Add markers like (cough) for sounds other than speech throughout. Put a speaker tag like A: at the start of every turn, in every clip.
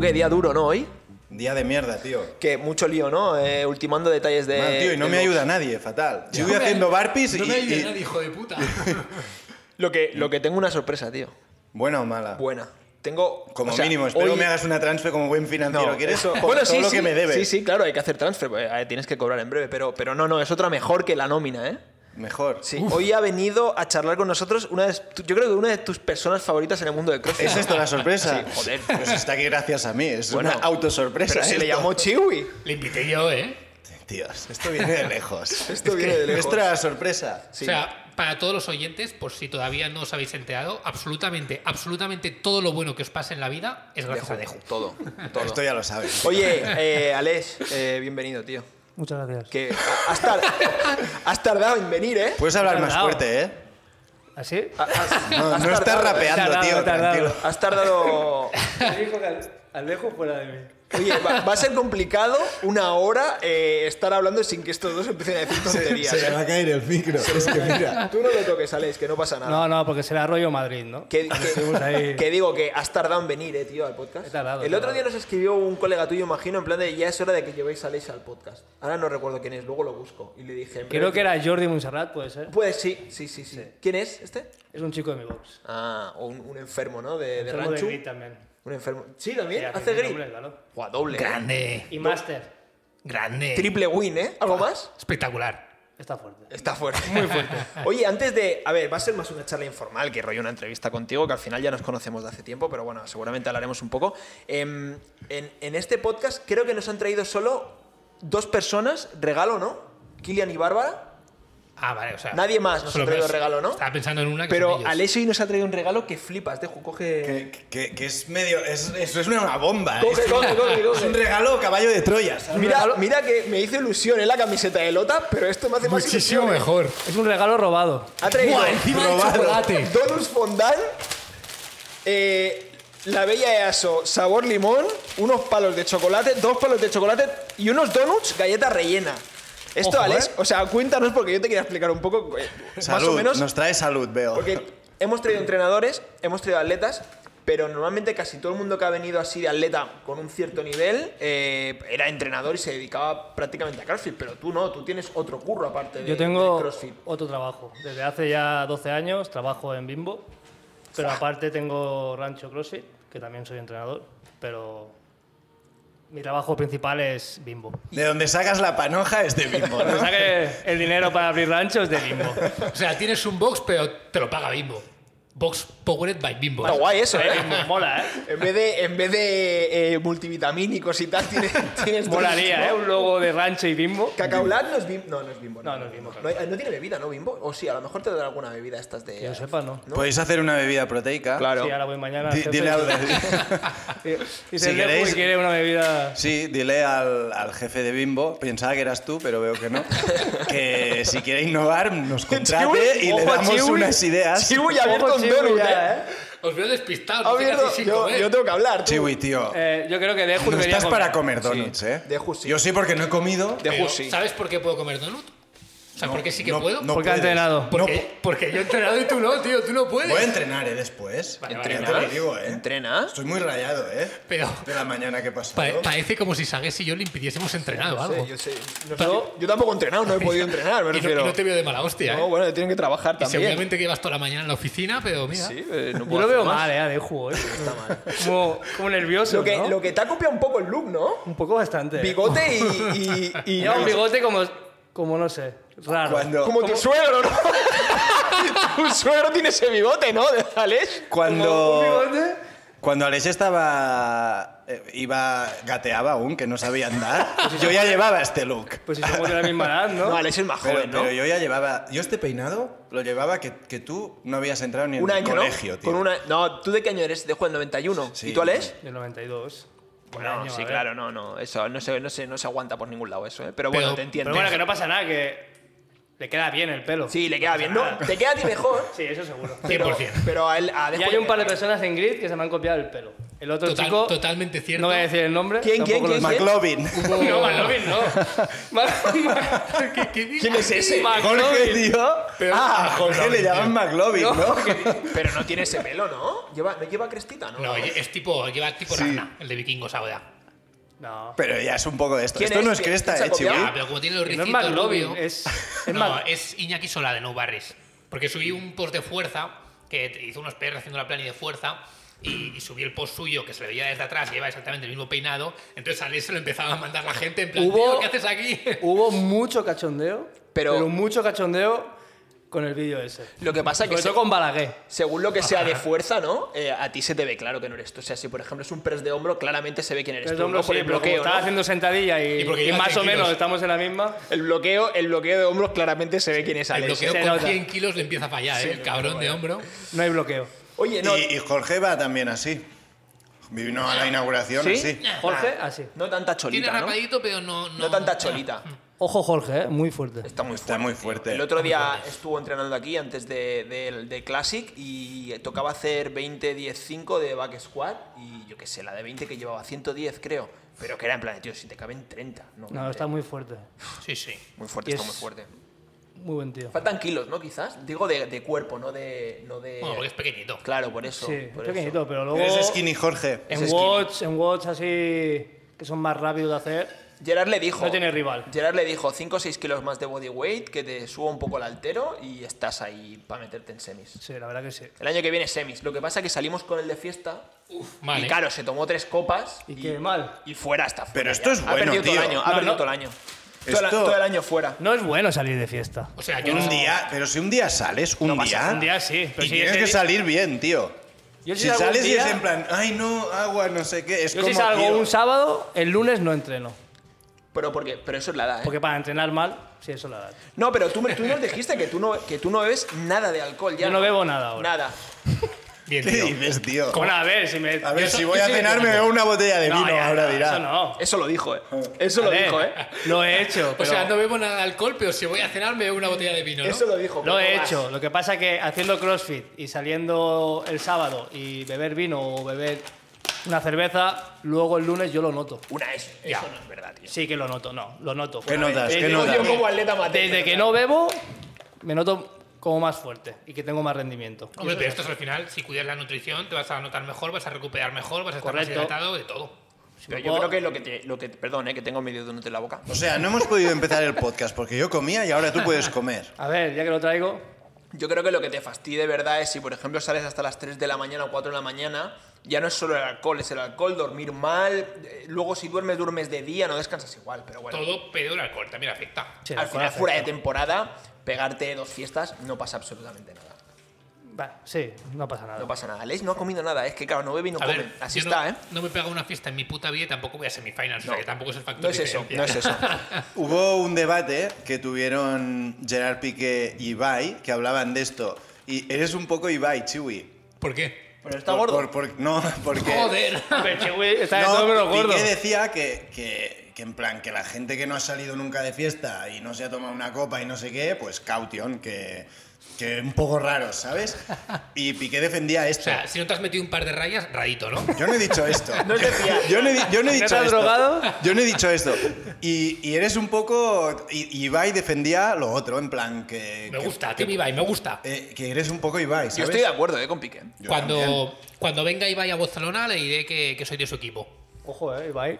A: que día duro, ¿no? Hoy.
B: Día de mierda, tío.
A: Que mucho lío, ¿no? Eh, ultimando detalles de.
B: Man, tío, y no
A: del
B: me
A: box.
B: ayuda nadie, fatal. Yo
C: No
B: voy
C: me-
B: haciendo barpis y,
C: No me ayude
B: y-
C: nadie, hijo
A: (laughs)
C: de puta.
A: Lo que, lo que tengo una sorpresa, tío.
B: Buena o mala.
A: Buena. Tengo.
B: Como
A: o sea,
B: mínimo, espero
A: hoy-
B: que me hagas una transfer como buen financiero.
A: No,
B: ¿Quieres?
A: eso-
B: Por
A: bueno,
B: todo
A: sí,
B: lo
A: sí,
B: que me debes.
A: Sí, sí, claro, hay que hacer transfer. pues, eh, tienes que cobrar en breve, pero, pero no, no, es otra mejor que la nómina, ¿eh?
B: Mejor.
A: Sí. Hoy ha venido a charlar con nosotros una de, tu- yo creo que una de tus personas favoritas en el mundo del CrossFit.
B: ¿Es esto la sorpresa?
A: Sí,
B: (laughs)
A: joder.
B: Pues está aquí gracias a mí. Es
A: Bueno,
B: una autosorpresa.
A: Pero se le
B: esto.
A: llamó Chiwi.
C: Le invité yo, ¿eh?
B: Dios, esto viene de
A: (laughs)
B: lejos.
A: Esto viene de lejos.
B: Nuestra sorpresa.
A: Sí.
C: O sea, para todos los oyentes, por si todavía no os habéis enterado, absolutamente, absolutamente todo lo bueno que os pase en la vida es gracias a Deju.
A: Todo, todo.
B: Esto ya lo sabes.
A: Oye, eh, Alex, eh, bienvenido, tío.
D: Muchas gracias.
A: Que has, tar- has tardado en venir, ¿eh?
D: Pues,
B: Puedes hablar más
D: Tardado.
B: fuerte, ¿eh?
D: ¿Así?
A: Has- (laughs)
B: No,
A: has
B: no estás
A: tardado,
B: rapeando,
D: Tardado,
B: tío,
D: tardado.
B: tranquilo.
A: Has tardado
D: Me dijo que Alejo fuera de mí.
A: Oye, va, va a ser complicado una hora eh, estar hablando sin que estos dos empiecen a decir tonterías. ¿eh?
E: Se le va a caer el micro. Es que mira.
A: Tú no lo toques, Alex, que no pasa nada.
D: No, no, porque será rollo Madrid, ¿no?
A: Que, que-
D: Estuvimos ahí.
A: que digo que has tardado en venir, eh, tío, al podcast.
D: He tardado,
A: El
D: he
A: otro día
D: tardado.
A: nos escribió un colega tuyo, imagino, en plan de ya es hora de que llevéis a Alex al podcast. Ahora no recuerdo quién es, luego lo busco. Y le dije... en
D: Creo
A: breve-
D: que era Jordi Montserrat, puede ser.
A: Pues sí, sí, sí, sí. ¿Quién es este?
D: Es un chico de mi box.
A: Ah, o un, un enfermo, ¿no? De, de
D: Tengo
A: rancho.
D: grit también.
A: Un enfermo. Sí, también.
D: Sí,
A: Hace
D: tiene
A: grit.
D: nombre, claro.
A: Guau, doble. eh.
C: Grande,
D: Y Master.
C: grande.
A: Triple win, ¿eh? ¿Algo más?
C: Espectacular.
D: Está fuerte.
A: Está fuerte. Muy fuerte. (laughs) Oye, antes de. A ver, va a ser más una charla informal que rollo una entrevista contigo, que al final ya nos conocemos de hace tiempo, pero bueno, seguramente hablaremos un poco. Em, en, en este podcast creo que nos han traído solo dos personas, regalo, ¿no? Kilian y Bárbara.
C: Ah, vale, o sea.
A: Nadie más nos
C: solo
A: ha traído
C: pens-
A: regalo, ¿no?
C: Estaba pensando en una que son
A: Pero
C: ellos.
A: Alessio hoy nos ha traído un regalo que flipas, dejo, coge.
B: Que, que- que es medio. es- eso es una, una bomba. ¿eh?
A: Coge,
B: Es,
A: coge, coge,
B: es un
A: coge.
B: regalo caballo de Troya. ¿sabes?
A: Mira, mira que me hizo ilusión en la camiseta de Lota, pero esto me hace más
C: Muchísimo
A: ilusión, ¿eh?
C: mejor.
D: Es un regalo robado.
A: Ha traído.
C: Buah, encima de
B: Probado.
C: chocolate.
A: Donuts Fondant, eh, la Bella EASO, sabor limón, unos palos de chocolate, dos palos de chocolate y unos donuts galleta rellena. Esto,
C: Ojo,
A: Alex,
C: ¿eh?
A: o sea, cuéntanos porque yo te quería explicar un poco, eh, más
B: Salud,
A: o menos,
B: nos trae salud, veo.
A: porque hemos traído entrenadores, hemos traído atletas, pero normalmente casi todo el mundo que ha venido así de atleta con un cierto nivel eh, era entrenador y se dedicaba prácticamente a CrossFit, pero tú no, tú tienes otro curro aparte de,
D: Yo
A: de
D: tengo
A: CrossFit.
D: otro trabajo. Desde hace ya 12 años trabajo en Bimbo,
A: Ah.
D: pero aparte tengo Rancho CrossFit, que también soy entrenador, pero mi trabajo principal es
A: (laughs)
D: Bimbo.
B: De donde sacas la panoja es de mismo.
D: Cuando saque el dinero para abrir ranchos de Bimbo.
C: O sea, tienes un box, pero te lo paga Bimbo. Box Powered by Bimbo.
A: Está guay eso, ¿eh?
D: Bimbo, mola, ¿eh?
A: En vez de, en vez de eh, multivitamínicos y tal, tienes, tienes
D: Molaría, ¿eh? Un logo de rancho y Bimbo.
A: Cacaulat no es bimbo. No, no es bimbo.
D: No, no es bimbo,
A: No, hay- no tiene bebida, ¿no, bimbo? O sí, a lo mejor te dará alguna bebida estas de.
D: Que
A: (laughs)
D: yo sepa, ¿no.
B: Podéis hacer una bebida proteica.
A: Claro.
D: Sí, ahora voy mañana. al
B: Di-
D: jefe
B: dile
D: y-
B: al,
D: (laughs) Dice,
B: Si
D: "El Deku
B: queréis-
D: que quiere una
B: (laughs)
D: bebida.
B: sí, dile al, al jefe de Bimbo, pensaba que eras tú, pero veo que no, que si quiere innovar nos contrate y le
A: Ojo,
B: damos
A: Chiwi.
B: unas ideas.
A: Chiwi ya abierto
D: Ojo,
A: un
D: Chiwi,
A: donut,
D: ya,
A: ¿eh?
C: Os veo despistados.
A: Ha
C: no sé
A: abierto-
C: casi sin
A: Yo,
C: comer.
A: yo tengo que hablar. tú.
B: Chiwi, tío,
D: Eh, yo creo que Deju
B: no
A: pues
D: debería
B: estás
D: comprar.
B: para comer donuts, ¿eh?
A: Deju sí.
B: Yo sí porque no he comido.
A: De
C: Pero,
A: Jussi.
C: ¿Sabes por qué puedo comer donut? O sea, ¿por qué sí que puedo?
B: no
D: Porque ha
B: puedes.
D: entrenado.
C: porque, porque yo he entrenado y tú no, tío. Tú no puedes.
B: Voy a entrenar, ¿eh? Después.
C: Vale,
B: Ya
C: vale,
B: te lo
C: vale.
B: digo, ¿eh?
A: Entrena.
B: Estoy muy rayado, ¿eh?
C: Pero-
B: De la mañana que he pasado.
C: Pa- parece como si Sagues y yo le impidiésemos entrenar o
A: No sé,
C: algo.
A: yo sé. No sé,
C: Pero-
A: yo tampoco he entrenado, no he podido entrenar, me
C: Y no- y
A: refiero.
C: no, te veo de mala hostia,
A: No,
C: ¿eh?
A: bueno, tienen que trabajar
C: Y
A: también.
C: seguramente que llevas toda la mañana en la oficina, pero mira. (laughs)
A: Sí, eh, no
D: Yo
A: puedo
D: lo
A: hacer
D: veo
A: más.
D: mal, ¿eh? A Deju, ¿eh? Está mal. Como, como nervioso.
A: Lo que,
D: ¿no?
A: lo que te ha copiado un poco el look, ¿no?
D: Un poco bastante. ¿eh?
A: Bigote y. y, y-
D: Lleva un bigote como. Como no sé. Raro.
B: Cuando,
A: Como tu suegro, ¿no? (laughs) tu suegro tiene ese bigote, ¿no? ¿De Alex?
D: Como
B: cuando,
D: un bigote.
B: cuando Alex estaba. eh, iba. gateaba aún, que no sabía andar.
A: (laughs)
B: yo ya llevaba este look.
D: Pues si somos de la misma edad, ¿no?
A: No, Alex es más
B: Pero,
A: joven, ¿no?
B: pero yo ya llevaba. Yo este peinado lo llevaba que, que tú no habías entrado ni en
A: un
B: el
A: año, ¿no?
B: colegio, tío.
A: Con una... No, ¿tú de qué año eres? Dejo del 91.
B: Sí.
A: ¿Y tú, Alex?
D: Del 92. Un
A: Bueno,
D: año, a
A: sí,
D: ver.
A: claro, no, no. Eso no se, no, se, no se aguanta por ningún lado eso, ¿eh? Pero bueno,
C: Pero-
A: te entiendo.
D: Pero bueno, que no pasa nada, que. Le queda bien el pelo.
A: Sí, le queda
D: pasa
A: bien, ¿no?
D: nada.
A: Te
D: (laughs)
A: queda a ti mejor.
D: Sí, eso seguro.
A: Pero,
C: 100%.
A: pero a él... A Dejo
D: Y hay un par de personas en grid que se me han copiado el pelo. El otro
C: Total-
D: chico.
C: totalmente cierto.
D: No voy a decir el nombre.
A: ¿Quién, quién,
D: tampoco
A: quién,
D: lo-
B: McLovin.
D: (laughs) No,
C: (laughs)
D: McLovin, no.
A: ¿Quién es ese?
B: (laughs) Jorge, tío. ah, a Jorge le
C: McLovin,
B: llaman McLovin, ¿no?
A: Pero no tiene ese pelo, ¿no? Lleva, no lleva crestita, ¿no?
C: No, es tipo, lleva tipo rana, el de vikingos ahora.
D: No.
B: Pero ya es un poco de esto.
A: ¿Quién
B: Esto no
A: es?
B: es cresta,
A: ¿Quién se ha
B: eh,
A: copiado?
C: Ah,
B: Chiwi.
C: pero como tiene los
D: Que no
C: ricitos...
D: es McLovin,
C: rubio-
D: es. es
C: no, eh.
D: Mc-
C: es Iñaki Sola de No Barris. Porque subí un post de fuerza, que te- hizo unos PR haciendo la plani de fuerza, y, y subí el post suyo, que se le veía desde atrás, lleva exactamente el mismo peinado. Entonces al se lo empezaba a mandar la gente en plan,
D: Hubo-
C: "Tío, ¿qué haces aquí?
D: Hubo mucho cachondeo.
A: Pero-
D: Pero, mucho cachondeo con el vídeo ese.
A: Lo que pasa es que
D: Sobre
A: se-
D: todo con Balaguer.
A: según lo que sea de fuerza, ¿no? Eh, a ti se te ve claro que no eres tú. O sea, si por ejemplo es un press de hombro, claramente se ve quién eres
D: Pero
A: tú.
D: hombre,
A: ¿no? Por
D: sí,
A: el
D: pero como
A: bloqueo,
D: estaba
A: ¿no?
D: haciendo sentadilla y,
C: Y porque
D: y
C: lleva
D: más
C: 100
D: o menos
C: kilos.
D: estamos en la misma.
A: El bloqueo, el bloqueo de hombros claramente se ve quién es
C: El
A: Alex.
C: bloqueo
D: se
C: con
D: nota.
C: 100 kilos le empieza a fallar, ¿eh? el cabrón de hombro.
D: No hay bloqueo.
A: Oye, no,
B: Y, y Jorge va también así. Vino a la inauguración
D: ¿Sí?
B: así.
D: Jorge, Ah, así.
A: no tanta
C: Tiene
A: cholita, ¿no?
C: rapadito, pero no... No,
A: No tanta cholita.
D: Ojo, Jorge, ¿eh? muy fuerte.
A: Está muy fuerte.
B: Está muy
A: tío.
B: fuerte.
A: El otro día estuvo entrenando aquí antes de, de- de Classic y tocaba hacer 20-10-5 de back squat y yo qué sé, la de 20 que llevaba 110 creo, pero que era en plan, de, tío, si te caben 30. No, Eh,
D: No, está muy fuerte.
C: Sí, sí.
A: Muy fuerte,
D: y
A: está
D: es-
A: muy fuerte.
D: Muy buen tío.
A: Faltan kilos, ¿no? Quizás. Digo de, de cuerpo, no de... No de...
C: Bueno, porque es pequeñito.
A: Claro, por eso.
D: Sí, es
A: por
D: pequeñito,
A: eso.
D: pero luego.
B: Eres skinny Jorge.
A: es
D: En
A: skinny.
D: Watch, en Watch así, que son más rápidos de hacer.
A: Gerard le dijo...
D: No tiene rival.
A: Gerard le dijo 5 o 6 kilos más de body weight, que te suba un poco el altero y estás ahí para meterte en semis.
D: Sí, la verdad que sí.
A: El año que viene semis. Lo que pasa es que salimos con el de fiesta
C: Vale.
A: Y claro, se tomó tres copas.
D: Y qué mal.
A: Y fuera hasta fuera.
B: Pero esto
A: ya.
B: es
A: Ha
B: bueno,
A: perdido todo el
B: tío.
A: año. Ha
D: No,
A: perdido
D: no.
A: todo el año. Todo, el-
B: Esto-
A: todo el año fuera.
D: No es bueno salir de fiesta.
C: O sea, yo no
B: Un día, pero si un día sales, un día.
D: un día sí, pero
B: y
D: si
B: tienes
D: ese
B: que
D: di-
B: salir bien, tío.
D: Yo si
B: si
D: salgo un
B: sales y es
D: día-
B: en plan, ay no, agua, no sé qué. Es
D: Yo
B: como,
D: si salgo
B: tío, (laughs)
D: un sábado, el lunes no entreno.
A: Pero, porque, pero eso es la edad, ¿eh?
D: Porque para entrenar mal, sí, eso la da.
A: No, pero tú, me- tú nos dijiste que tú, no, que tú no bebes nada de alcohol. Ya
D: Yo no bebo nada ahora.
A: Nada.
C: Bien,
B: ¿Qué (laughs)
C: tío.
B: dices, tío?
D: Bueno, a ver, si me.
B: A ver,
D: yo
B: si
D: so-
B: voy
D: yo
B: a
D: sí-
B: cenar me veo una botella de
D: No,
B: vino,
D: ya,
B: ahora
D: no,
B: dirá.
D: Eso no.
A: Eso lo dijo, ¿eh? Eso
D: A
A: lo
D: ver,
A: dijo, ¿eh?
D: Lo he
B: (laughs)
D: hecho.
B: Pues
C: O sea,
D: pero
C: no bebo nada de alcohol, pero si voy a cenar me bebo una botella de vino, ¿no?
A: Eso lo dijo.
D: Lo
A: pero
D: he
A: no vas.
D: hecho. Lo que pasa que haciendo crossfit y saliendo el sábado y beber vino o beber una cerveza, luego el lunes yo lo noto.
A: Una es.
C: Ya.
A: Eso no es verdad, tío.
D: Sí que lo noto, no, lo noto.
B: ¿Qué notas?
D: Desde-
B: ¿Qué
A: Yo
B: notas?
A: como atleta amateur,
D: Desde que no bebo, me noto como más fuerte y que tengo más rendimiento.
C: Hombre, pero esto es al final, si cuidas la nutrición, te vas a notar mejor, vas a recuperar mejor, vas a estar
D: Correcto.
C: más hidratado, de todo.
A: Pero yo creo que lo que te. Lo que, perdón, ¿eh? Que tengo medio donut en la boca.
B: O sea, no hemos podido empezar el podcast porque yo comía y ahora tú puedes comer.
D: A ver, ya que lo traigo,
A: Yo creo que lo que te fastidia de verdad es si, por ejemplo, sales hasta las 3 de la mañana o 4 de la mañana, ya no es solo el alcohol, es el alcohol, dormir mal. eh, Luego, si duermes, duermes de día, no descansas igual, pero bueno.
C: Todo pedo el alcohol también afecta.
D: Sí, el
A: al
D: alcohol
A: final,
D: afecta.
A: fuera de temporada, pegarte dos fiestas no pasa absolutamente nada.
D: va, sí, no pasa nada.
A: No pasa nada. Leis no ha comido nada, es que claro, no bebe y no
C: A
A: come.
C: ver,
A: Así
C: yo
A: está,
C: no,
A: ¿eh?
C: no me pega una fiesta en mi puta vida y tampoco voy a semifinals, o
A: No.
C: sea que tampoco es el factor
A: No es eso,
C: diferencia.
A: no es eso.
B: Hubo un debate que tuvieron Gerard Piqué y Ibai que hablaban de esto. Y eres un poco Ibai, Chiwi.
C: ¿Por qué?
A: Pero está
B: Por-
A: gordo.
B: por- por- no, porque...
A: (laughs)
C: ¡Joder!
D: (laughs) Pero que, güey, está de
B: no,
D: todo menos gordo.
B: Piqué decía que, que- que en plan, que la gente que no ha salido nunca de fiesta y no se ha tomado una copa y no sé qué, pues caution, que, que un poco raro, ¿sabes? Y Piqué defendía
C: O
B: esto.
C: sea, si no te has metido un par de rayas, radito, ¿no?
B: Yo no he dicho
D: (laughs)
B: esto.
A: No es de fiar.
B: Yo no he, di- yo no he
D: ¿No
B: dicho
D: te has
B: esto.
D: drogado?
B: Yo no he dicho esto. Y, y eres un poco. I- Ibai defendía lo otro, en plan que.
C: Me
B: que-
C: gusta, tío, Ibai, me gusta.
B: eh, que eres un poco Ibai, ¿sabes?
A: Yo estoy de acuerdo, ¿eh? Con Piqué.
B: Yo también.
C: Cuando, cuando venga Ibai a Barcelona le diré que, que soy de su equipo.
D: Ojo, eh, Ibai.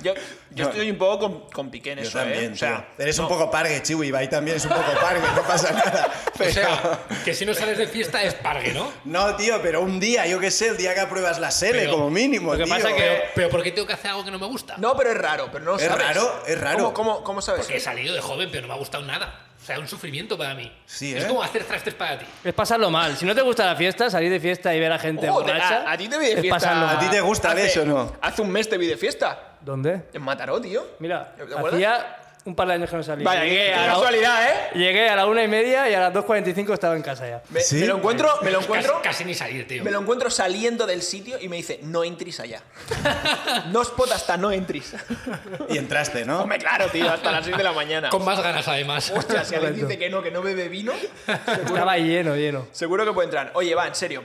A: Yo, yo
B: No.
A: estoy un poco con, con Piqué en
B: Yo
A: eso,
B: también,
A: ¿eh? O sea,
B: tío. Eres
A: no.
B: un poco pargue, Chiwi. Ibai también es un poco pargue, no pasa nada. Pero-
C: O sea, que si no sales de fiesta es
A: (laughs)
C: pargue, ¿no?
B: No, tío, pero un día, yo qué sé, el día que apruebas la SELE,
C: Pero-
B: como mínimo,
D: lo que
B: tío. eh,
D: pasa
C: Pero,
D: que-
C: pero ¿por qué tengo que hacer algo que no me gusta?
A: No, pero es raro, pero no lo
B: Es
A: sabes.
B: raro, es raro.
A: ¿Cómo, cómo, cómo sabes?
C: Porque he salido de joven, pero no me ha gustado nada. O sea, es un sufrimiento para mí.
B: Sí,
C: es
B: ¿eh?
C: como hacer trastes para ti.
D: Es pasarlo mal. Si no te gusta la fiesta, salir de fiesta y ver a gente
A: Ojo, te-
D: borracha.
A: a, a ti te vi de
D: es
A: fiesta.
D: pasarlo
B: ¿A ti
D: mal.
B: te gusta
A: hace-
B: de eso o no?
A: Hace un mes te vi de fiesta.
D: ¿Dónde?
A: En Mataró, tío.
D: Mira,
A: ¿Te acuerdas?
D: hacía un par de años que no salía.
A: Vaya, qué casualidad, ¿eh?
D: Llegué a la una y media y a las 2.45 estaba en casa
A: (laughs)
D: ya.
A: Me,
B: ¿Sí?
A: me lo encuentro, me lo
C: Casi,
A: encuentro,
C: casi ni salir, tío.
A: me lo encuentro saliendo del sitio y me dice, no entris allá. no os pot hasta no entris.
B: Y entraste, ¿no?
A: (laughs) Hombre, claro, tío, hasta las 6 de la mañana.
C: Con más ganas, además.
A: Hostia, si alguien
D: Correcto.
A: dice que no, que no bebe vino,
D: Estaba lleno, lleno.
A: seguro que puede entrar. Oye, va, en serio.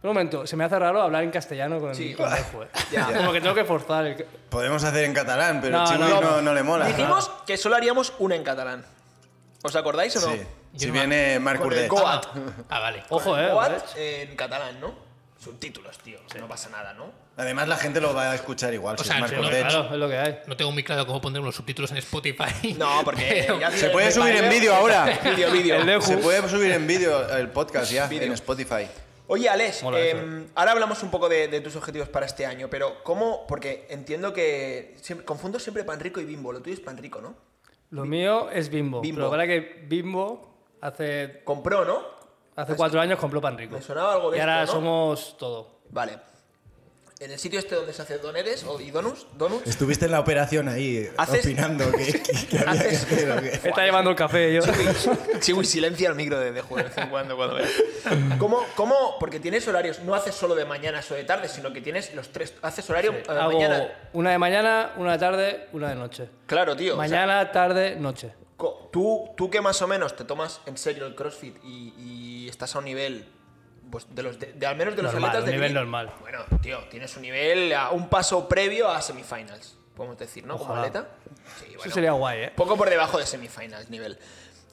D: Un momento, se me hace raro hablar en castellano con,
A: Sí.
D: con Dejo, eh.
A: Ya.
D: Como que tengo que forzar. el-
B: Podemos hacer en catalán, pero
D: No,
B: Chiwi
D: no,
B: no,
D: no.
B: no le mola.
A: Dijimos que solo haríamos una en catalán. ¿Os acordáis o no?
B: Sí.
C: Yo
B: Si
C: no me-
B: viene Marc
A: Con el
B: Urdet.
A: Goa.
C: Ah,
A: Coat.
C: ah, vale.
D: Ojo, eh. ¿vale?
A: What en catalán, ¿no? Subtítulos, tío. No pasa nada, ¿no?
B: Además, la gente lo va a escuchar igual.
C: O
B: si
C: sea,
B: es Marc
C: sí,
D: No,
B: Urdet.
D: claro, es lo que hay.
C: No tengo muy claro cómo pondremos los subtítulos en Spotify.
A: No,
D: (laughs)
A: porque.
C: Pero-
A: ya-
B: Se puede subir en vídeo
A: (laughs)
B: ahora. (laughs)
A: Vídeo, vídeo.
D: El Dejo.
B: Se puede subir en vídeo el podcast ya
A: Vídeo.
B: en Spotify.
A: Oye, Alex,
D: Mola
A: eh,
D: eso,
A: ahora hablamos un poco de, de tus objetivos para este año, pero ¿cómo? Porque entiendo que. siempre- confundo siempre pan rico y bimbo. Lo tuyo es pan rico, ¿no?
D: Lo mío es Bimbo.
A: Bimbo.
D: Pero la verdad que Bimbo hace,
A: Compró, ¿no?
D: hace cuatro años compró pan rico.
A: Me sonaba algo de
D: Y ahora
A: esto, ¿no?
D: somos todo.
A: Vale. En el sitio este donde se hace doneres o, y donuts, donuts
B: Estuviste en la operación ahí
A: Haces-
B: opinando que, que- que había que
A: Haces-
B: hacer, ¿o qué?
D: Está llevando el café yo.
A: (laughs) Sí, uy, silencia el micro de, de juego de vez en cuando cuando veas. ¿Cómo, ¿Cómo? Porque tienes horarios, no haces solo de mañana o de tarde, sino que tienes los tres. Haces horario eh,
D: Hago
A: mañana.
D: una de mañana, una de tarde, una de noche.
A: Claro, tío. o sea,
D: Mañana, tarde, noche.
A: co- tú, tú que más o menos te tomas en serio el CrossFit y, y estás a un nivel. Pues de los de, de- al menos de los
D: Normal,
A: atletas
D: un
A: de
D: nivel
A: elite.
D: normal.
A: Bueno, tío, tienes un nivel a un paso previo a semifinals, podemos decir, ¿no? Como
D: Ojalá.
A: atleta. Sí,
D: Eso
A: bueno.
D: sería guay, ¿eh?
A: Poco por debajo de semifinals nivel.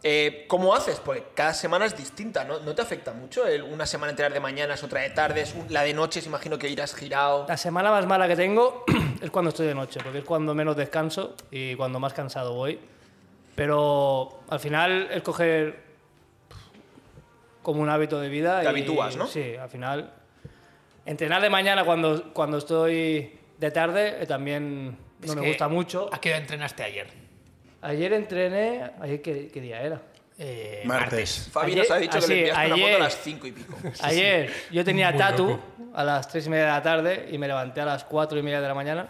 A: Eh, ¿Cómo haces? Porque cada semana es distinta, ¿no? ¿No te afecta mucho? El- una semana entrenar de mañanas, otra de tardes, un- la de noches, imagino que irás girado.
D: La semana más mala que tengo (clears throat) es cuando estoy de noche, porque es cuando menos descanso y cuando más cansado voy. Pero al final es coger como un hábito de vida.
A: Te
D: y-
A: habitúas, ¿no?
D: Sí, al final. Entrenar de mañana cuando, cuando estoy de tarde eh, también no
C: (laughs) Es
D: me
C: que-
D: gusta mucho.
C: ¿A qué hora entrenaste ayer?
D: Ayer entrené. ¿Ayer qué, qué
C: (laughs)
D: día era?
C: Eh,
B: Martes.
A: Fabi
D: ayer-
A: nos ha dicho que
D: así,
A: le enviaste una
D: ayer-
A: foto a las 5 y pico.
D: Ayer yo tenía
C: Muy
D: tatu
C: loco.
D: a las 3 y media de la tarde y me levanté a las 4 y media de la mañana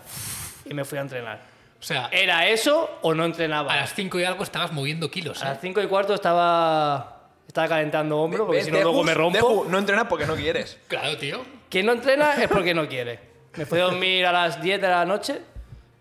D: y me fui a entrenar.
C: O sea,
D: ¿Era eso o no entrenaba?
C: a las 5 y algo estabas moviendo kilos. ¿eh?
D: 5 y cuarto estaba, estaba calentando hombro porque
A: ¿Ves?
D: si no luego
A: Deju-
D: me rompo.
A: Deju, no entrenas porque no quieres.
C: Claro, tío.
D: Quien no entrena es porque no quiere. Me fui a dormir a las 10 de la noche,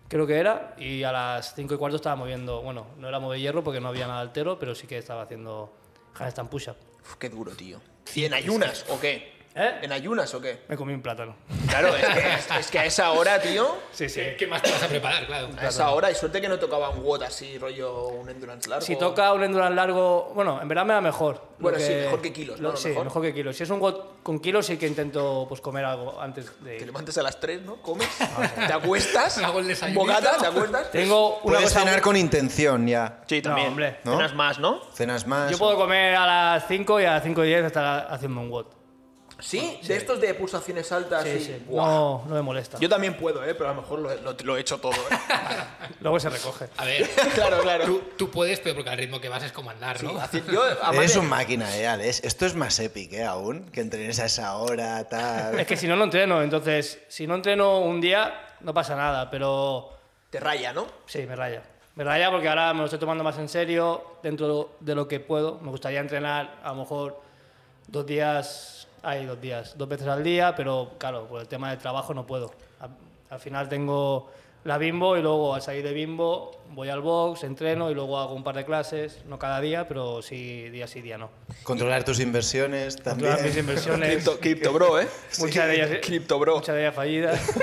D: creo que era, y a las 5 y cuarto estaba moviendo, bueno, no era mover hierro porque no había nada altero, pero sí que estaba haciendo handstand push-up.
A: Uf, qué duro, tío. ¿Y en ayunas o qué?
D: ¿Eh?
A: ¿En ayunas o qué?
D: Me comí un plátano.
A: Claro, es que, es- es que a esa hora, tío.
D: Sí, sí.
C: Eh, ¿Qué más te vas a preparar? Claro.
A: A esa hora, y suerte que no tocaba un WOD así, rollo un endurance largo.
D: Si toca un endurance largo, bueno, en verdad me da mejor. Lo
A: Bueno, sí, mejor que kilos, ¿no?
D: lo-
A: A lo
D: sí,
A: mejor.
D: mejor que kilos. Si es un got con kilos, sí que intento pues, comer algo antes de.
A: Te
D: ir.
A: levantas a las 3, ¿no? Comes, te
D: (laughs)
A: acuestas,
C: Hago el desayunito.
A: bocata, te acuestas.
D: Tengo
A: Pues
D: una
B: Puedes
D: cosa
B: cenar con intención ya.
A: Sí,
D: también. hombre.
B: ¿No?
A: Cenas más, ¿no?
B: Cenas más.
D: Yo puedo comer a las 5 y a las 5 y 10 estar haciendo un WOD.
A: Sí, de estos de pulsaciones altas.
D: Sí,
A: y-
D: sí.
A: Ah, Buah.
D: No, no me molesta.
A: Yo también puedo, ¿eh? pero a lo mejor lo, lo- lo he hecho todo. ¿eh?
D: Luego se recoge.
C: A ver,
A: (laughs) claro, claro.
C: tú, tú puedes, pero porque al ritmo que vas es como andar, ¿no?
A: Así- yo, aparte-
B: Eres un máquina, eh, Alex. Esto es más épico, ¿eh? Aún. Que entrenes a esa hora,
D: (laughs) Es
B: tal.
D: que si no, no entreno. Entonces, si no entreno un día, no pasa nada. Pero
A: Te raya, ¿no?
D: sí, me raya. Me raya porque ahora me lo estoy tomando más en serio, dentro de lo que puedo. Me gustaría entrenar a lo mejor dos días, hay dos días, dos veces al día, pero claro, por el tema del trabajo no puedo. Al, al final tengo la bimbo y luego al salir de bimbo voy al box, entreno y luego hago un par de clases, no cada día, pero sí día sí, día no.
B: Controlar tus inversiones
D: Todas mis
B: también.
D: inversiones,
A: Cripto, cripto bro, ¿eh?
D: muchas de ellas,
A: Cripto bro.
D: muchas de ellas fallidas.
A: (laughs)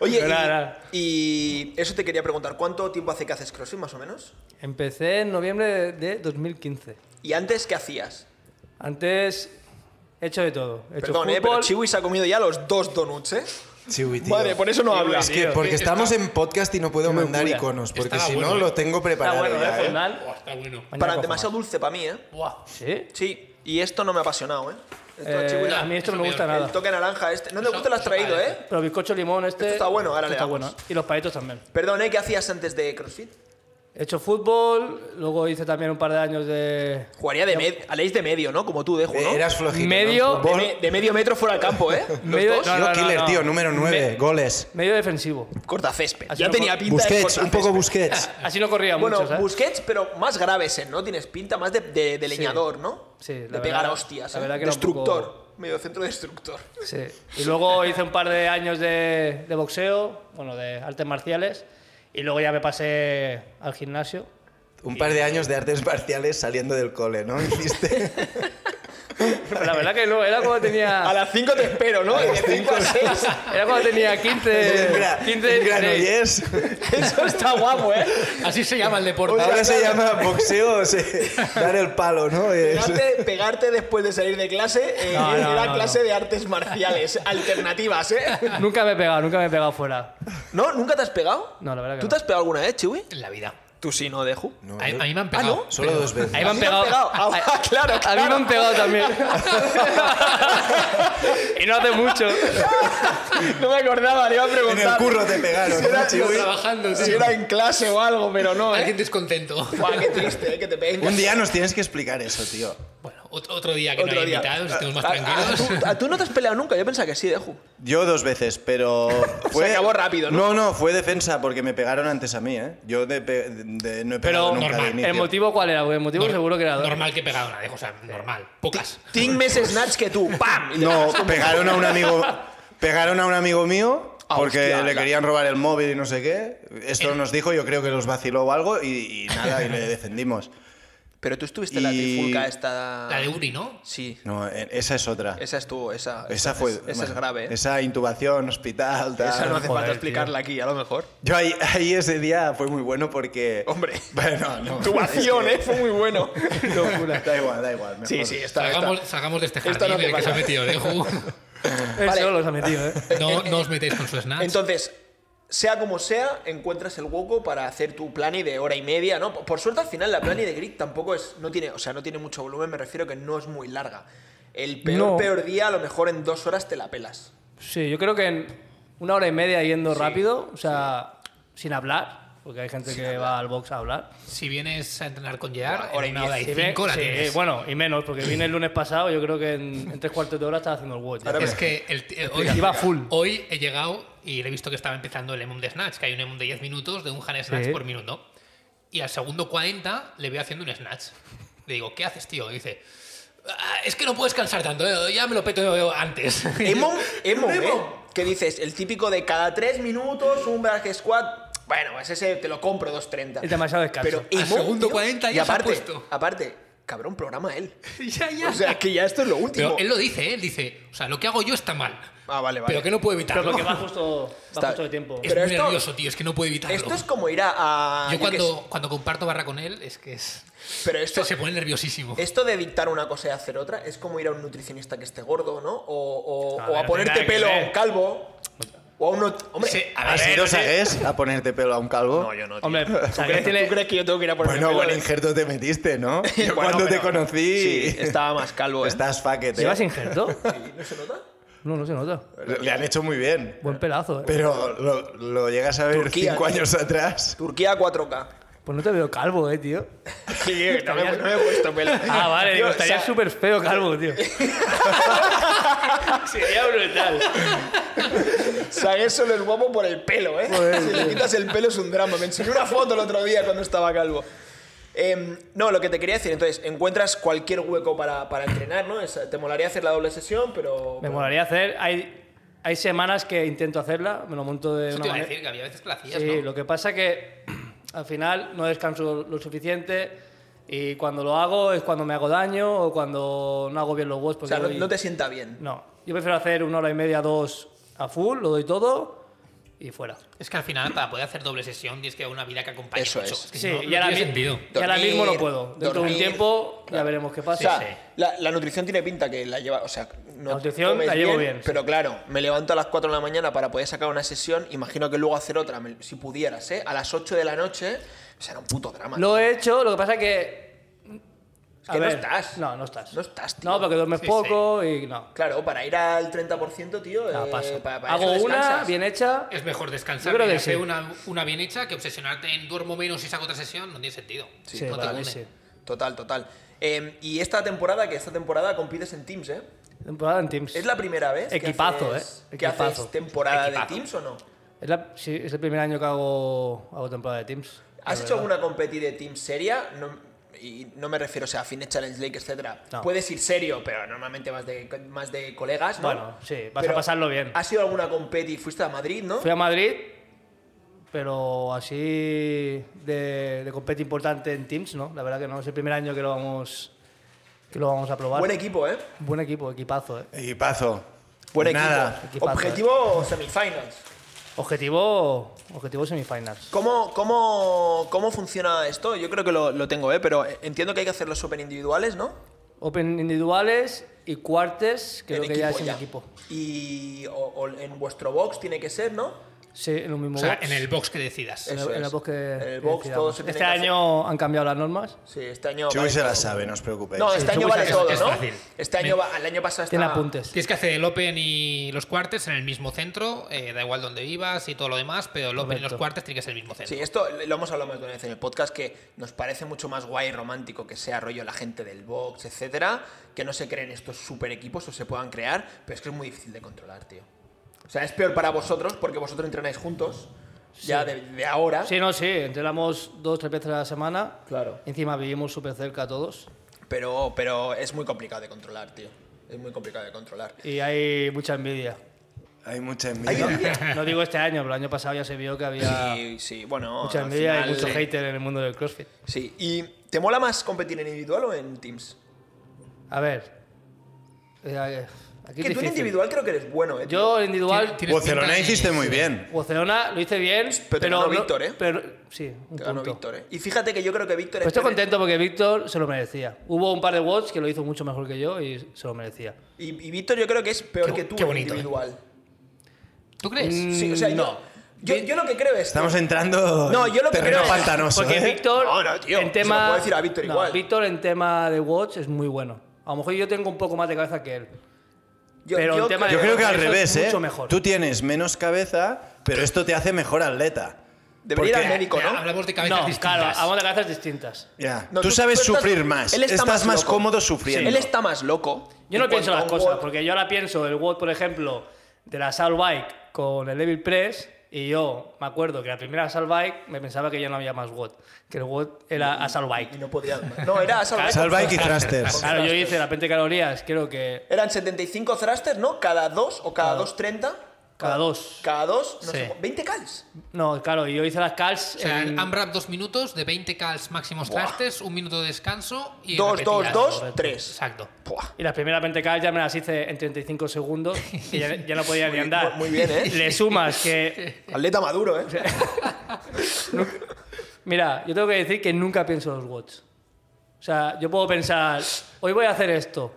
A: Oye,
D: Pero
A: y-
D: nada, nada.
A: y, eso te quería preguntar. ¿Cuánto tiempo hace que haces crossfit, más o menos?
D: Empecé en noviembre de 2015.
A: ¿Y antes qué hacías?
D: Antes he hecho de todo. He hecho
A: Perdón, ¿eh? Pero
D: fútbol,
A: Chiwi se ha comido ya los dos donuts, ¿eh?
B: Chiwi, tío.
A: Vale, por eso no habla.
B: Es que porque estamos en podcast y no puedo mandar
D: locura.
B: iconos, porque
C: Estaba
B: si
C: bueno,
B: no
C: eh.
B: lo tengo preparado
D: bueno,
B: ya,
D: eh,
B: ¿eh?
D: Fernán.
C: Buah, está bueno.
D: mañana
A: Para
D: cojo
A: demasiado
D: más.
A: dulce para mí, ¿eh?
C: Buah.
D: ¿Sí?
A: Sí, y esto no me ha apasionado, ¿eh? Esto a
D: Eh,
A: Chiwi le-
D: a mí esto no
C: Eso
D: me gusta
C: peor.
D: nada.
A: El toque naranja este. No te
C: Eso-
A: gusta, lo has
C: eso
A: traído,
C: parece.
A: ¿eh?
D: Pero bizcocho limón este...
A: Esto está bueno, ahora le
D: está
A: damos.
D: bueno. ¿eh? Y los paletos también.
A: Perdón, ¿eh? ¿Qué hacías antes de CrossFit?
D: He hecho fútbol, luego hice también un par de años de...
A: Jugaría de medio, Aléis de medio, ¿no? Como tú, Deju, ¿no?
B: Eh, Eras flojito. ¿no?
D: Medio-
A: de,
B: Fútbol.
A: me- de medio metro fuera al campo, ¿eh? Los
D: Medio-
A: dos.
D: No,
B: Yo
D: no, no,
B: killer,
D: no.
B: tío, número 9,
D: Me-
B: goles.
D: Medio defensivo.
A: Cortacésped.
D: Así
A: Ya
D: no
A: tenía
D: cor-
A: pinta de
B: Busquets, un poco
A: cortacésped.
B: Busquets.
D: Así no corría
A: Bueno,
D: mucho, ¿sabes?
A: Busquets, pero más grave ese, ¿no? Tienes pinta más de, de- de leñador, ¿no?
D: Sí, la
A: de
D: verdad-
A: pegar a hostias.
D: la
A: ¿eh?
D: verdad que era un
A: destructor.
D: poco-
A: Medio centro destructor.
D: Sí. Y luego hice un par de años de, de boxeo, bueno, de artes marciales, y luego ya me pasé al gimnasio. (laughs)
B: (laughs) Un par de años de artes marciales saliendo del cole, ¿no? Hiciste.
D: Pero la verdad que no, era cuando tenía.
A: A las 5 te espero, ¿no? Y de 5 a 6.
D: Era cuando
A: (laughs)
D: tenía 15.
B: el
D: 15
A: ¿eh?
D: 16.
B: Granollers
A: Eso está guapo, ¿eh?
C: Así se llama el deporte.
B: ahora se llama boxeo, o sea, dar el palo, ¿no? Es-
A: Pegarte, pegarte después de salir de clase eh,
D: No, no,
A: era
D: no,
A: clase
D: no.
A: de artes marciales alternativas, ¿eh?
D: Nunca me he pegado, nunca me he pegado fuera.
A: ¿No? ¿Nunca te has pegado?
D: No, la verdad que
A: ¿Tú
D: no.
A: te has pegado alguna vez, Chiwi?
C: En la vida.
A: Tú sí, ¿no, Deju?
B: No,
C: A, a
B: yo-
C: mí me han pegado.
A: ¿no?
B: Solo dos veces.
D: Ahí
A: (laughs)
D: me han
A: ¿Te has
D: pegado.
A: pegado? Ah,
D: A,
A: claro,
D: a mí me han pegado
A: (laughs)
D: también. y no hace mucho.
A: No me acordaba, le iba a
B: En el
A: preguntar.
B: curro te pegaron,
A: Si era-
B: ¿no, Chiwi?
C: trabajando,
A: Si
C: tío.
A: era en clase o algo, pero no,
C: Alguien
A: ¿eh?
C: descontento.
A: (laughs) Buah, qué triste, ¿eh? Que te peguen.
B: Un día nos tienes que explicar eso, tío.
C: Bueno, ot- otro día
A: (laughs)
C: que
A: Otro
C: no hay
A: día.
C: invitados, estemos más
A: A- a-
C: tranquilos.
A: ¿tú, a- tú no te has peleado nunca, yo pensaba que sí, Deju.
B: Yo dos veces, pero. Fue...
A: acabó rápido, ¿no?
B: No, fue defensa porque me pegaron antes a mí, ¿eh? Yo de pe- de- no he pegado
D: Pero
B: nunca
C: normal.
B: de inicio.
D: ¿El motivo cuál era? Porque el motivo
C: Nor-
D: seguro que era.
C: Normal que pegado una dejo, o sea, normal. Pocas.
A: Ting más snatch que tú, ¡pam! Y te (laughs)
B: No,
A: pegas como-
B: pegaron a un amigo. Pegaron a un amigo mío
A: Ah,
B: porque
A: hostia,
B: le
A: la-
B: querían robar el móvil y no sé qué. Esto nos dijo, yo creo que los vaciló o algo y, y nada, y le defendimos.
A: Pero tú estuviste en la
B: Y-
A: trifulca esta.
C: La de Uri, ¿no?
A: Sí.
B: No, e- esa es otra.
A: Esa es tu. Esa,
B: esa fue.
A: es- Esa es grave. ¿eh?
B: Esa intubación, hospital, tal.
A: Esa no hace
D: Joder,
A: falta
D: tío.
A: explicarla aquí, a lo mejor.
B: Yo ahí, ahí ese día fue muy bueno porque.
A: Hombre.
B: Bueno, no.
A: (laughs)
B: (laughs)
A: Tu acción, Oh, ¿eh? Fue muy
D: (laughs)
A: bueno.
B: Da igual, da igual. mejor.
A: Sí, sí, está. está.
C: Salgamos, salgamos de este
A: Esta
C: jardín
A: no
C: en el
A: hace
C: que se ha
A: falta.
C: metido
A: (laughs)
C: Deju.
D: Él
A: Vale.
D: solo se ha metido, ¿eh?
C: No, no os metéis con su
D: Ah,
C: snatch.
A: Entonces, sea como sea, encuentras el hueco para hacer tu plani de hora y media, ¿no? Por- Por suerte, al final, la plani de grid tampoco es. No tiene, o sea, no tiene mucho volumen, me refiero que no es muy larga. El peor,
D: No.
A: peor día, a lo mejor en dos horas te la pelas.
D: Sí, yo creo que en una hora y media yendo rápido, o sea, sin hablar, porque hay gente que va al box a hablar.
C: si vienes a entrenar con Gerard,
A: Hora y
C: en una hora y
D: Sí, ve-
C: cinco la
D: sí,
C: tienes.
D: bueno, y menos, porque vine el lunes pasado, yo creo que en, en tres cuartos de hora estaba haciendo el WOT. ya.
C: Es que el, eh, hoy,
D: Iba full.
C: hoy he llegado y le he visto que estaba empezando el emum de Snatch, que hay un emum de 10 minutos de un hand Snatch
D: Sí.
C: por minuto. Y al segundo 40 le veo haciendo un Snatch. Le digo, ¿qué haces, tío? Y dice, "Ah, es que no puedes cansar tanto, eh, ya me lo peto
A: (laughs)
C: antes.
A: Emo,
D: (laughs)
A: emo, ¿eh?
C: Emo.
A: ¿Qué dices? El típico de cada tres minutos un Black Squad. Bueno, pues ese te lo compro 2.30.
D: Es demasiado descanso.
A: Pero
C: Al
A: emo,
C: segundo
A: tío,
C: 40
A: y
C: ya se ha
A: aparte,
C: puesto.
A: aparte, cabrón, programa él.
C: ya, ya.
A: O sea, que ya esto es lo último.
C: Pero él lo dice, ¿eh? él dice, o sea, lo que hago yo está mal.
A: Ah, vale, vale.
C: Pero que no puedo
D: Pero
C: evitarlo.
D: porque va justo, va
A: Está-
D: justo de tiempo.
C: Es
A: Pero
C: muy
A: esto-
C: nervioso, tío, es que no puedo evitarlo.
A: Esto es como ir a. a-
C: yo
A: yo qué
C: cuando, cuando comparto barra con él, es que es...
A: sé. Pero esto,
C: se pone nerviosísimo.
A: esto de dictar una cosa y hacer otra es como ir a un nutricionista que esté gordo, ¿no? O, o-
D: A
A: o a,
D: ver,
A: ponerte
D: tiene
A: pelo
D: nada que
A: a un
D: ver.
A: calvo. O a un. Hombre,
C: Sí, a
B: ¿Has
C: ver,
B: ido,
C: no sé.
B: Sagués, a ponerte pelo a un calvo?
A: no, yo no. (laughs) tío.
D: Hombre,
A: ¿Tú
D: Sagués
A: crees,
D: tiene-
A: tú crees que yo tengo que ir a ponerme
B: Bueno,
A: pelo
B: buen
A: de-
B: injerto te metiste, ¿no? Yo
A: (laughs) Bueno,
B: cuando te
A: pero-
B: conocí.
A: Sí, estaba más calvo. ¿eh?
B: Estás faquete.
D: ¿Llevas injerto?
A: ¿No se nota?
D: No, no se nota.
B: Le han hecho muy bien.
D: Buen pelazo, ¿eh?
B: Pero lo, lo llegas a ver
A: Turquía,
B: cinco
A: tío.
B: años atrás.
A: Turquía
D: (laughs)
A: 4K.
D: Pues no te veo calvo, ¿eh, tío?
A: (laughs) Sí, no me, no me he puesto pelo.
D: Ah, vale,
A: Tío,
D: digo, estaría
A: o sea,
D: súper feo calvo,
A: (laughs)
D: tío. Sería brutal.
A: Sagué solo es guapo por el pelo, ¿eh? si le quitas el pelo es un drama. Me enseñó una foto el otro día cuando estaba calvo. Em, no, lo que te quería decir, entonces, encuentras cualquier hueco para, para entrenar, ¿no? Es- te molaría hacer la doble sesión, pero...
D: Me
A: pero-
D: molaría hacer. Hay, hay semanas que intento hacerla, me lo monto de
C: Eso
D: una
C: te iba a
D: manera.
C: decir, que había veces que lo hacías,
D: Sí,
C: ¿no?
D: lo que pasa que al final no descanso lo suficiente y cuando lo hago es cuando me hago daño o cuando no hago bien los WODs.
A: O sea, no, no te sienta bien.
D: No, yo prefiero hacer una hora y media, dos a full, lo doy todo y fuera.
C: Es que al final, para poder hacer doble sesión, tienes que llevar una vida que acompañe
A: Eso
C: mucho.
A: es.
C: que si
D: Sí,
C: no, no
D: y, ahora
C: tiene
D: mi-
C: sentido.
D: y ahora
A: Dormir,
D: mismo no puedo. Dentro de un
A: dormir,
D: tiempo ya
A: claro.
D: veremos qué
A: O
D: pasa.
A: sea, la, la nutrición tiene pinta que la lleva, o sea, no
D: La nutrición
A: comes
D: la llevo bien,
A: Pero claro, me levanto a las 4 de la mañana para poder sacar una sesión, imagino que luego hacer otra, me- si pudieras, ¿eh? A las 8 de la noche, o sea, era un puto drama.
D: Lo he hecho, lo que pasa que...
A: Es que no estás.
D: No, no estás.
A: No estás, tío.
D: No, porque duermes
C: Sí,
D: poco y no.
A: Claro, para ir al 30%, tío,
D: No,
A: eh,
D: Ah, paso.
A: pa- para
D: Hago
A: eso
D: una
A: descansas.
D: bien hecha.
C: Es mejor descansar
D: Yo creo
C: y
D: que
C: hacer
D: sí.
C: una, una bien hecha que obsesionarte en duermo menos y saco otra sesión. No tiene sentido.
D: Sí,
C: no
D: para mí
C: cunde.
D: sí.
A: Total, total. Eh, y esta temporada, que esta temporada compites en Teams, ¿eh?
D: Temporada en Teams.
A: Es la primera vez. que
D: Equipazo,
A: haces-
D: ¿eh?
A: Que haces
D: Equipazo.
A: temporada
C: Equipazo.
A: de Teams o no.
D: Es la- sí, es el primer año que hago, hago temporada de Teams.
A: ¿Has
D: la
A: hecho
D: verdad.
A: alguna competi de Teams seria? No- y no me refiero, o sea, a Fitness Challenge Lake, etcétera.
D: No.
A: Puedes ir serio, pero normalmente vas de, más de colegas, ¿no?
D: Bueno, sí, vas a
A: Pero,
D: pasarlo bien.
A: ¿Has ido a alguna competi? Fuiste a Madrid, ¿no?
D: Fui a Madrid, pero así de, de competi importante en Teams, ¿no? La verdad que no, es el primer año que lo vamos... que lo vamos a probar.
A: Buen equipo, ¿eh?
D: Buen equipo, equipazo. ¿eh?
B: Equipazo.
D: Pues
A: Buen
B: Nada.
A: equipo.
D: Equipazo, ¿eh?
A: Objetivo semifinals.
D: Objetivo, objetivo semifinals.
A: ¿Cómo, cómo, cómo funciona esto? Yo creo que lo, lo tengo, ¿eh? pero entiendo que hay que hacer los Open individuales, ¿no?
D: Open individuales y cuartes, creo
A: En
D: que ya es
A: equipo,
D: en
A: ya.
D: equipo.
A: Y o- o en vuestro box tiene que ser, ¿no?
D: Sí, en lo mismo
C: O sea,
D: box.
C: en el box que decidas.
D: En el-
A: Eso
D: en el
A: es.
D: box que-
A: En el
D: que
A: box
D: decidamos.
A: todo se tiene
D: Este
A: que hacer.
D: año han cambiado las normas.
A: Sí, este año.
B: Chuy
A: vale
B: se la
A: todo.
B: sabe, no os preocupéis.
A: No, este año
C: Chuy
A: vale
C: se la
A: todo,
C: sabe, es
A: ¿no?
C: fácil.
A: Este año, va- el año pasado
D: Tiene
A: estaba-
D: apuntes.
C: Tienes que hacer el Open y los cuartes en el mismo centro, eh, da igual donde vivas y todo lo demás, pero el Open y los
D: Correcto.
C: cuartes tiene que ser el mismo centro.
A: Sí, esto lo hemos hablado más de una vez en el podcast, que nos parece mucho más guay y romántico que sea rollo la gente del box, etcétera, que no se creen estos super equipos o se puedan crear, pero es que es muy difícil de controlar, tío. O sea, es peor para vosotros porque vosotros entrenáis juntos, ya de, de ahora.
D: Sí, no, sí, entrenamos dos, tres veces a la semana.
A: ¿Ah? Claro.
D: Encima vivimos súper cerca todos.
A: Pero, pero es muy complicado de controlar, tío. Es muy complicado de controlar.
D: Y hay mucha envidia.
B: Hay mucha
A: Hay
B: envidia.
A: envidia.
D: No digo este año, pero el año pasado ya se vio que había
A: Sí, sí, bueno.
D: mucha
A: al
D: envidia
A: final-
D: y mucho
A: Sí.
D: hater en el mundo del CrossFit.
A: Sí, ¿y te mola más competir en individual o en teams?
D: A ver. eh, eh, Aquí es
A: que tú en
D: difícil.
A: individual creo que eres bueno, ¿eh? tío?
D: Yo en individual.
C: Tienes- tienes
B: Barcelona
C: pinta de-
B: hiciste muy bien.
D: Barcelona lo hice bien.
A: Pero te
D: Pero,
A: ganó
D: no-
A: Víctor, ¿eh?
D: Pero, sí, un
A: Te ganó
D: punto.
A: Víctor, ¿eh? Y fíjate que yo creo que Víctor
D: Pero
A: está
D: estoy
A: en-
D: contento porque Víctor se lo merecía. Hubo un par de watts que lo hizo mucho mejor que yo y se lo merecía.
A: Y, y Víctor yo creo que es peor
C: Qué-
A: que tú
C: qué bonito,
A: en individual.
D: eh.
C: ¿Tú crees?
A: Sí, Mm,
D: Mm,
A: o sea, yo, yo, yo lo que creo es...
B: Estamos entrando
A: No,
B: en
A: yo lo que
B: terreno
A: creo es-
B: pantanoso.
D: Porque
B: ¿eh?
D: Víctor,
A: No, no, tío,
D: en
A: se lo
D: tema.
A: puedo decir a Víctor igual.
D: Víctor en tema de watts es muy bueno. A lo mejor yo tengo un poco más de cabeza que él.
A: yo,
D: pero el
A: yo
D: tema
A: creo-
B: Yo creo que al
D: Eso es
B: revés, ¿eh?
D: mucho mejor.
B: Tú tienes menos cabeza, pero esto te hace mejor atleta.
A: Debería ir al
B: Porque-
A: médico,
C: Ya,
A: ¿no?
C: Hablamos de cabezas
D: No,
C: distintas.
D: claro, hablamos de cabezas distintas.
B: Ya.
A: No,
B: tú, sabes
A: estás-
B: sufrir más.
A: él está
B: estás más,
A: loco.
B: cómodo sufriendo.
A: Él está más loco.
D: Yo no
A: En
D: pienso
A: cuanto a
D: las
A: un
D: cosas,
A: gol-
D: porque yo ahora pienso el WOD, por ejemplo, de la Sal Bike con el Evil Press, y yo me acuerdo que la primera Sal Bike me pensaba que ya no había más WOD, que el WOD era a Sal
A: Y
D: Bike.
A: no podía... No, era
D: (laughs)
A: a salvar-
B: Salva y thrusters.
D: Claro, yo hice la 20 calorías, creo que
A: Eran 75 thrusters, ¿no? Cada dos o cada dos 30.
D: cada dos.
A: Cada dos, no
D: Sí.
A: sé, cu- 20 cals.
D: No, claro, y yo hice las calls
C: O sea,
D: en-
C: AMRAP dos minutos, de 20 calls máximos
A: Buah.
C: trastes, un minuto de descanso y.
A: Dos, dos,
C: repetidas.
A: dos,
D: correcto.
A: tres.
C: Exacto.
A: Buah.
D: Y las primeras 20 calls ya me las hice en 35 segundos y ya, ya no podía ni
A: Muy-
D: andar.
A: muy bien, ¿eh?
D: Le sumas que...
A: Atleta maduro, ¿eh?
D: Mira, yo tengo que decir que nunca pienso en los watts. O sea, yo puedo pensar, hoy voy a hacer esto,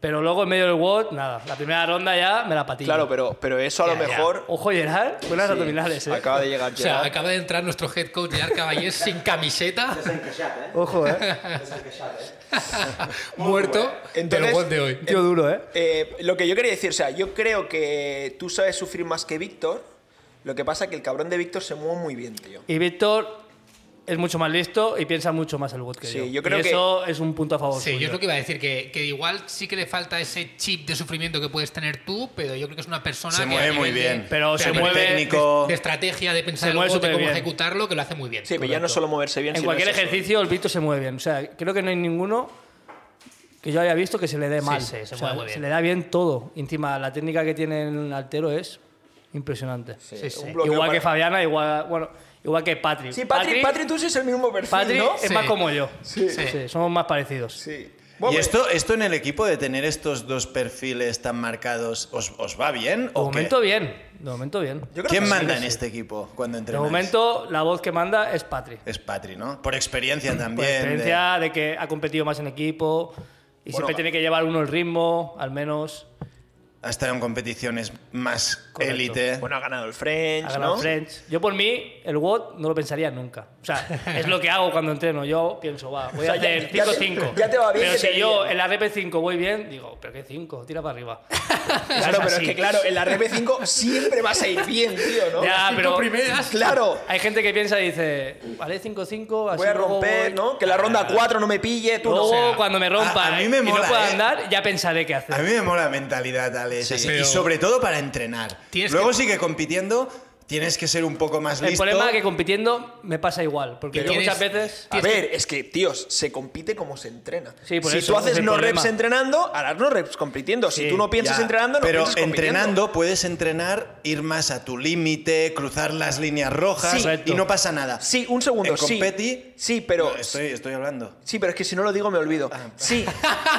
D: pero luego en medio del watt, nada. La primera ronda ya me la patillo.
A: Claro, pero, pero eso a lo
C: Ya, ya.
A: mejor.
D: Ojo, Gerard, buenas
A: Sí,
D: abdominales, eh.
A: Acaba de llegar
C: O sea,
A: Gerard.
C: acaba de entrar nuestro head coach Gerard Caballés sin
A: (laughs)
C: camiseta,
D: Ojo, eh.
C: (laughs) muerto,
A: Entonces-
C: del gol de hoy.
D: Tío duro, eh.
A: Eh, lo que yo quería decir, o sea, yo creo que tú sabes sufrir más que Víctor. Lo que pasa es que el cabrón de Víctor se mueve muy bien, tío.
D: Y Víctor es mucho más listo y piensa mucho más el watt que
A: Sí,
D: yo.
A: yo creo
D: y
A: que-
D: eso es un punto a favor
C: Sí,
D: suyo.
C: yo es lo que iba a decir, que, que igual sí que le falta ese chip de sufrimiento que puedes tener tú, pero yo creo que es una persona
B: Se
C: que a
B: mueve muy
C: nivel
B: bien.
C: de-
D: Pero
C: de
D: se
C: nivel
D: mueve-
C: de-
B: Técnico.
C: de, estrategia, de pensar
D: Se
C: el
D: mueve
C: bote, cómo
D: súper bien.
C: ejecutarlo, que lo hace muy bien.
A: Sí, pero ya no solo moverse bien,
D: En
A: sino
D: cualquier
A: es eso.
D: ejercicio el Víctor se mueve bien. O sea, creo que no hay ninguno que yo haya visto que se le dé mal.
C: sí, se
D: O sea,
C: mueve muy bien.
D: Se le da bien todo. Y encima, la técnica que tiene en altero es impresionante.
A: Sí, sí. Un bloqueo
D: Igual
A: para-
D: que Fabiana, igual, bueno, igual que Patrick.
A: Sí, Patrick, Patrick, tú sí es el mismo perfil,
D: Patrick
A: ¿no?
D: es
C: Sí.
D: más como yo.
A: Sí.
D: Sí, somos más parecidos.
A: Sí.
B: ¿Y
A: Bueno,
B: esto, esto en el equipo de tener estos dos perfiles tan marcados, os, os va bien?
D: De
B: o qué?
D: momento bien, de momento bien.
A: yo creo
B: ¿Quién
A: que sí,
B: manda
A: que
B: en
A: sí.
B: este equipo cuando
D: De
B: entrenáis?
D: momento la voz que manda es Patrick.
B: Es Patri, ¿no? Por experiencia también.
D: Por
B: de-
D: experiencia de que ha competido más en equipo y
A: Bueno,
D: siempre
A: va.
D: tiene que llevar uno el ritmo, al menos.
B: Ha estado en competiciones más
D: Correcto.
B: élite.
A: Bueno, ha ganado el French,
D: eh, Ha ganado
A: ¿no?
D: French. Yo por mí, el WOD no lo pensaría nunca. O sea, es lo que hago cuando entreno. Yo pienso, va, voy
A: sea,
D: a hacer
A: ya- ya te-
D: 5-5.
A: ya te va bien
D: Pero
A: que
D: si
A: te
D: yo
A: digan.
D: en la RP5 voy bien, digo, pero qué 5, tira para arriba.
A: (laughs) Claro, pero es
D: así.
A: que claro, en la RP5 siempre vas a ir bien, tío, ¿no?
C: Cinco
D: Ya, Ah, pero
C: primeras.
A: Claro.
D: hay gente que piensa y dice, vale 5-5, así
A: Voy a
D: luego
A: romper,
D: voy".
A: ¿no? Que la ronda 4 no me pille, tú no
D: Luego,
A: sé.
C: sea,
D: cuando me rompa
B: a- a mí
D: y
B: me mola,
D: no pueda
B: ¿eh?
D: andar, ya pensaré qué hacer.
B: A mí me mola la mentalidad, Alex. así,
C: pero-
B: Y sobre todo para entrenar.
C: Tienes
B: Luego
C: que-
B: sigue compitiendo. tienes que ser un poco más
D: El
B: listo.
D: problema es que compitiendo me pasa igual, porque
C: Pero
D: muchas
C: tienes-
D: veces...
A: A
C: Tienes
A: ver, es que, tíos, se compite como se entrena.
D: Sí, por
A: si
D: eso,
A: tú
D: ese es
A: haces
D: el
A: no
D: problema.
A: reps entrenando, harás no reps compitiendo. Si
D: Sí,
A: tú no piensas
B: Ya,
A: entrenando, no
B: Pero
A: piensas compitiendo.
B: entrenando puedes entrenar, ir más a tu límite, cruzar las líneas rojas
A: Sí.
B: y
D: Correcto.
B: no pasa nada.
A: Sí, un segundo,
B: En
A: sí.
B: competi-
A: Sí, pero.
B: No, estoy, Ah. estoy hablando.
A: Sí, pero es que si no lo digo me olvido.
B: (laughs)
A: Sí.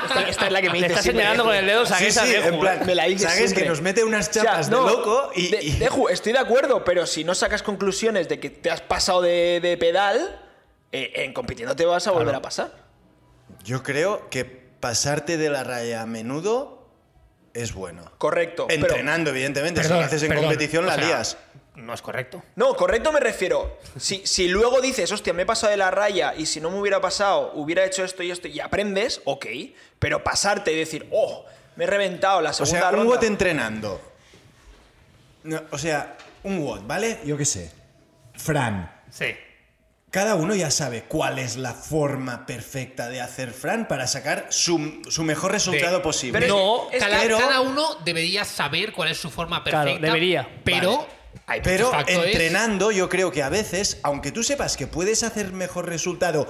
A: Esta, esta es la que (laughs) me
D: Le
A: dice
D: estás
A: siempre.
D: señalando con el dedo,
B: Sí,
D: ¿sabes?
B: sí,
D: Alejo,
B: en plan,
D: ¿eh?
A: Me la dices
B: ¿sabes?
A: siempre.
B: Que nos mete unas
A: O sea,
B: chapas
A: no,
B: de loco y...
A: de-
B: y-
A: Deju, estoy de acuerdo, pero si no sacas conclusiones de que te has pasado de, de pedal, eh, en compitiendo te vas a volver a pasar.
B: Yo creo que pasarte de la raya a menudo es bueno.
A: Correcto. pero-
B: Entrenando, evidentemente. si
C: Perdón,
B: lo haces en
C: perdón,
B: competición,
C: o
B: la
C: sea,
B: lías.
C: No es correcto.
A: No, correcto me refiero. Si, si luego dices, hostia, me he pasado de la raya y si no me hubiera pasado, hubiera hecho esto y esto y aprendes, ok. Pero pasarte y decir, oh, me he reventado la
B: O
A: segunda
B: sea, un
A: ronda.
B: WOT entrenando. No, o sea, un WOT, ¿vale?
E: Yo qué sé. Fran.
C: Sí.
B: Cada uno ya sabe cuál es la forma perfecta de hacer Fran para sacar su, su mejor resultado
C: Sí.
B: posible.
A: Pero
D: No,
A: es-
C: Cada,
B: pero-
C: cada uno debería saber cuál es su forma
D: Claro,
C: perfecta.
D: debería.
C: Pero hay
B: Pero
C: muchos factores.
B: entrenando, yo creo que a veces, aunque tú sepas que puedes hacer mejor resultado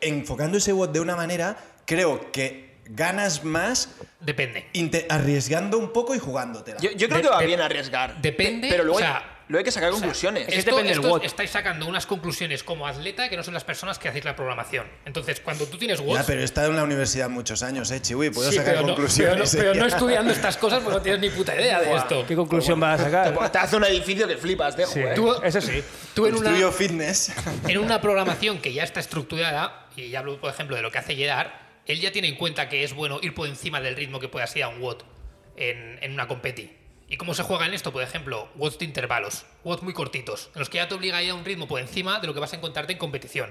B: enfocando ese WOT de una manera, creo que ganas más
C: Depende.
B: inte- arriesgando un poco y jugándotela.
A: Yo, yo creo
C: De-
A: que va
C: de-
A: bien arriesgar.
C: depende,
A: Pero luego,
C: o
A: hay-
C: sea,
A: luego hay que sacar conclusiones.
D: que
C: Esto-
D: depende del
C: esto
D: WOT.
C: Estáis sacando unas conclusiones como atleta que no son las personas que hacéis la programación. Entonces, cuando tú tienes
B: Ya,
C: WOTS.
B: pero he estado en la universidad muchos años, ¿eh, Chiwi? Puedo
C: Sí,
B: sacar
C: pero no-
B: conclusiones.
C: pero no-
B: ¿eh?
C: pero no estudiando estas cosas, pues no tienes ni puta idea de esto.
D: ¿Qué conclusión vas a
A: Te,
D: sacar?
A: te hace un edificio que flipas, dejo, ¿eh?
C: Tú-
D: Eso sí.
C: Tú en una,
B: Construyo
C: (laughs)
B: fitness.
C: en una programación que ya está estructurada, y ya hablo, por ejemplo, de lo que hace Gerard, él ya tiene en cuenta que es bueno ir por encima del ritmo que puedas ir a un WOT en, en una competi. ¿Y cómo se juega en esto? Por ejemplo, WOTs de intervalos, WOTs muy cortitos, en los que ya te obliga a ir a un ritmo por encima de lo que vas a encontrarte en competición.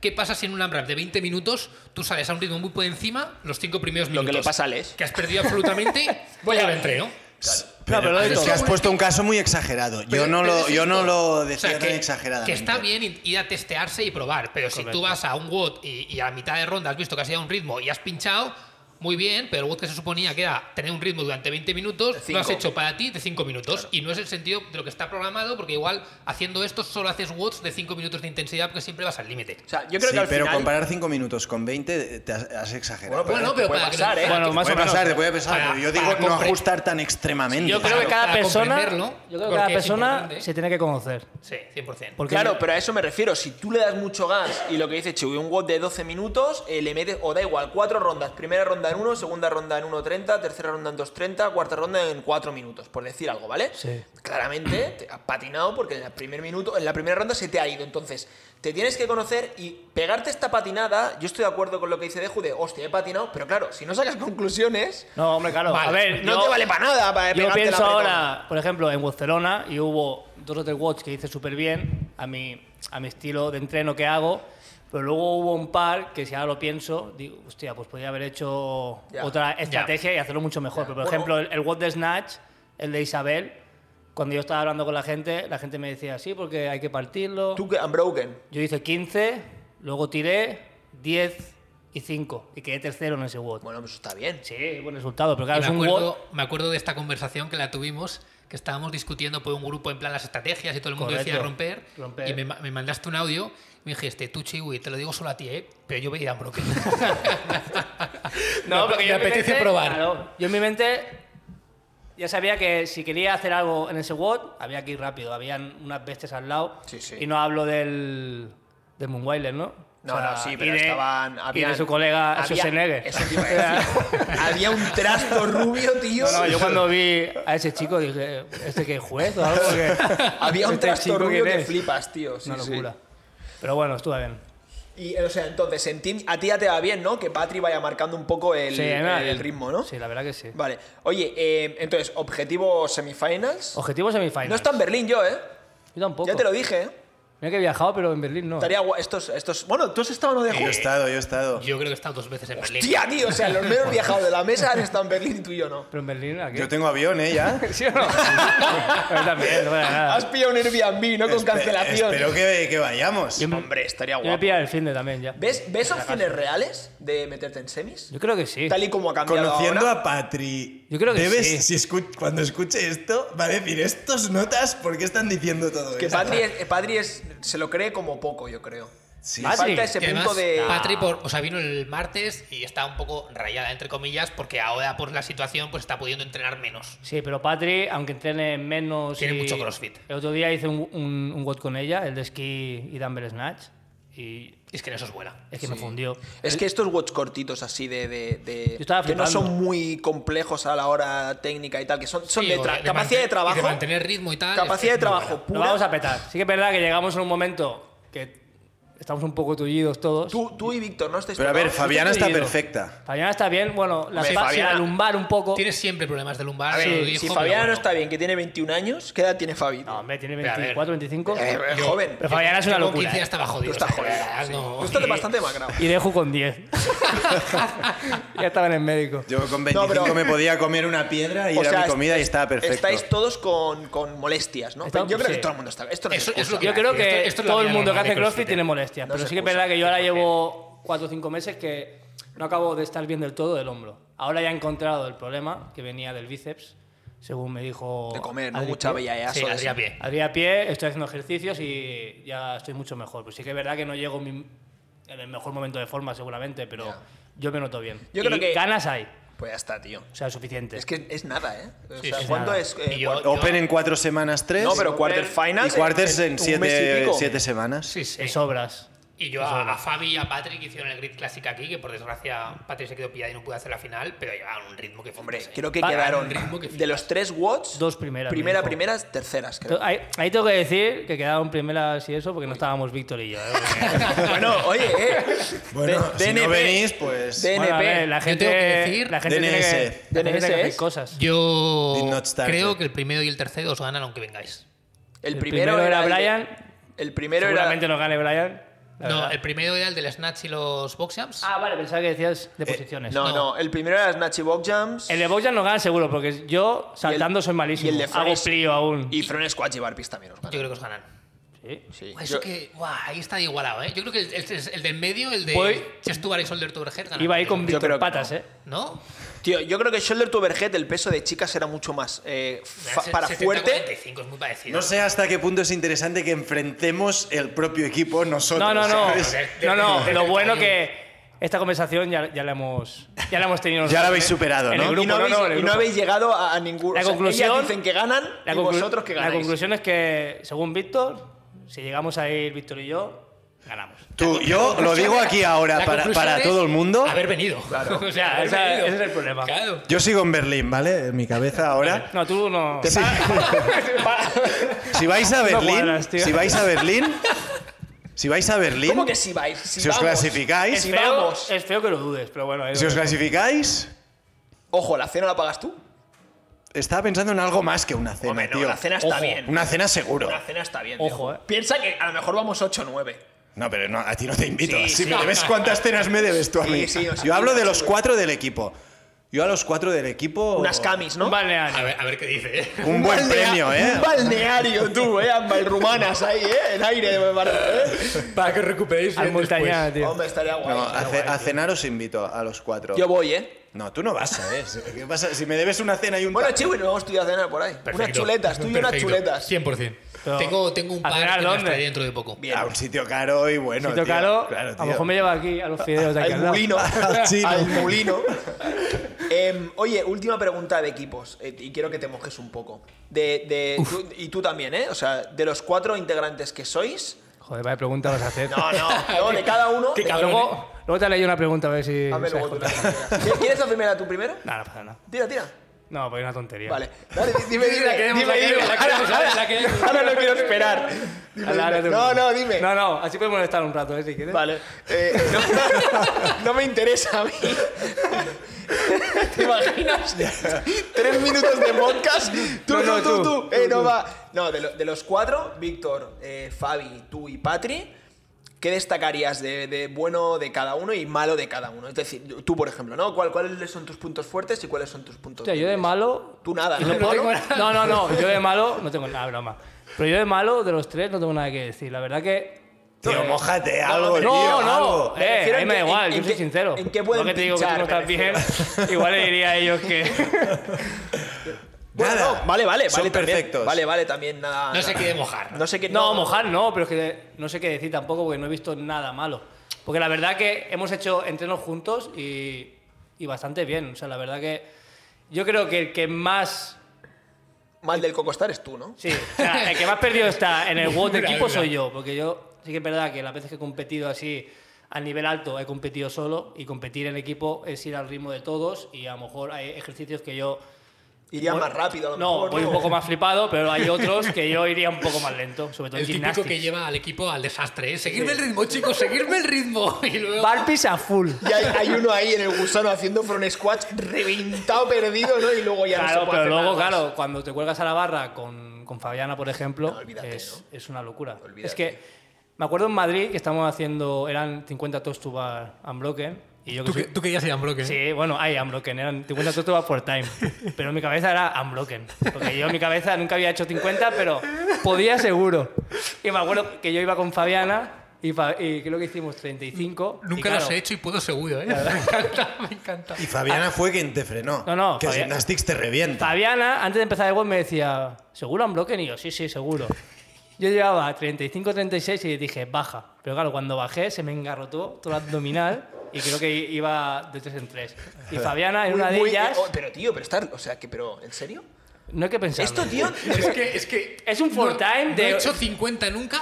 C: ¿Qué pasa si en un AMRAP de 20 minutos tú sales a un ritmo muy por encima los cinco primeros
A: Lo
C: minutos?
A: que le pasa a Les.
C: Que has perdido
A: (laughs)
C: absolutamente. Voy al entreno.
D: Claro, pero lo de
B: es que
D: todo.
B: has puesto un caso muy exagerado. Yo
C: Pero-
B: no
C: pero
B: lo,
C: es
B: yo
C: esto.
B: no lo
C: O sea,
B: decía
C: que-
B: tan exageradamente.
C: Que está bien i- ir a testearse y probar, pero si tú vas a un WOT y, y a mitad de ronda has visto que has ido a un ritmo y has pinchado, muy bien, pero el WOT que se suponía que era tener un ritmo durante 20 minutos,
A: De
C: lo has
A: cinco.
C: hecho para ti de 5 minutos. Y no es el sentido de lo que está programado, porque igual haciendo esto solo haces WOTs de 5 minutos de intensidad porque siempre vas al límite.
A: O sea, yo creo
B: Sí,
A: que al
B: pero
A: final...
B: comparar 5 minutos con 20 te has, has exagerado.
A: Bueno,
C: Bueno,
A: te
C: pero
A: puede
C: para que-
A: pasar, ¿eh?
D: Bueno,
B: Te
D: más o
B: puede
D: menos.
B: pasar, te puede pasar.
C: Para-
B: pero yo
C: para
B: digo no
C: compre-
B: ajustar tan extremadamente.
D: Yo creo que cada
C: para
D: persona,
C: comprenderlo,
D: yo creo que cada
C: porque es
D: persona
C: importante.
D: se tiene que conocer.
C: Sí, 100%.
D: Porque
A: Claro, pero a eso me refiero. Si tú le das mucho gas y lo que dice Chiwi, un WOD de 12 minutos, eh, le metes, o da igual, cuatro rondas. Primera ronda en 1, segunda ronda en 1.30, tercera ronda en 2.30, cuarta ronda en 4 minutos, por decir algo, ¿vale?
D: Sí.
A: Claramente te has patinado porque en, el primer minuto, en la primera ronda se te ha ido. Entonces, te tienes que conocer y pegarte esta patinada. Yo estoy de acuerdo con lo que dice Deju de, hostia, he patinado, pero claro, si no sacas (laughs) conclusiones,
D: No, hombre, claro.
C: Vale.
D: A ver,
A: no
D: yo-
A: te vale para nada para
D: Yo
A: pegarte la
D: pienso
A: apretón.
D: ahora, por ejemplo, en Barcelona y hubo dos o tres watts que hice súper bien a mi, a mi estilo de entreno que hago, pero luego hubo un par que si ahora lo pienso, digo, hostia, pues podría haber hecho
A: Ya.
D: otra estrategia y hacerlo mucho mejor. Pero, por
A: Bueno.
D: ejemplo, el, el watt de Snatch, el de Isabel, cuando yo estaba hablando con la gente, la gente me decía, sí, porque hay que partirlo.
A: Tú que unbroken.
D: Yo hice 15, luego tiré 10 y 5 y quedé tercero en ese watt.
A: Bueno, pues está bien.
D: Sí, buen resultado, pero
C: Y
D: claro, es
C: me,
D: un
C: acuerdo,
D: watt...
C: me acuerdo de esta conversación que la tuvimos, que estábamos discutiendo por un grupo en plan las estrategias y todo el mundo decía
D: Correcto.
C: romper.
D: Romper.
C: Y me, ma- me mandaste un audio y me dijiste, tú Chiwi, te lo digo solo a ti, ¿eh? pero yo voy a ir a un
A: (laughs)
C: broker.
D: No,
C: Me-
D: porque
C: me
D: yo en mi
C: apetece
D: mente-
C: probar.
D: claro, yo en mi mente ya sabía que si quería hacer algo en ese WOT, había que ir rápido. Habían unas bestias al lado.
A: Sí, sí.
D: Y no hablo del, del Moonwailer, ¿no?
A: No,
D: O sea,
A: no, sí,
D: y
A: pero
D: de-
A: estaban.
D: y
A: habían-
D: de su colega
A: había-
D: Schwarzenegger.
A: eso te iba a decir. había un trasto rubio, tío.
D: (laughs) No, no, yo cuando vi a ese chico dije, ¿este que es juez o algo? Porque
A: (laughs) Había un
D: este
A: trasto
D: chico,
A: rubio
D: ¿quién
A: que
D: es?
A: flipas, tío. Sí,
D: Una
A: sí.
D: locura. Pero bueno, estuvo bien.
A: Y, eh, o sea, entonces, en team, a ti ya te va bien, ¿no? Que Patri vaya marcando un poco el,
D: Sí, nada,
A: el, ritmo, ¿no?
D: Sí, la verdad que sí.
A: Vale. Oye, eh, entonces, objetivo semifinals.
D: Objetivo semifinal.
A: No está en Berlín yo, ¿eh?
D: Yo tampoco.
A: Ya te lo dije, ¿eh?
D: Mira que he viajado, pero en Berlín no.
A: Estaría guay. Estos, estos... Bueno, tú has estado no de
B: Yo he
A: juego.
B: estado, yo he estado.
C: Yo creo que he estado dos veces en Berlín.
A: Tía, tío, o sea, los menos viajados de la mesa han estado en Berlín, tú y yo no.
D: Pero en Berlín, ¿a qué?
B: Yo tengo avión, ¿eh?
A: (laughs)
B: Ya.
D: (laughs) ¿Sí o no? (laughs) Pero también, no pasa nada.
A: Has pillado un Airbnb, ¿no? Con
B: Espe-
A: cancelación.
B: Espero que, que vayamos.
A: Hombre, estaría
D: Mm. Yo me
A: guapo.
D: pillé el fin de también ya.
A: ¿Ves, ¿Ves opciones reales de meterte en semis?
D: Yo creo que sí.
A: Tal y como ha cambiado
B: Conociendo
A: ahora.
B: a Patri,
D: Yo creo que
B: debes,
D: sí.
B: si escu- cuando escuche esto, va a decir, estos notas, ¿por qué están diciendo todo
A: Que
B: esto?
A: Padri, es- eh, Padri es- se lo cree como poco, yo creo.
B: Sí,
A: Le
D: Padri,
A: falta ese
C: Que
A: punto
C: además,
A: de.
C: Patri por- o sea, vino el martes y está un poco rayada, entre comillas, porque ahora por la situación pues está pudiendo entrenar menos.
D: Sí, pero Patri, aunque entrene menos.
C: Tiene
D: y-
C: mucho crossfit.
D: El otro día hice un, un, un WOD con ella, el de esquí y dumbbell snatch. Y
C: Y es que en eso es buena.
D: es que me fundió.
A: Es que estos watch cortitos así de. de- de-
D: Yo estaba
A: que no
D: flipando.
A: son muy complejos a la hora técnica y tal, que son, son
C: Sí,
A: de
C: o
A: tra-
C: de
A: capacidad
C: manten-
A: de
C: y
A: trabajo.
C: de mantener ritmo y tal.
A: capacidad
C: es-
A: de
C: es muy
A: trabajo
C: buena.
D: Lo
A: pura.
D: vamos a petar. Sí que es verdad que llegamos en un momento que estamos un poco tullidos todos.
A: tú, tú y Víctor, ¿no estáis
B: Pero a ver,
A: preparados?
B: Fabiana está
D: tullido.
B: perfecta.
D: Fabiana está bien, bueno, la,
A: Hombre,
D: espa- sí,
A: Fabiana-
D: la lumbar un poco.
C: Tiene siempre problemas de lumbar.
A: A
C: se
A: ver,
C: lo dijo,
A: si
C: pero
A: Fabiana no
C: bueno.
A: está bien, que tiene 21 años, ¿qué edad tiene Fabi?
D: No, hombre, tiene
C: Pero a ver.
D: 24, 25.
A: Eh, eh, joven.
D: Pero Fabiana es una
C: Yo con
D: locura.
C: 15 ya
D: ¿eh?
C: estaba jodido.
A: Tú estás
C: o sea,
A: jodido.
C: ya
A: sí.
C: no-
A: Tú estás
D: (laughs)
C: y-
A: bastante macrado.
D: Y dejo con 10. ya estaba en el médico.
B: Yo con 25
A: pero-
B: me podía comer una piedra y
A: O
B: era
A: sea,
B: mi comida y estaba perfecto.
A: Estáis todos con, con molestias, ¿no? Pero
D: Estamos-
A: yo creo que
D: sí.
A: todo el mundo está. Esto no es
C: Eso-
A: excusa.
C: eso es lo
D: Yo creo
C: Esto-
D: que
C: esto es la
D: todo el
C: vida
D: mundo que
C: normal
D: hace
C: de
D: crossfit
C: CrossFit,
D: tiene
C: ¿eh?
D: molestias,
A: No
D: pero
A: se
D: sí que es
A: excusa.
D: verdad que yo ahora llevo 4 o 5 meses que no acabo de estar bien del todo del hombro. Ahora ya he encontrado el problema que venía del bíceps, según me dijo.
A: de comer, ¿no?
D: Adri
A: Mucha
D: Pie.
A: bella
C: Sí, Adrián Pie.
D: Adrián Pie, estoy haciendo ejercicios y ya estoy mucho mejor. Pues sí que es verdad que no llego mi- en el mejor momento de forma, seguramente, pero yo me noto bien.
A: Yo creo
D: Y
A: que-
D: ganas hay,
A: Pues ya está, tío.
D: o sea, suficiente.
A: Es que es nada, ¿eh? O
C: Sí,
A: sea,
C: sí,
A: ¿cuánto
D: nada.
A: es? eh,
C: Y yo-
A: cuarto-
B: Open en cuatro semanas, tres.
A: no, pero quarterfinals.
B: Y quarters en
A: un mes y
B: siete,
A: pico.
B: siete semanas.
C: Sí, sí.
D: Te sobras.
C: Y yo a, a Fabi y a Patrick hicieron el grid clásico aquí, que por desgracia Patrick se quedó pillado y no pudo hacer la final, pero llevaban un ritmo que fue.
A: Hombre, creo que
D: Va-
A: quedaron
C: ritmo que
A: de los tres watts.
D: Dos primeras,
A: Primera,
D: me dijo.
A: primeras, terceras, creo.
D: (laughs) To- Ahí, ahí tengo que decir que quedaron primeras y eso porque no estábamos Víctor y yo.
A: (laughs)
D: ¿eh?
A: bueno, oye, eh.
B: Bueno,
A: D-
B: si no
A: DNP.
B: venís, pues...
A: DNP.
D: Bueno, a ver, la
C: Yo
D: gente,
C: tengo que decir-
D: la gente tiene
B: DNS.
D: que, la gente tiene que
A: DNS
D: hacer
A: es-
D: cosas.
C: Yo
B: Did not start
C: creo
B: yet.
C: que el primero y el tercero os ganan aunque vengáis.
A: El
D: El
A: primero era
D: primero era
A: el de-
D: Brian.
A: El primero
D: Seguramente
A: era.
D: no gane Brian. la
C: No,
D: verdad.
C: el primero era el del Snatch y los Boxjumps.
D: Ah, vale, pensaba que decías de posiciones.
A: No,
C: no.
A: no, el primero era Snatchy Box Jumps.
D: Eh, El de Bojan no gana seguro porque yo saltando soy malísimo.
A: y el de
D: Hago
A: Fries.
D: plío aún.
A: Y Front Squat y Barpis también os
C: Yo
A: ganan.
C: creo que os ganan.
D: Sí.
A: Sí,
C: Eso
A: yo-
C: que, guau, ahí está igualado, ¿eh? Yo creo que el, el- el del medio, el de
D: Voy-
C: Chestubar y Solder to Overhead, ganan.
D: Iba ahí con
A: Yo
D: Víctor
A: creo que
D: Patas,
A: no.
D: ¿eh?
C: ¿No?
A: Tío, yo creo que shoulder to overhead el peso de chicas era mucho más eh, fa- para
C: 70,
A: fuerte.
C: 45 es muy parecido.
B: No sé hasta qué punto es interesante que enfrentemos el propio equipo nosotros.
D: No, no,
A: (laughs)
D: no.
B: ¿sabes?
D: No, no. Lo bueno que esta conversación ya, ya la hemos ya la hemos tenido.
B: Ya la habéis
D: nosotros, ¿eh?
B: superado,
D: En
B: ¿no?
D: el grupo,
A: y no, habéis,
D: no, en el
A: y no
D: grupo.
A: habéis llegado a, a ningún.
D: La
A: o sea,
D: conclusión-
A: ellas dicen que ganan
D: La
A: y
D: conclu-
A: vosotros que
D: la
A: ganáis.
D: conclusión es que, según Víctor, si llegamos a ir Víctor y yo, ganamos.
B: Tú, yo lo digo aquí ahora
C: La
B: para,
C: conclusión
B: para
C: es
B: todo el mundo.
C: Haber venido. Claro. (laughs) o sea, haber
D: esa-
C: venido.
D: ese es el problema.
C: Claro.
B: Yo sigo en Berlín, ¿vale? En mi cabeza ahora.
D: No, tú no.
B: Sí. si vais a Berlín,
D: cuadras, tío.
B: si vais a Berlín, si vais a Berlín,
A: ¿Cómo que si vais? Si,
B: si os
A: vamos?
B: clasificáis,
D: es,
A: si
D: feo,
A: vamos.
D: es feo que lo dudes, pero bueno. ahí
B: si
D: lo
B: os
D: dejo.
B: clasificáis,
A: Ojo, la cena la pagas tú.
B: estaba pensando en algo más que una cena,
A: Hombre, no,
B: tío.
A: la cena está
B: Ojo,
A: bien.
B: Una cena seguro.
A: La cena está bien.
D: Ojo,
A: tío.
D: eh.
A: Piensa que a lo mejor vamos 8 o 9.
B: No, pero no, a ti no te invito.
A: Sí,
B: Sí,
A: sí.
B: me debes cuántas cenas me debes tú a
A: Sí,
B: mí.
A: sí, os
B: Yo hablo de
A: invito,
B: los
A: sí.
B: cuatro del equipo. Yo a los cuatro del equipo.
A: Unas camis, ¿no?
D: Un balneario.
C: A ver, a ver qué dice. ¿eh?
B: Un buen
A: balnea-
B: premio, ¿eh?
A: Un balneario, tú, ¿eh? Ambas rumanas ahí, ¿eh? En aire.
D: (laughs)
A: de bar- ¿eh?
C: Para que recuperéis.
D: Al montañán, tío.
A: Hombre, estaría guay.
B: No, a,
A: estaría
B: ce-
A: guay,
B: a
A: tío.
B: cenar os invito a los cuatro.
A: Yo voy, ¿eh?
B: No, tú no vas, ¿sabes? ¿Qué pasa? Si me debes una cena y un
A: Bueno,
B: ta-
A: Chiwi, nos vamos tú y yo a cenar por ahí. Unas chuletas, tú y yo unas chuletas.
C: 100%.
D: Pero-
C: tengo, tengo un
D: ¿A cenar
C: par que me las
D: dónde?
C: traeré dentro de poco.
A: Bien.
B: a un sitio caro y bueno.
D: Si te
B: tío.
D: calo,
B: Claro,
D: a
B: tío.
D: lo mejor me lleva
A: (laughs)
D: aquí a los fideos de aquí
A: Al
D: (laughs) al lado.
A: mulino.
B: Al chino.
A: Al mulino. Em, oye, última pregunta de equipos. eh, y quiero que te mojes un poco. De, de- tú- y tú también, ¿eh? O sea, de los cuatro integrantes que sois.
D: Joder, vaya pregunta vas a hacer.
A: No, no, (laughs) no, de cada uno.
C: Qué cabrón,
D: luego, luego te haré yo una pregunta a ver si.
A: Hazme
D: sabes
A: luego tú
D: contar.
A: también. ¿Quieres hacerme la tú primero?
D: eh. No, no pasa (laughs) nada.
A: Tira, tira.
D: No, pues es una tontería.
A: Vale. Dale, di- dime, dime.
D: La queremos,
A: dime,
D: la queremos,
A: dime.
D: la queremos,
A: Ahora- (laughs)
D: la queremos.
A: Ahora no quiero esperar. Dime,
D: Ahora, ahora
A: dime.
D: te-
A: No, no, dime.
D: No, no, así podemos estar un rato, ¿eh? Si quieres.
A: Vale. Eh,
D: (laughs)
A: no, no me interesa a mí. ¿Te imaginas? Tres minutos de podcast. Tú,
D: No,
A: no,
D: no,
A: tú, tú.
D: tú.
A: Eh,
D: Tú,
A: no
D: tú.
A: va. No, de, lo- de los cuatro, Víctor, eh, Fabi, tú y Patri, ¿qué destacarías de, de bueno de cada uno y malo de cada uno? Es decir, tú, por ejemplo, ¿no? ¿Cuál- ¿Cuáles son tus puntos fuertes y cuáles son tus puntos
D: Hostia, yo de
A: débiles?
D: malo.
A: Tú nada, ¿no?
D: No,
A: Pablo?
D: no, no, no, yo de malo no tengo nada, broma. Pero yo de malo, de los tres, no tengo nada que decir. La verdad que.
B: Tío,
D: eh,
B: mojate
A: no,
B: algo,
A: pero-
B: tío,
D: No,
B: algo.
D: no,
A: Me
D: eh,
A: refiero
D: a mí
A: en
D: me da
A: qué-
D: igual,
A: en
D: yo soy
A: qué-
D: sincero.
A: en qué pueden
D: Lo que te digo que tú no
A: pinchar,
D: estás
A: me
D: bien, (laughs) igual le diría a ellos que.
A: Bueno,
B: Nada.
A: no, vale, vale,
B: Son
A: vale. también.
B: perfectos.
A: Vale, vale, también nada.
C: No sé
A: nada.
C: qué de mojar.
A: No sé qué.
D: No, mojar no, pero es que no sé qué decir tampoco porque no he visto nada malo. Porque la verdad que hemos hecho entrenos juntos y, y bastante bien. O sea, la verdad que yo creo que el que más...
A: Mal del cocostar es tú, ¿no?
D: Sí, o sea, el que más perdido está en el WOT de
C: Dura,
D: equipo
C: dura.
D: soy yo. Porque yo sí que es verdad que las veces que he competido así al nivel alto he competido solo y competir en equipo es ir al ritmo de todos y a lo mejor hay ejercicios que yo
A: Iría
D: Voy-
A: más rápido a lo
D: no,
A: mejor.
D: voy un poco más flipado, pero hay otros que yo iría un poco más lento, sobre todo
C: El
D: en
C: típico
D: gimnastics.
C: que lleva al equipo al desastre, ¿eh? Seguirme el ritmo, chicos, seguirme el ritmo. (laughs) Y luego.
D: Barpees a full.
A: Y hay, hay uno ahí en el gusano haciendo front squat reventado, perdido, ¿no? Y luego ya no
D: Claro,
A: se puede
D: pero
A: hacer
D: luego,
A: nada más.
D: claro, cuando te cuelgas a la barra con, con Fabiana, por ejemplo,
A: No, olvídate,
D: es,
A: ¿no?
D: es una locura.
A: Olvídate.
D: Es que me acuerdo en Madrid que estábamos haciendo, eran 50 toes to bar unbroken. Y yo que
C: Tú,
D: soy-
C: que- tú que ya se llaman bloque.
D: Sí, bueno, hay unbroken, eran 50 toes to bar por
C: (laughs)
D: time. Pero en mi cabeza era unbroken. Porque yo en mi cabeza nunca había hecho 50, pero podía seguro. Y me acuerdo que yo iba con Fabiana y, Fa- y creo que hicimos 35. y
C: Nunca los
D: claro,
C: he hecho y puedo seguro, ¿eh? (laughs) Me encanta, me encanta.
B: Y
A: Ah.
B: Fabiana fue quien te frenó.
D: No, no,
B: Que
D: Fabi-
B: Gymnastics te revienta.
D: Fabiana, antes de empezar el web, me decía, ¿seguro Unbroken? Y yo, sí, sí, seguro. Yo llevaba 35, 36 y dije, baja. Pero claro, cuando bajé se me engarrotó todo el abdominal y creo que iba de 3 en 3.
A: (laughs)
D: Y Fabiana, en
A: Muy-
D: una de
A: muy-
D: ellas,
A: oh, pero tío, pero estar. O sea, que, pero, ¿en serio?
D: no hay que pensar.
A: Esto, tío.
C: Es que. Es, que
D: Es un full
C: no-
D: time
C: no
D: de-
C: he hecho 50 nunca,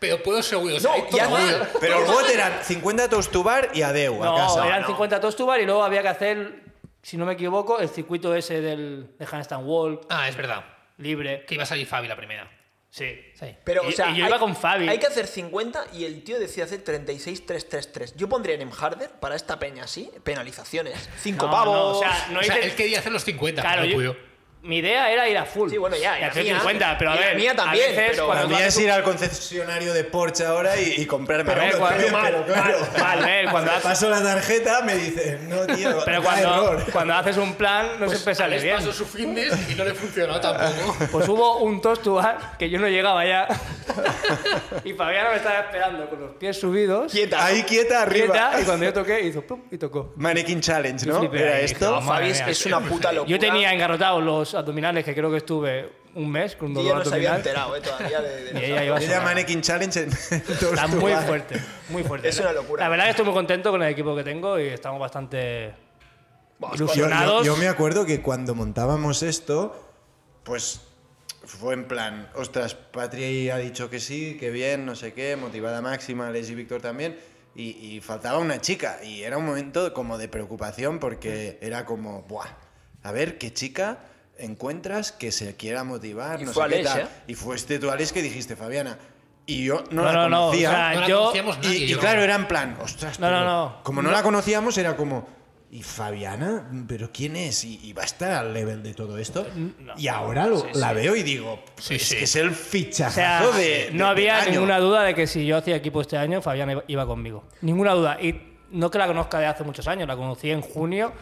C: pero puedo seguro. O sea,
A: No,
C: hay todo
A: ya-
C: mal.
B: Pero el bot eran 50 toes to bar y adeu a
D: No,
B: casa.
D: eran 50 tostubar y luego había que hacer, si no me equivoco, el circuito ese del de handstand walk,
C: Ah, es verdad.
D: libre.
C: Que iba a salir Fabi la primera.
D: Sí.
C: Sí.
A: Pero,
D: Y-
A: o sea,
D: y yo
A: hay-
D: iba con Fabi.
A: Hay que hacer 50 y el tío decide hacer 36, 3, 3, 3. Yo pondría en harder para esta peña así, penalizaciones. 5
D: No,
A: pavos.
D: no, o sea, no
C: o
D: hay
C: sea,
D: que-
C: él quería hacer los 50,
D: Claro,
C: no
D: yo-
C: pudo.
D: mi idea era ir a full.
A: Sí, bueno, ya, y
D: Y
A: la
D: hacer
A: mía,
D: 50, pero a
A: y la
D: ver.
A: mía
D: a
A: también,
D: veces
A: pero-
D: cuando
B: La
D: tú
B: mía es
D: haces
B: ir al concesionario de Porsche ahora y, y comprarme
D: Pero,
B: uno.
D: eh,
B: Claro,
D: cuando-
B: claro.
D: mal,
B: (laughs)
D: mal, eh, cuando haces-
B: paso la tarjeta me dice, no, tío,
D: Pero
B: da
D: cuando,
B: Ah, error.
D: cuando haces un plan,
A: Pues
D: no siempre sale
C: Alex
D: bien.
C: pasó su fitness y no le funcionó tampoco.
D: (laughs) Pues hubo un tostuar que yo no llegaba ya. (laughs) y Fabiana me estaba esperando con los pies subidos.
A: Quieta.
B: Ahí quieta arriba.
D: quieta, y cuando yo eh, toqué, hizo pum y tocó.
B: Mannequin Challenge, ¿no?
D: flipé
B: Era
D: ahí,
B: esto.
A: No, Fabi es,
D: Madre mía,
A: es una puta locura.
D: Yo tenía engarrotados los abdominales, que creo que estuve un mes con un
A: Y
D: dolor
A: ella no se había
D: abdominal.
A: enterado, eh, todavía de, de
D: y
A: los
D: ella iba
B: Yo ya
D: sola.
B: Mannequin Challenge en (laughs) en toes
D: Está
B: to
D: muy
B: bar.
D: fuerte, muy fuerte.
A: Es una locura.
D: La verdad que estoy muy contento con el equipo que tengo y estamos bastante
A: Vamos,
B: Yo, yo-
D: ilusionados.
B: yo me acuerdo que cuando montábamos esto, pues fue en plan, ostras, Patri ha dicho que sí, que bien, no sé qué, motivada máxima, Alex y Víctor también. Y, y faltaba una chica y era un momento como de preocupación porque era como, buah, a ver qué chica encuentras que se quiera motivar,
A: Y
B: no
A: fue
B: sé qué
A: Alex,
B: tal.
A: ¿eh?
B: Y fuiste tú, Alex, que dijiste, Fabiana. Y yo no,
D: No,
B: la
D: no, no, o
B: conocía.
D: sea,
C: No la
D: Yo-
C: conocíamos nadie.
B: Y, y
C: yo
B: claro,
C: creo.
B: era en plan, ostras,
D: No,
B: pero
D: no, no.
B: como no, la conocíamos, era como, ¿y Fabiana? ¿Pero quién es? ¿Y, y va a estar al level de todo esto?
E: Y ahora lo- la
B: La
E: veo.
B: veo y digo,
C: Sí,
B: es
C: sí.
B: que es el
D: O sea,
B: fichajazo de,
D: no
B: de-
D: había
B: del año.
D: ninguna duda de que si yo hacía equipo este año, Fabián iba- iba conmigo. Ninguna duda. Y no que la conozca de hace muchos años, la conocí en junio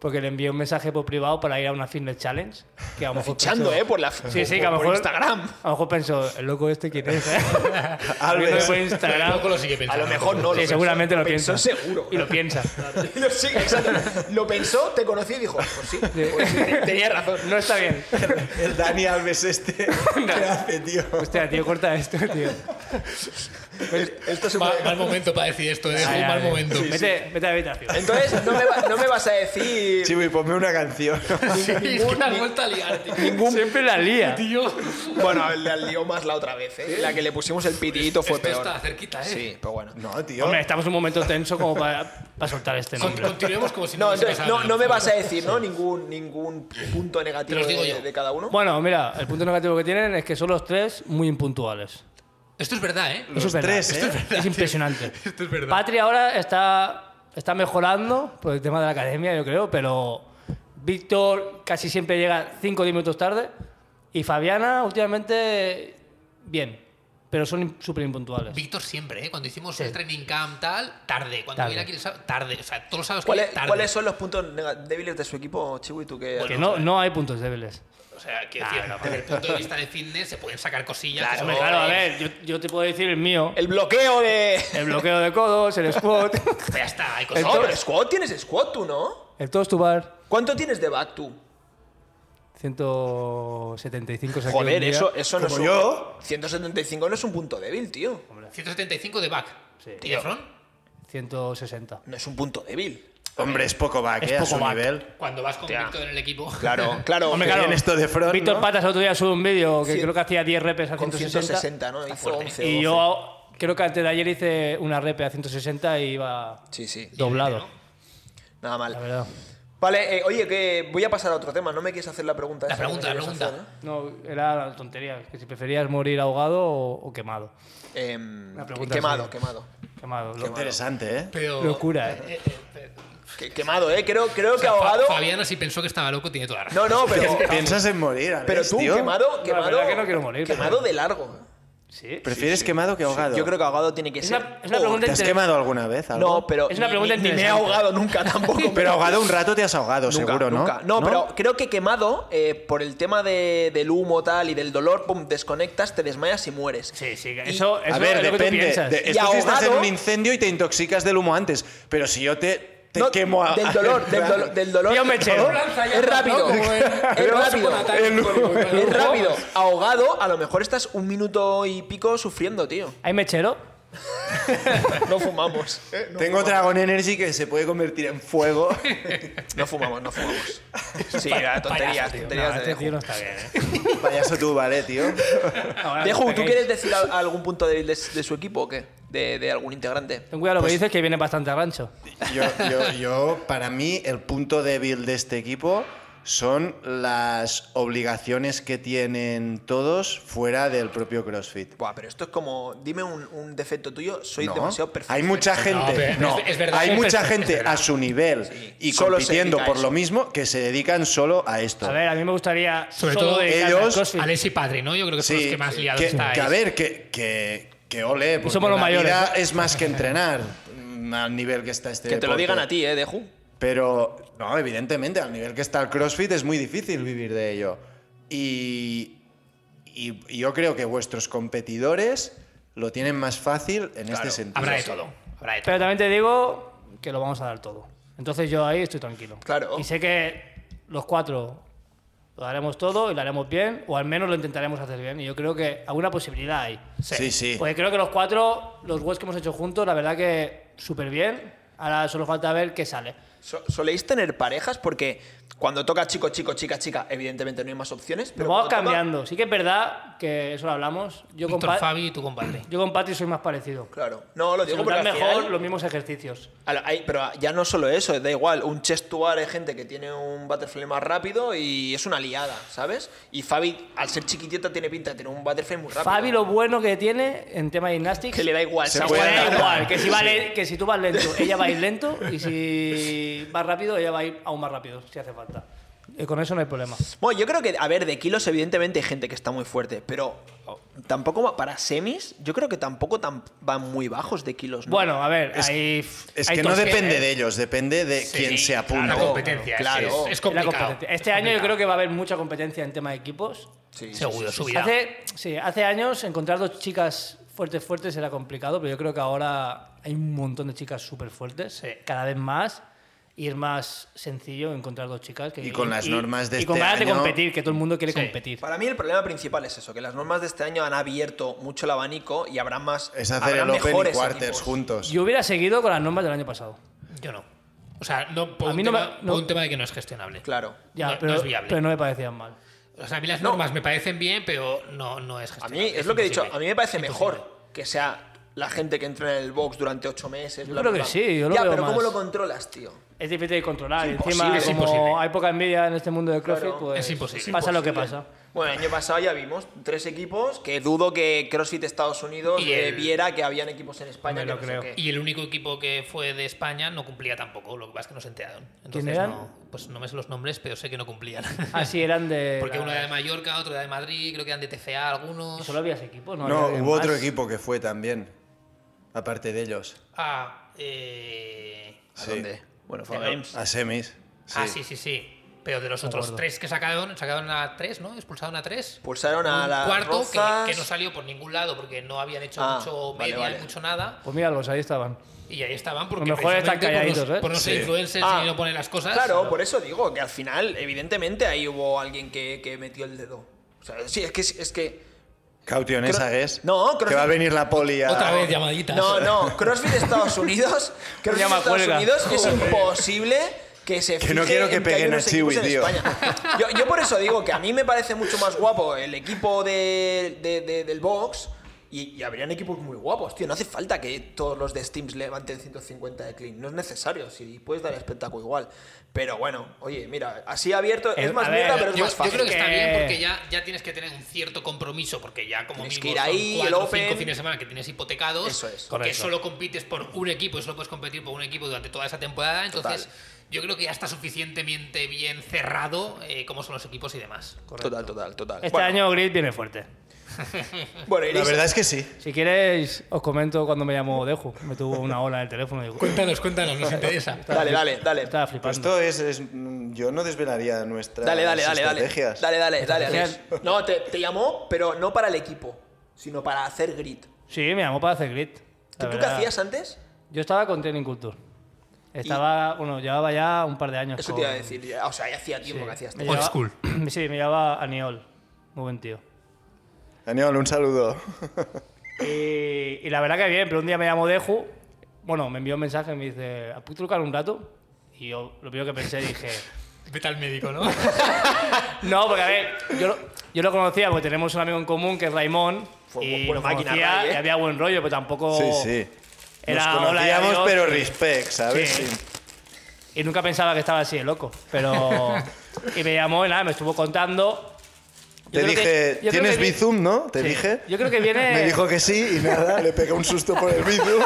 D: porque le envié un mensaje por privado para ir a una fitness challenge. Que a lo mejor
A: fichando,
D: pensó-
A: eh, por la por-
D: Sí, sí, que a lo
A: por
D: mejor.
A: Instagram.
D: A lo mejor pensó, el loco este
A: (laughs)
D: quién es, eh?
B: Albert.
D: Viendo por
C: Pero
D: Instagram.
C: tampoco lo sigue
A: A
C: pensando.
A: lo mejor no lo
D: sí,
A: pensó,
D: seguramente lo
A: pensó
D: piensa.
A: seguro.
D: Y lo piensa.
A: Lo- sí, exacto. Lo pensó, te conocí y dijo, pues sí, pues sí, (laughs) tenía razón.
D: No está bien. (laughs)
B: El Dani Alves este. ¿Qué hace, tío?
D: Hostia, tío, corta esto, tío.
A: Esto es un-
C: Ma- mal momento para decir esto, es
D: Ay,
C: un
D: ay,
C: mal
D: ay.
C: momento.
D: Vete, vete a la habitación.
A: Entonces, no me, va- no me vas a decir
B: Chivo, y ponme una canción.
C: Sí, (laughs) es que la has vuelto a liar, tío.
D: Siempre la lía.
C: Tío,
A: Bueno, (laughs) la lió más la otra vez, ¿eh? La que le pusimos el pitidito fue
C: esto
A: peor.
C: está cerquita, ¿eh?
A: Sí, pero bueno.
B: (laughs) No, tío.
D: Hombre, estamos en un momento tenso como para, para soltar este
C: Con-
D: nombre.
C: continuemos como si no,
A: No,
C: hubiese
A: entonces,
C: pasado
A: no,
C: nada.
A: no me vas a decir, ¿no? Ningún, ningún punto
C: Te
A: negativo
C: los digo
A: de,
C: yo.
A: de cada uno.
D: Bueno, mira, el punto negativo que tienen es que son los tres muy impuntuales.
C: Esto es verdad, ¿eh?
D: Eso es verdad.
B: tres, ¿eh?
D: Esto es, verdad, es impresionante.
C: Esto es verdad.
D: Patria ahora está, está mejorando por el tema de la academia, yo creo, pero Víctor casi siempre llega 5 o 10 minutos tarde y Fabiana últimamente bien, pero son súper impuntuales.
C: Víctor siempre, ¿eh? Cuando hicimos el training camp, tal, tarde. Cuando
D: Tarde.
C: viene aquí, el sábado, tarde. O sea, todos los sábados que
A: ¿Cuáles,
C: viene, tarde.
A: cuáles son los puntos nega- débiles de su equipo, Chiwi? Tú que.
D: Que no, no hay puntos débiles.
C: O sea, que desde el punto de vista de fitness se pueden sacar cosillas. que
D: Hombre,
C: son-
D: claro, a ver, yo, yo te puedo decir el mío.
A: El bloqueo de.
D: El bloqueo de codos, el squat,
C: Pero Ya está, hay
A: No,
C: cosas.
A: pero squat tienes squat tú, ¿no?
D: el toast to bar,
A: ¿Cuánto tienes de back tú?
D: 175 saqué un
A: Joder,
D: día.
A: eso, eso no es.
B: Como
A: un-
B: yo.
A: 175 no es un punto débil, tío.
C: 175 de back.
D: Sí.
C: ¿Y de front?
D: 160.
A: No es un punto débil.
B: Hombre, es poco back,
D: Es
B: ¿eh? a
D: poco
B: su
D: back.
B: nivel.
C: Cuando vas con
A: Hostia.
C: Víctor en el equipo.
D: (laughs)
A: Claro, claro.
D: Hombre,
A: que
D: claro.
B: En esto de front,
D: Víctor
B: ¿no?
D: Patas el otro día subió un vídeo que
A: Cien-
D: creo que hacía 10 repes a
A: Con
D: 160.
A: 160, ¿no? Hizo 11 o
D: Y
A: 12.
D: yo creo que antes de ayer hice una repe a 160 y iba
A: Sí, sí.
D: doblado.
A: Nada
D: La
A: mal.
D: verdad.
A: Vale, eh, oye, que voy a pasar a otro tema. No me quieres hacer la pregunta.
C: La
A: esa que
C: pregunta,
A: me
C: la
A: querías
C: pregunta.
A: hacer,
D: No, era la tontería. Que si preferías morir ahogado o, o quemado.
A: ¿eh?
D: La
A: Em,
D: pregunta
A: quemado,
D: es-
A: quemado.
D: Quemado. lo-
B: Interesante, ¿eh?
C: (laughs) Pero.
D: Locura, eh.
A: Que- quemado, ¿eh? Creo, creo que
C: Fa-
A: ahogado.
C: Fabiana, si pensó que estaba loco, tiene toda la
A: No,
C: razón.
A: no,
D: (laughs)
A: pero.
B: Piensas en morir,
A: (laughs)
B: Alex,
A: Pero tú,
B: tío?
A: quemado,
D: la verdad
A: quemado.
D: que no quiero morir,
A: Quemado
D: pero-
A: de largo.
D: Sí.
B: ¿Prefieres quemado que ahogado?
A: Yo creo que ahogado tiene que
D: Es
A: ser.
D: una, es una pregunta
B: ¿Te has
D: inter-
B: quemado alguna vez? algo?
A: No, pero.
D: Es una
A: ni-
D: pregunta
A: ni, ni me he
D: interesante.
A: ahogado
D: (laughs)
A: nunca tampoco.
B: Pero ahogado un rato te has ahogado,
A: Nunca,
B: seguro, ¿no?
A: nunca. No, pero creo que quemado, eh, por el tema de- del humo tal y del dolor, pum, desconectas, te desmayas y mueres.
D: Sí, sí.
A: Y-
D: Eso, eso
B: a ver,
D: es lo que tú
B: depende.
D: piensas.
B: de-
A: Y
B: esto si estás en
A: ahogado-
B: un incendio y te intoxicas del humo antes. Pero si yo te, te
A: No,
B: quemo a...
A: Del dolor, del, dolo- del dolor.
D: Tío, me eché.
A: Es rápido. (laughs) Es rápido. Es rápido. Ahogado, a lo mejor estás un minuto y pico sufriendo, tío.
D: ¿Hay mechero?
A: No fumamos. Eh, no
B: (laughs) Tengo
A: fumamos.
B: Dragon Energy que se puede convertir
A: (laughs)
B: en fuego.
A: No fumamos, no fumamos. Sí, era tonterías, tonterías
D: No,
A: de
D: este tío
A: Deju.
D: no está bien, eh.
B: Payaso tú, ¿vale, tío?
A: (laughs)
D: Ahora
A: Deju, ¿tú
D: destaquéis.
A: quieres decir al- algún punto débil de, de su equipo o qué? De, de algún integrante.
D: Ten cuidado lo que dices, que viene bastante a rancho.
B: Yo, yo, yo, para mí, el punto débil de este equipo son las obligaciones que tienen todos fuera del propio CrossFit.
A: Buah, pero esto es como. Dime un, un defecto tuyo, soy
B: No,
A: demasiado perfecto.
B: Hay mucha gente,
C: pero
B: no,
C: es- es verdad.
B: hay
C: Es
B: mucha
C: verdad.
B: gente a su nivel y
A: Solo se
B: compitiendo
A: dedica a
B: por
A: eso.
B: lo mismo que se dedican solo a esto.
D: A ver, a mí me gustaría.
C: Sobre
D: solo
C: todo
D: dedicarme al
B: ellos,
D: CrossFit.
C: Alex y Padre, ¿no? Yo creo que son los que más liados
B: que,
C: estáis.
B: que a ver, que, que, que ole, porque
D: somos los
B: la
D: mayores,
C: ¿eh?
B: vida es más que entrenar mm, al nivel que está este
A: Que te lo
B: deporte.
A: digan a ti, ¿eh, Deju?
B: Pero, no, evidentemente, al nivel que está el CrossFit es muy difícil vivir de ello. Y, y- y yo creo que vuestros competidores lo tienen más fácil en este sentido.
C: Habrá
A: pues,
C: de todo. Habrá de todo.
D: Pero también te digo que lo vamos a dar todo. Entonces yo ahí estoy tranquilo.
A: Claro.
D: Y sé que los cuatro lo daremos todo y lo haremos bien, o al menos lo intentaremos hacer bien. Y yo creo que alguna posibilidad hay.
B: Sí, sí.
D: Porque creo que los cuatro, los webs que hemos hecho juntos, la verdad que súper bien. Ahora solo falta ver qué sale.
A: So- ¿Soléis tener parejas? Porque cuando toca chico, chico, chica, chica, evidentemente no hay más opciones. Pero
D: Pero vamos
A: cuando toca-
D: cambiando. Sí que es verdad que eso lo hablamos. Yo con,
C: Víctor,
D: Pa-
C: Fabi y tu compadre.
D: yo con Patri soy más parecido.
A: Claro. No, lo
D: Se
A: digo
D: nos
A: porque
D: dan
A: al
D: mejor
A: final-
D: los mismos ejercicios.
A: a la- hay- pero ya no solo eso, da igual. Un chest to bar hay gente que tiene un butterfly más rápido y es una liada, ¿sabes? Y Fabi, al ser chiquitita, tiene pinta de tener un butterfly muy rápido.
D: Fabi lo bueno que tiene en tema de gymnastics
A: Que le da igual.
B: Se
A: se
D: Pues
B: puede
A: aguanta.
D: da
B: Bueno.
D: igual, que si, va le- que si tú vas lento,
B: (laughs)
D: ella va a ir lento y si vas rápido, ella va a ir aún más rápido, si hace falta. Eh, con eso no hay problema.
A: Bueno, yo creo que, a ver, de kilos evidentemente hay gente que está muy fuerte, pero oh, tampoco va- para semis, yo creo que tampoco tan- van muy bajos de kilos. ¿no?
D: Bueno, a ver,
B: Es-
D: ahí-
B: Es
D: hay
B: que no
D: tos-
B: depende
D: eh,
B: de ellos, depende de quién se apunta.
C: La competencia.
A: Claro.
C: Claro. Es,
A: Es
C: es
D: la
C: complicado.
D: competencia. Este
C: Es
D: año yo
C: complicado.
D: creo que va a haber mucha competencia en tema de equipos.
A: Sí, sí,
C: Seguro,
A: sí, sí.
C: subirá.
D: Hace, sí, hace años encontrar dos chicas fuertes, fuertes era complicado, pero yo creo que ahora hay un montón de chicas súper fuertes, cada eh, vez más. Y es más sencillo encontrar dos chicas que.
B: Y con las normas de
D: y con
B: este
D: ganas de
B: año-
D: competir, que todo el mundo quiere
C: Sí.
D: competir.
A: Para mí el problema principal es eso, que las normas de este año han abierto mucho el abanico y habrá más
B: Es hacer
A: habrá
B: el Open y
A: mejores
B: Quarters
A: equipos.
B: juntos.
D: Yo hubiera seguido con las normas del año pasado.
C: Yo no. O sea, no por,
D: A
C: un,
D: mí no
C: tema,
D: me-
C: por
D: no-
C: un tema de que no es gestionable.
A: Claro.
D: Ya,
C: No- no
D: pero,
C: es viable.
D: pero no me parecían mal.
C: O sea, a mí las
A: No.
C: normas me parecen bien, pero no, no es
A: A
C: gestionable.
A: mí es lo que he dicho,
C: imposible.
A: a mí me parece
C: Es imposible.
A: mejor que sea la gente que entra en el box durante ocho meses. Yo
D: creo que sí, yo lo
A: ya,
D: veo
A: pero ¿cómo
D: más-
A: lo controlas, tío?
D: Es difícil de controlar.
A: Es
D: y Encima,
A: imposible.
C: Es
D: como
C: imposible.
D: hay poca envidia en este mundo de CrossFit,
A: Claro.
D: pues
C: Es imposible.
D: pasa lo que
A: Imposible.
D: pasa.
A: Bueno, el año pasado ya vimos tres equipos que dudo que CrossFit Estados Unidos
C: Y
A: eh,
C: el-
A: viera que habían equipos en España.
D: Me
A: que
D: lo
A: no sé
D: creo.
A: qué.
C: Y el único equipo que fue de España no cumplía tampoco, lo que pasa es que no se enteraron. Entonces,
D: eran? Ah,
C: No, pues no me sé los nombres, pero sé que no cumplían. (laughs)
D: Así eran de.
C: Porque
D: la-
C: uno era de Mallorca, otro era de Madrid, creo que eran de TCA algunos.
D: Solo había ese equipo, ¿no?
B: No,
D: había
B: hubo
D: más.
B: otro equipo que fue también, aparte de ellos,
C: Ah, eh...
A: ¿A
B: Sí.
A: dónde? Bueno, fue a
C: Pero-
A: Games.
B: a semis. Sí.
C: Ah, sí, sí, sí. Pero de los otros
D: acuerdo.
C: tres que sacaron, sacaron a tres, ¿no? Expulsaron a tres.
A: Pulsaron a
C: Un
A: las
C: cuarto que-
A: Rozas.
C: que, no salió por ningún lado porque no habían hecho
A: Ah,
C: mucho
A: vale,
C: media,
A: vale.
C: mucho nada.
D: Pues mira, los ahí estaban.
C: Y ahí estaban porque
D: Lo mejor están
C: precisamente por
D: calladitos,
C: no-
D: ¿eh?
C: por no ser
B: Sí.
C: influencers
A: Ah,
C: y no poner las cosas.
A: Claro, por eso digo que al final, evidentemente, ahí hubo alguien que, que metió el dedo. O sea, sí, es que. Es que
B: Cautionesa,
A: Cro-
B: es.
A: No,
B: Que
A: CrossFit-
B: va a venir la poli a...
C: Otra vez llamaditas.
A: no, no, CrossFit Estados Unidos. CrossFit
D: Llama
A: Estados
D: huelga.
A: Unidos es imposible que se
B: Que no
A: fije
B: quiero que
A: en hay
B: peguen a
A: unos equipos
B: Chiwi,
A: en
B: tío.
A: España. Yo, yo por eso digo que a mí me parece mucho más guapo el equipo de, de- de- del box. Y, y habrían equipos muy guapos, tío. No hace falta que todos los de Steams levanten 150 de clean. No es necesario. Si puedes dar espectáculo igual. Pero bueno, oye, mira, así abierto
D: Eh,
A: es más
D: a ver,
A: mierda, pero es
C: Yo,
A: más
C: yo
A: fácil.
C: creo que está
D: Que-
C: bien porque ya, ya tienes que tener un cierto compromiso, porque ya como
A: Tienes
C: mínimo
A: que ir
C: son
A: ahí,
C: cuatro
A: el
C: o cinco
A: Open.
C: fines de semana que tienes hipotecados,
A: Eso es.
C: porque
D: Correcto.
C: solo compites por un equipo y solo puedes competir por un equipo durante toda esa temporada. Entonces,
A: Total.
C: yo creo que ya está suficientemente bien cerrado eh, cómo son los equipos y demás.
A: Total, total, total.
D: Este
A: Bueno,
D: año Grid viene fuerte.
A: bueno,
B: La
A: iréis-
B: verdad es que sí.
D: Si queréis, os comento cuando me llamó Deju. Me tuvo una ola en el teléfono y digo,
C: Cuéntanos, cuéntanos, nos interesa.
A: Dale, dale, dale.
D: estaba
B: Pues
D: flipando.
B: esto es, es- mm, Yo no desvelaría nuestras
A: Dale, dale, dale, dale.
B: estrategias.
A: Dale, dale, dale, Alex.
D: Estrategias.
A: No, te, te llamó, pero no para el equipo, sino para hacer grid.
D: Sí, me llamó para hacer Grid.
A: ¿Tú,
D: la
A: tú qué
D: verdad.
A: hacías antes?
D: Yo estaba con Training Culture. Estaba, bueno, llevaba ya un par de años.
A: Eso te iba a
D: con-
A: decir. ya, O sea, ya hacía tiempo que hacías.
D: Me
A: todo.
C: Old
D: llevaba-
C: school.
D: (clears throat) Sí, me llevaba a Niol. Muy buen tío.
B: Daniel, un saludo.
D: Y, y la verdad que bien, pero un día me llamó Deju. Bueno, me envió un mensaje y me dice, ¿puedo trucar un rato? Y yo lo primero que pensé dije, (laughs)
C: Vete al médico, (laughs) ¿no?
D: no, porque a ver, yo lo, yo lo conocía porque tenemos un amigo en común que es Raimón.
A: Fue
D: y
A: buena
D: lo
A: máquina,
D: conocía
A: Ray, ¿eh?
D: y había buen rollo, pero tampoco...
B: Sí, sí.
D: Oh. Era
B: Nos
D: hola y
B: conocíamos,
D: adiós.
B: pero respect, ¿sabes?
D: Sí.
B: Sin-
D: Y nunca pensaba que estaba así de loco,
B: (laughs)
D: pero... y me llamó y nada, me estuvo contando... Yo
B: Te
D: creo que-
B: dije,
D: yo creo
B: ¿tienes
D: que vi-
B: Bizum, no? Te
D: Sí.
B: dije.
D: Yo creo que viene...
B: (laughs) Me dijo que sí y nada, le pegué un susto por el Bizum.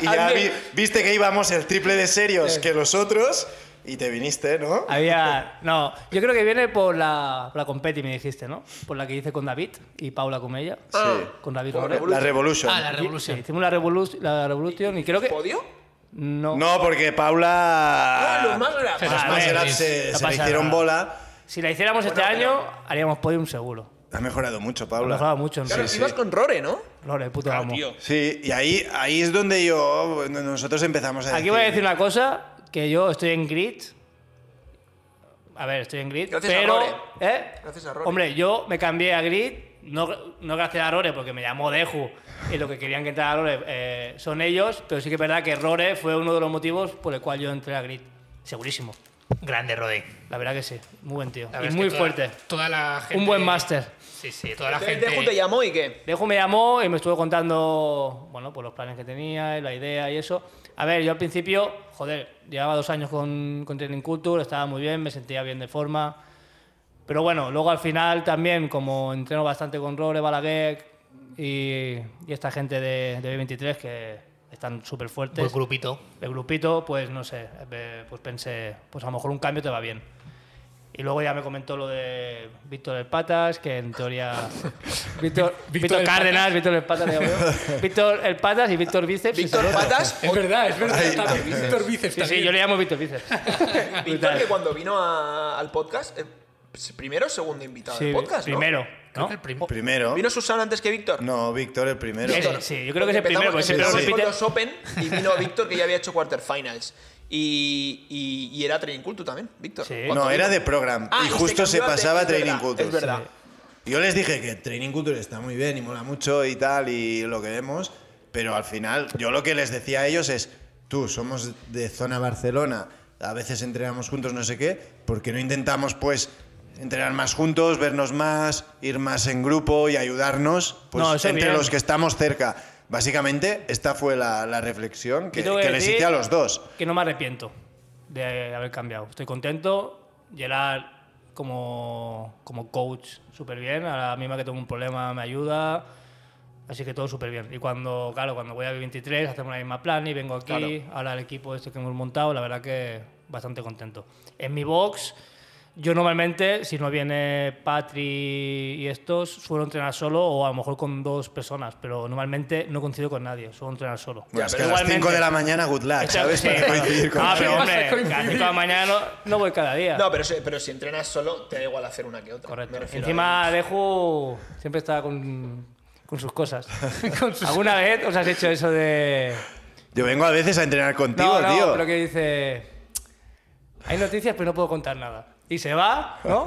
B: Y ya vi- viste que íbamos el triple de serios que los otros y te viniste, ¿no?
D: Ah, Había. No, yo creo que viene por la, por la competi, me dijiste, ¿no? Por la que hice con David y Paula Comella.
A: Ah.
D: Con David
A: Por
D: Robredo.
B: La Revolution.
C: Ah, la
D: Sí,
C: revolución.
D: hicimos la, Revolu- la Revolution y creo que.
A: ¿Podio?
D: No.
B: No, porque Paula.
A: Ah, los más grandes.
B: Los
D: Ah,
B: más
D: a ver,
B: grandes se,
D: no
B: se le
D: pasa
B: hicieron
D: nada.
B: bola.
D: Si la hiciéramos este
A: pero-
D: año, haríamos podium seguro.
B: Ha mejorado mucho,
D: Lo
B: Paula.
D: mejoraba mucho, ¿no?
A: Claro,
D: Sí,
A: ibas
D: sí.
A: con Rore, ¿no?
D: Lore, puto amo.
B: Sí, y ahí, ahí es donde yo. bueno, Nosotros empezamos a
D: Aquí voy a decir una cosa: que yo estoy en grid. A ver, estoy en grid.
A: Gracias a
D: pero.
A: Rore.
D: ¿eh?
A: Gracias a Rore.
D: Hombre, yo me cambié a grid. No, no gracias a Rore, porque me llamó Deju y lo que querían que entrara a Rore eh, son ellos, pero sí que es verdad que Rore fue uno de los motivos por el cual yo entré a Grid. Segurísimo.
C: Grande, Rodé.
D: La verdad que sí. Muy buen tío.
C: La
D: y
C: verdad es que
D: muy
C: toda-
D: fuerte.
C: Toda la gente.
D: Un buen máster.
C: Sí, sí, toda la
A: Entonces,
C: gente.
A: Deju te llamó y qué.
D: Deju me llamó y me estuvo contando, bueno, pues los planes que tenía y la idea y eso. A ver, yo al principio, joder, llevaba dos años con, con Training Culture, estaba muy bien, me sentía bien de forma. Pero bueno, luego al final también, como entreno bastante con Rore, Balaguer y, y esta gente de, de B23 que están súper
C: Buen
D: fuertes,
C: grupito.
D: el grupito, pues no sé, eh, pues pensé, pues a lo mejor un cambio te va bien. Y luego ya me comentó lo de Víctor El Patas, que en teoría. (laughs) Víctor, Víctor
C: El
D: Cárdenas, Víctor El Patas, (laughs) digo yo. Víctor El Patas y Víctor Bíceps.
A: Víctor
D: y-
A: Patas.
C: Es verdad, es verdad. también, Víctor Bíceps
D: Sí, sí, yo le llamo Víctor Bíceps.
A: (laughs) Víctor, que cuando vino a- al podcast, eh, primero o segundo invitado
D: Sí,
A: del podcast, ¿no?
D: primero.
C: Creo
D: ¿no?
C: que el prim-
B: Primero.
A: ¿Vino Susana antes que Víctor?
B: No, Víctor el primero.
D: Es- sí, yo creo que es el
A: eh, Empezamos-
D: primero, porque siempre
A: empezamos
D: lo
B: sí.
A: con
D: repite.
A: los Open y vino Víctor que ya había hecho quarterfinals. Y, y- y era Training Culture también, Víctor.
D: Sí.
A: Cuando
B: No, era
A: vino.
B: de program.
A: Ah,
B: y
A: se
B: justo se
A: cambió a-
B: pasaba a
A: es
B: Training
A: verdad,
B: Culture.
A: Es verdad.
B: Yo les dije que Training Culture está muy bien y mola mucho y tal, y lo que vemos, pero al final yo lo que les decía a ellos es, tú, somos de zona Barcelona, a veces entrenamos juntos, no sé qué, ¿por qué no intentamos pues entrenar más juntos, vernos más, ir más en grupo y ayudarnos pues,
D: No, eso
B: entre
D: bien.
B: los que estamos cerca? Básicamente, esta fue la, la reflexión que,
D: Yo tengo
B: que
D: que
B: les
D: decir-
B: hice a los dos.
D: que no me arrepiento de haber cambiado. Estoy contento. Gerard, como, como coach, súper bien. Ahora misma que tengo un problema, me ayuda. Así que todo súper bien. Y cuando, claro, cuando voy a B23, hacemos la misma plan y vengo aquí. Ahora el equipo este que hemos montado, la verdad que bastante contento. En mi box, yo normalmente, si no viene Patri y estos, suelo entrenar solo o a lo mejor con dos personas, pero normalmente no coincido con nadie, suelo entrenar solo.
B: Bueno, es
D: Pero
B: que a las 5
D: igualmente-
B: de la mañana, good luck, ¿sabes?
D: Sí.
B: Para coincidir con
D: Ah, pero
B: ellos.
D: hombre, cada cinco de la mañana no, no voy cada día.
A: No, pero, si- pero si entrenas solo, te da igual hacer una que otra.
D: Correcto.
A: me refiero a-
D: Encima Deju siempre está con, con sus cosas.
B: (laughs)
D: ¿Alguna vez os has hecho eso de...
B: Yo vengo a veces a entrenar contigo,
D: no, no,
B: tío.
D: pero que dice... Hay noticias, pero no puedo contar nada. Y se va,
B: (laughs)
D: ¿no?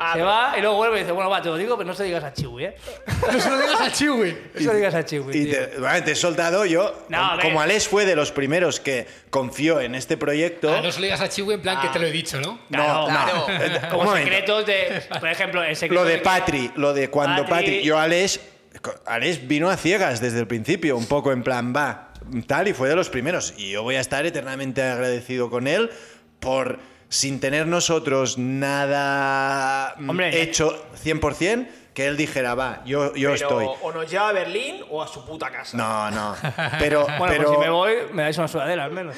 B: Ah,
D: se va y luego vuelve y dice, bueno, va, te lo digo, pero no se lo digas a
B: (laughs)
D: Chiwi, ¿eh?
C: No se lo digas a Chiwi.
D: No se lo digas a Chiwi,
B: Y
D: tío.
B: te, bueno, te he soldado yo.
D: No, a ver.
B: como Alex fue de los primeros que confió en este proyecto.
C: Ah, no se lo digas a Chiwi en plan que te lo he dicho, ¿no?
B: No,
A: Claro,
B: no.
A: claro.
B: Un
D: Como
B: momento.
D: secretos de... Por ejemplo, el secreto
B: Lo de
D: que-
B: Patri, lo de cuando Patri.
D: Patri.
B: yo Alex, Alex vino a ciegas desde el principio, un poco en plan va, tal, y fue de los primeros. Y yo voy a estar eternamente agradecido con él por, sin tener nosotros nada mm,
D: Hombre.
B: hecho 100%, que él dijera, va, yo, yo
A: Pero
B: estoy.
A: O nos lleva a Berlín o a su puta casa.
B: No, no. Pero,
D: (laughs) Bueno,
B: pero
D: pues si me voy, me dais una sudadera al menos.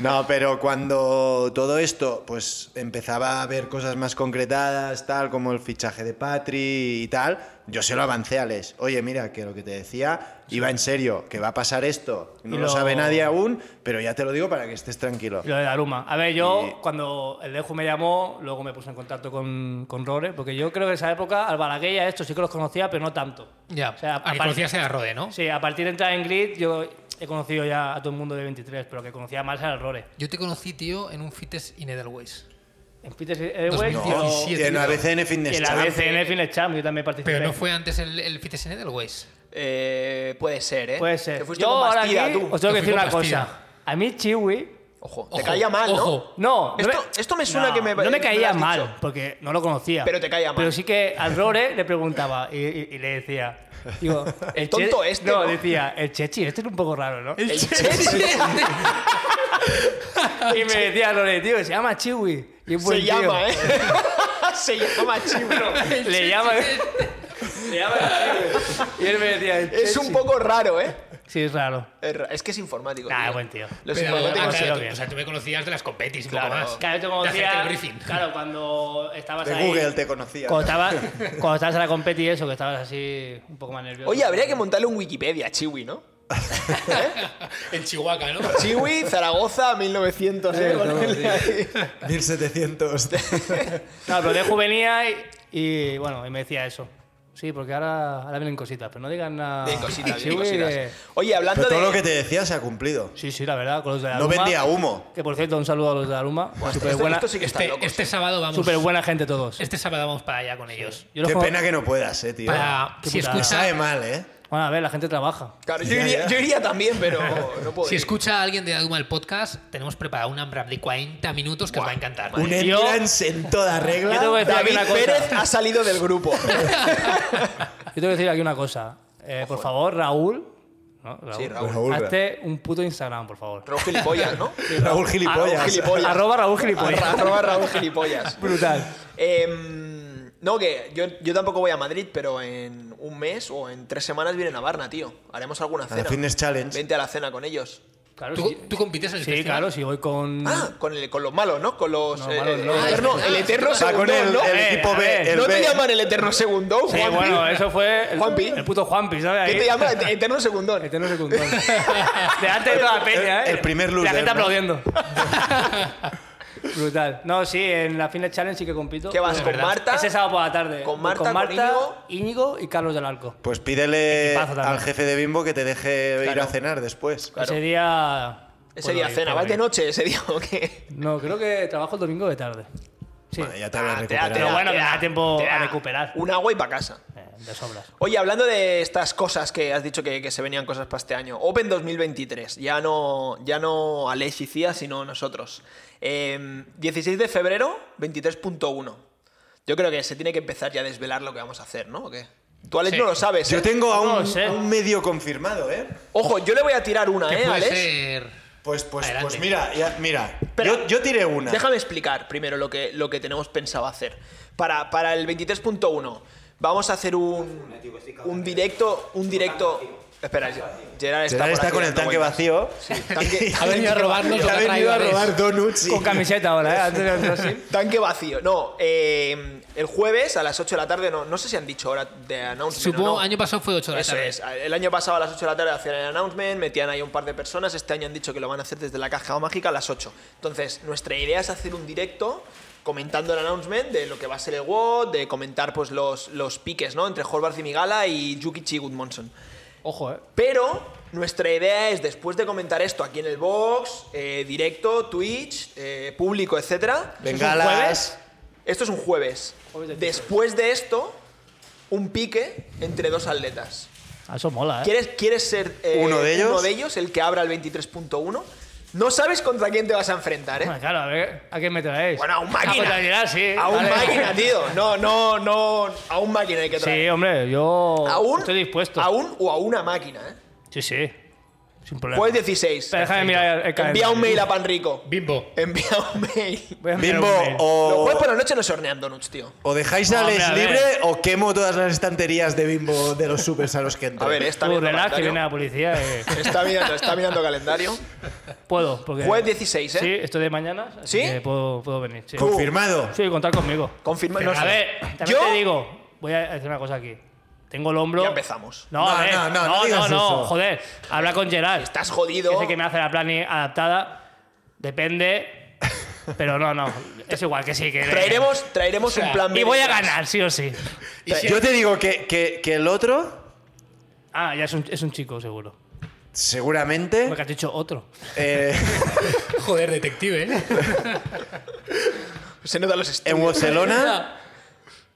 B: No, pero cuando todo esto, pues empezaba a haber cosas más concretadas, tal como el fichaje de Patri y tal, yo se lo avancé a Les. Oye, mira, que lo que te decía iba en serio, que va a pasar esto. No
D: Y
B: lo...
D: lo-
B: sabe nadie aún, pero ya te lo digo para que estés tranquilo.
D: Y Lo de Daruma. A ver, yo
B: Y-
D: cuando el Deju me llamó, luego me puse en contacto con, con Rore, porque yo creo que en esa época al Balaguer y a esto sí que los conocía, pero no tanto.
C: Ya.
D: O sea,
C: a que
D: aparte-
C: conocías a Rode, ¿no?
D: Sí, a partir de entrar en Grid yo he conocido ya a todo el mundo de 23, pero que conocía más era el Rore.
C: Yo te conocí, tío, en un Fites in Edelweiss.
D: En Peter Airways
C: No,
D: tío,
C: sí,
B: Oh, en la BCN Fitness
D: y en la
B: Champ.
D: BCN Fitness Champ yo también participé.
C: Pero no fue antes el, el Fites in (laughs) Edelweiss.
A: Eh, puede ser, ¿eh?
D: Puede ser.
A: Te fuiste
D: Yo
A: con
D: ahora
A: Bastida,
D: aquí
A: tú.
D: os tengo
C: Te
D: que
C: fui
D: decir
C: con
D: una
C: Bastida.
D: cosa. A mí Chiwi
A: Ojo, te
C: Ojo,
A: caía mal, ¿no?
C: ojo.
D: No,
A: Esto-
D: no me-
A: esto me suena
D: no,
A: que me-
D: No
A: me
D: me
A: lo
D: caía
A: has dicho.
D: mal, porque no lo conocía.
A: Pero te caía mal.
D: Pero sí que al Rore le preguntaba y, y- y le decía.
A: (laughs)
D: Digo, el
A: Tonto este,
D: No,
A: ¿no?
D: decía, el Chechi, este es un poco raro, ¿no?
A: El Chelsea.
D: y me decía Rore, tío, se llama Chiwi. Y es
A: (laughs)
D: buen
A: se
D: tío".
A: llama,
D: (laughs)
A: ¿eh? (laughs) se llama Chibro.
D: Le llama. (laughs) le llama Chiwi. Y él me decía, el
A: Es un
D: Chechi.
A: poco raro, ¿eh?
D: Sí, es raro.
A: Es ra- Es que es informático.
D: Nah, buen tío.
A: Los
C: Pero,
A: informáticos
C: ah,
D: sí,
C: claro, tú-
D: bien.
C: o sea, tú me conocías de las competis un
A: Claro.
C: poco más.
D: Claro, yo te
C: De hacerte
D: conocía.
C: el briefing.
D: Claro, cuando estabas
B: De
D: ahí.
B: Google te conocía.
D: Cuando estabas, cuando estabas en la competi y eso, que estabas así un poco más nervioso.
A: Oye, habría que montarle un Wikipedia a Chiwi, ¿no?
C: (laughs) En Chihuahua, ¿no?
A: Chiwi, Zaragoza, 1900. ¿eh? Con el de ahí.
E: 1700.
D: No, pero Deju venía y, y, bueno, y me decía eso. Sí, porque ahora, ahora vienen cositas, pero no digan nada.
A: Bien cositas,
D: Sí,
A: bien
D: güey,
A: cositas.
D: de-
A: Oye, hablando
B: Ah. Pero todo
A: de.
B: lo que te decía se ha cumplido.
D: Sí, sí, la verdad, con los de
B: No
D: Aruma.
B: vendía humo.
D: Que por cierto, un saludo a los de Aruma.
A: Esto-
D: Súper buena,
A: esto sí que está
C: Este,
A: loco.
C: este sábado vamos.
D: superbuena gente todos.
C: Este sábado vamos para allá con ellos.
D: Yo los
B: Qué
D: cono-
B: pena que no puedas, eh, tío.
C: Para,
D: Qué
C: si
D: putada.
B: Me
C: escucha,
B: sabe mal, eh.
D: Bueno, a ver, la gente trabaja.
A: Claro, yo, iría, yo iría también,
B: (laughs)
A: pero no puedo.
C: si
A: ir.
C: escucha a alguien de Aduma el podcast, tenemos preparado un unwrap de 40 minutos que os va a encantar.
B: Un
D: Yo-
B: entrance en toda
D: Yo
B: regla.
D: tengo que decir aquí
A: David
D: una cosa.
A: Pérez ha salido del grupo.
D: Yo tengo que decir aquí una cosa. Eh, por favor, Raúl. ¿no?
A: Ah, Sí, Raúl.
B: Raúl.
D: Hazte un puto Instagram, por favor.
A: Raúl Gilipollas, ¿no?
B: Raúl
A: Raúl
B: Gilipollas.
A: Gilipollas.
D: Arroba Raúl Gilipollas.
A: Arra- Arroba Raúl Gilipollas.
D: Brutal.
A: Em, no, que yo, yo tampoco voy a Madrid, pero en un mes o en tres semanas viene Navarra, tío. Haremos alguna
B: A la
A: cena.
B: Fitness Challenge.
A: Vente a la cena con ellos.
D: Claro,
C: ¿Tú,
D: sí.
C: tú compites en el
D: Sí,
C: festival?
D: claro, si voy con.
A: Ah, con, el- con los malos, ¿no? Con los.
D: No,
A: eh,
D: malos
A: eh,
D: no.
A: el eterno, el eterno
C: Ah,
B: Ah, con
A: segundo,
B: el,
A: ¿no?
B: el
D: Eh,
B: equipo
D: a
B: B.
D: ver,
B: El
A: ¿No
B: B.
A: te llaman el eterno segundo?
D: Sí,
A: Juanpi?
D: bueno, eso fue el,
A: Juanpi.
D: el puto Juanpi, ¿sabes?
A: ¿Qué
D: Ahí.
A: te llama? Eterno segundón.
D: (laughs) Este no es el condón. Delante de toda la peña, ¿eh?
B: El primer
D: La
B: loser,
D: gente
B: ¿no?
D: aplaudiendo. (laughs) Brutal. No, sí, en la Fitness Challenge sí que compito.
A: ¿Qué vas,
D: Es
A: con
D: verdad.
A: Marta?
D: Ese sábado por la tarde.
A: ¿Con Marta,
D: con
A: con Íñigo?
D: Íñigo y Carlos del Arco.
B: Pues pídele
D: Equipazo también.
B: al jefe de Bimbo que te deje ir
A: Claro.
B: a cenar después.
A: Claro.
D: Ese día
A: Ese
D: Puedo
A: día
D: ir,
A: cena,
D: puedo
A: ¿vas de
D: ir.
A: noche ese día o qué?
D: No, creo que trabajo el domingo de tarde. Sí.
B: Bueno, ya te habrás
A: Ah, te da-
B: recuperado.
A: te da-
D: bueno, que
A: te
D: me da tiempo
A: te
D: a
A: da
D: recuperar.
A: Un agua y para casa.
D: Eh, de sobras.
A: Oye, hablando de estas cosas que has dicho que, que se venían cosas para este año, Open 2023, ya no, ya no Aleix y Cía, sino nosotros. Eh, 16 de febrero, 23.1. Yo creo que se tiene que empezar ya a desvelar lo que vamos a hacer, ¿no? ¿O qué? Tú, Alex,
C: Sí.
A: no lo sabes. ¿eh?
B: Yo tengo a
D: No
B: un,
D: lo sé.
B: a un medio confirmado, ¿eh?
A: Ojo, yo le voy a tirar una,
C: Que
A: ¿eh,
C: puede
A: Alex?
C: ser.
B: Pues, pues,
C: Adelante.
B: pues mira, ya- mira.
A: Espera.
B: Yo, yo tiré una.
A: Déjame explicar primero lo que, lo que tenemos pensado hacer. Para, para el 23.1 vamos a hacer un, un directo... Un directo... Espera, Gerard está,
B: Gerard
A: por
B: está
A: aquí
B: con el
A: dando
B: tanque
A: vueltas.
B: vacío. (laughs)
A: Tanque-
C: Ha venido a robarnos lo
B: Se
C: que
B: ha
C: ha
B: venido
C: traído
B: a
C: Alex.
B: robar donuts. y-
D: Con camiseta ahora, ¿eh? Antes de entrar así.
A: Tanque vacío. No, eh, el jueves a las 8 de la tarde, no, no sé si han dicho hora de announcement. o
C: Supongo,
A: no.
C: año pasado fue 8 de la
A: Eso
C: tarde.
A: es. Ah, El año pasado a las 8 de la tarde hacían el announcement, metían ahí un par de personas. Este año han dicho que lo van a hacer desde la caja mágica a las 8. Entonces, nuestra idea es hacer un directo comentando el announcement de lo que va a ser el WOD, de comentar pues los, los piques, ¿no? Entre Horvath y Migala y Yukichi Gudmonson.
D: Ojo, ¿eh?
A: Pero nuestra idea es, después de comentar esto aquí en el box, eh, directo, Twitch, eh, público, etcétera.
B: Bengalas.
A: Esto es un jueves.
D: Jueves de
A: Después de esto, un pique entre dos atletas.
D: Ah, Eso mola, ¿eh?
A: ¿Quieres, quieres ser eh,
B: ¿Uno de ellos?
A: uno de ellos, el que abra el 23.1? No sabes contra quién te vas a enfrentar, ¿eh?
D: Bueno, claro, a ver, ¿a quién me traéis?
A: Bueno, a un
D: Ah, pues
A: máquina.
D: la Gerard, sí.
A: A un
D: Vale.
A: máquina, tío. No, no, no. A un máquina hay que traer.
D: Sí, hombre, yo
A: a un,
D: estoy dispuesto.
A: A un o a una máquina, ¿eh?
D: Sí, sí. Sin problema.
A: Jueves 16.
D: Pero déjame mirar el- el calendario.
A: Envía un mail a Panrico.
C: Bimbo.
A: Envía un mail.
D: Voy a mirar
B: Bimbo,
D: un mail.
A: Los
B: o,
A: jueves por la noche no se hornean donuts, tío.
B: o dejáis
D: No,
B: a
D: hombre,
B: Alex
D: a ver.
B: libre o quemo todas las estanterías de bimbo de los supers a los que entro.
A: A ver, está
D: Tú,
A: viendo
D: relax, que
A: calendario.
D: viene la policía.
A: (laughs)
D: eh.
A: Está mirando, está mirando calendario.
D: Puedo, porque.
A: Jueves 16, ¿eh?
D: Sí, estoy de mañana. así
A: ¿Sí?
D: que puedo, puedo venir. Sí.
B: Confirmado.
D: Sí, contar conmigo.
A: Confirma-
D: Pero,
A: no
D: a
A: sé.
D: ver, también
A: Yo-
D: te digo, voy a decir una cosa aquí. Tengo el hombro.
A: Ya empezamos.
D: No,
B: No,
D: a ver,
B: no,
D: no,
B: no, no
D: no, no,
B: digas eso.
D: joder. Habla con Gerard.
A: Estás
D: que
A: jodido.
D: es el que me hace la plani adaptada. Depende. Pero no, no. Es igual que sí. Que
A: Traeremos, traeremos un plan B
D: Y voy a
A: detrás.
D: ganar, sí o sí.
B: Yo te digo que, que- que el otro,
D: Ah, ya es un, es un chico, seguro.
B: seguramente.
D: Porque has dicho otro.
B: eh,
C: Joder, detective, ¿eh?
A: Se notan los
B: en
A: estudios. (laughs)
B: Barcelona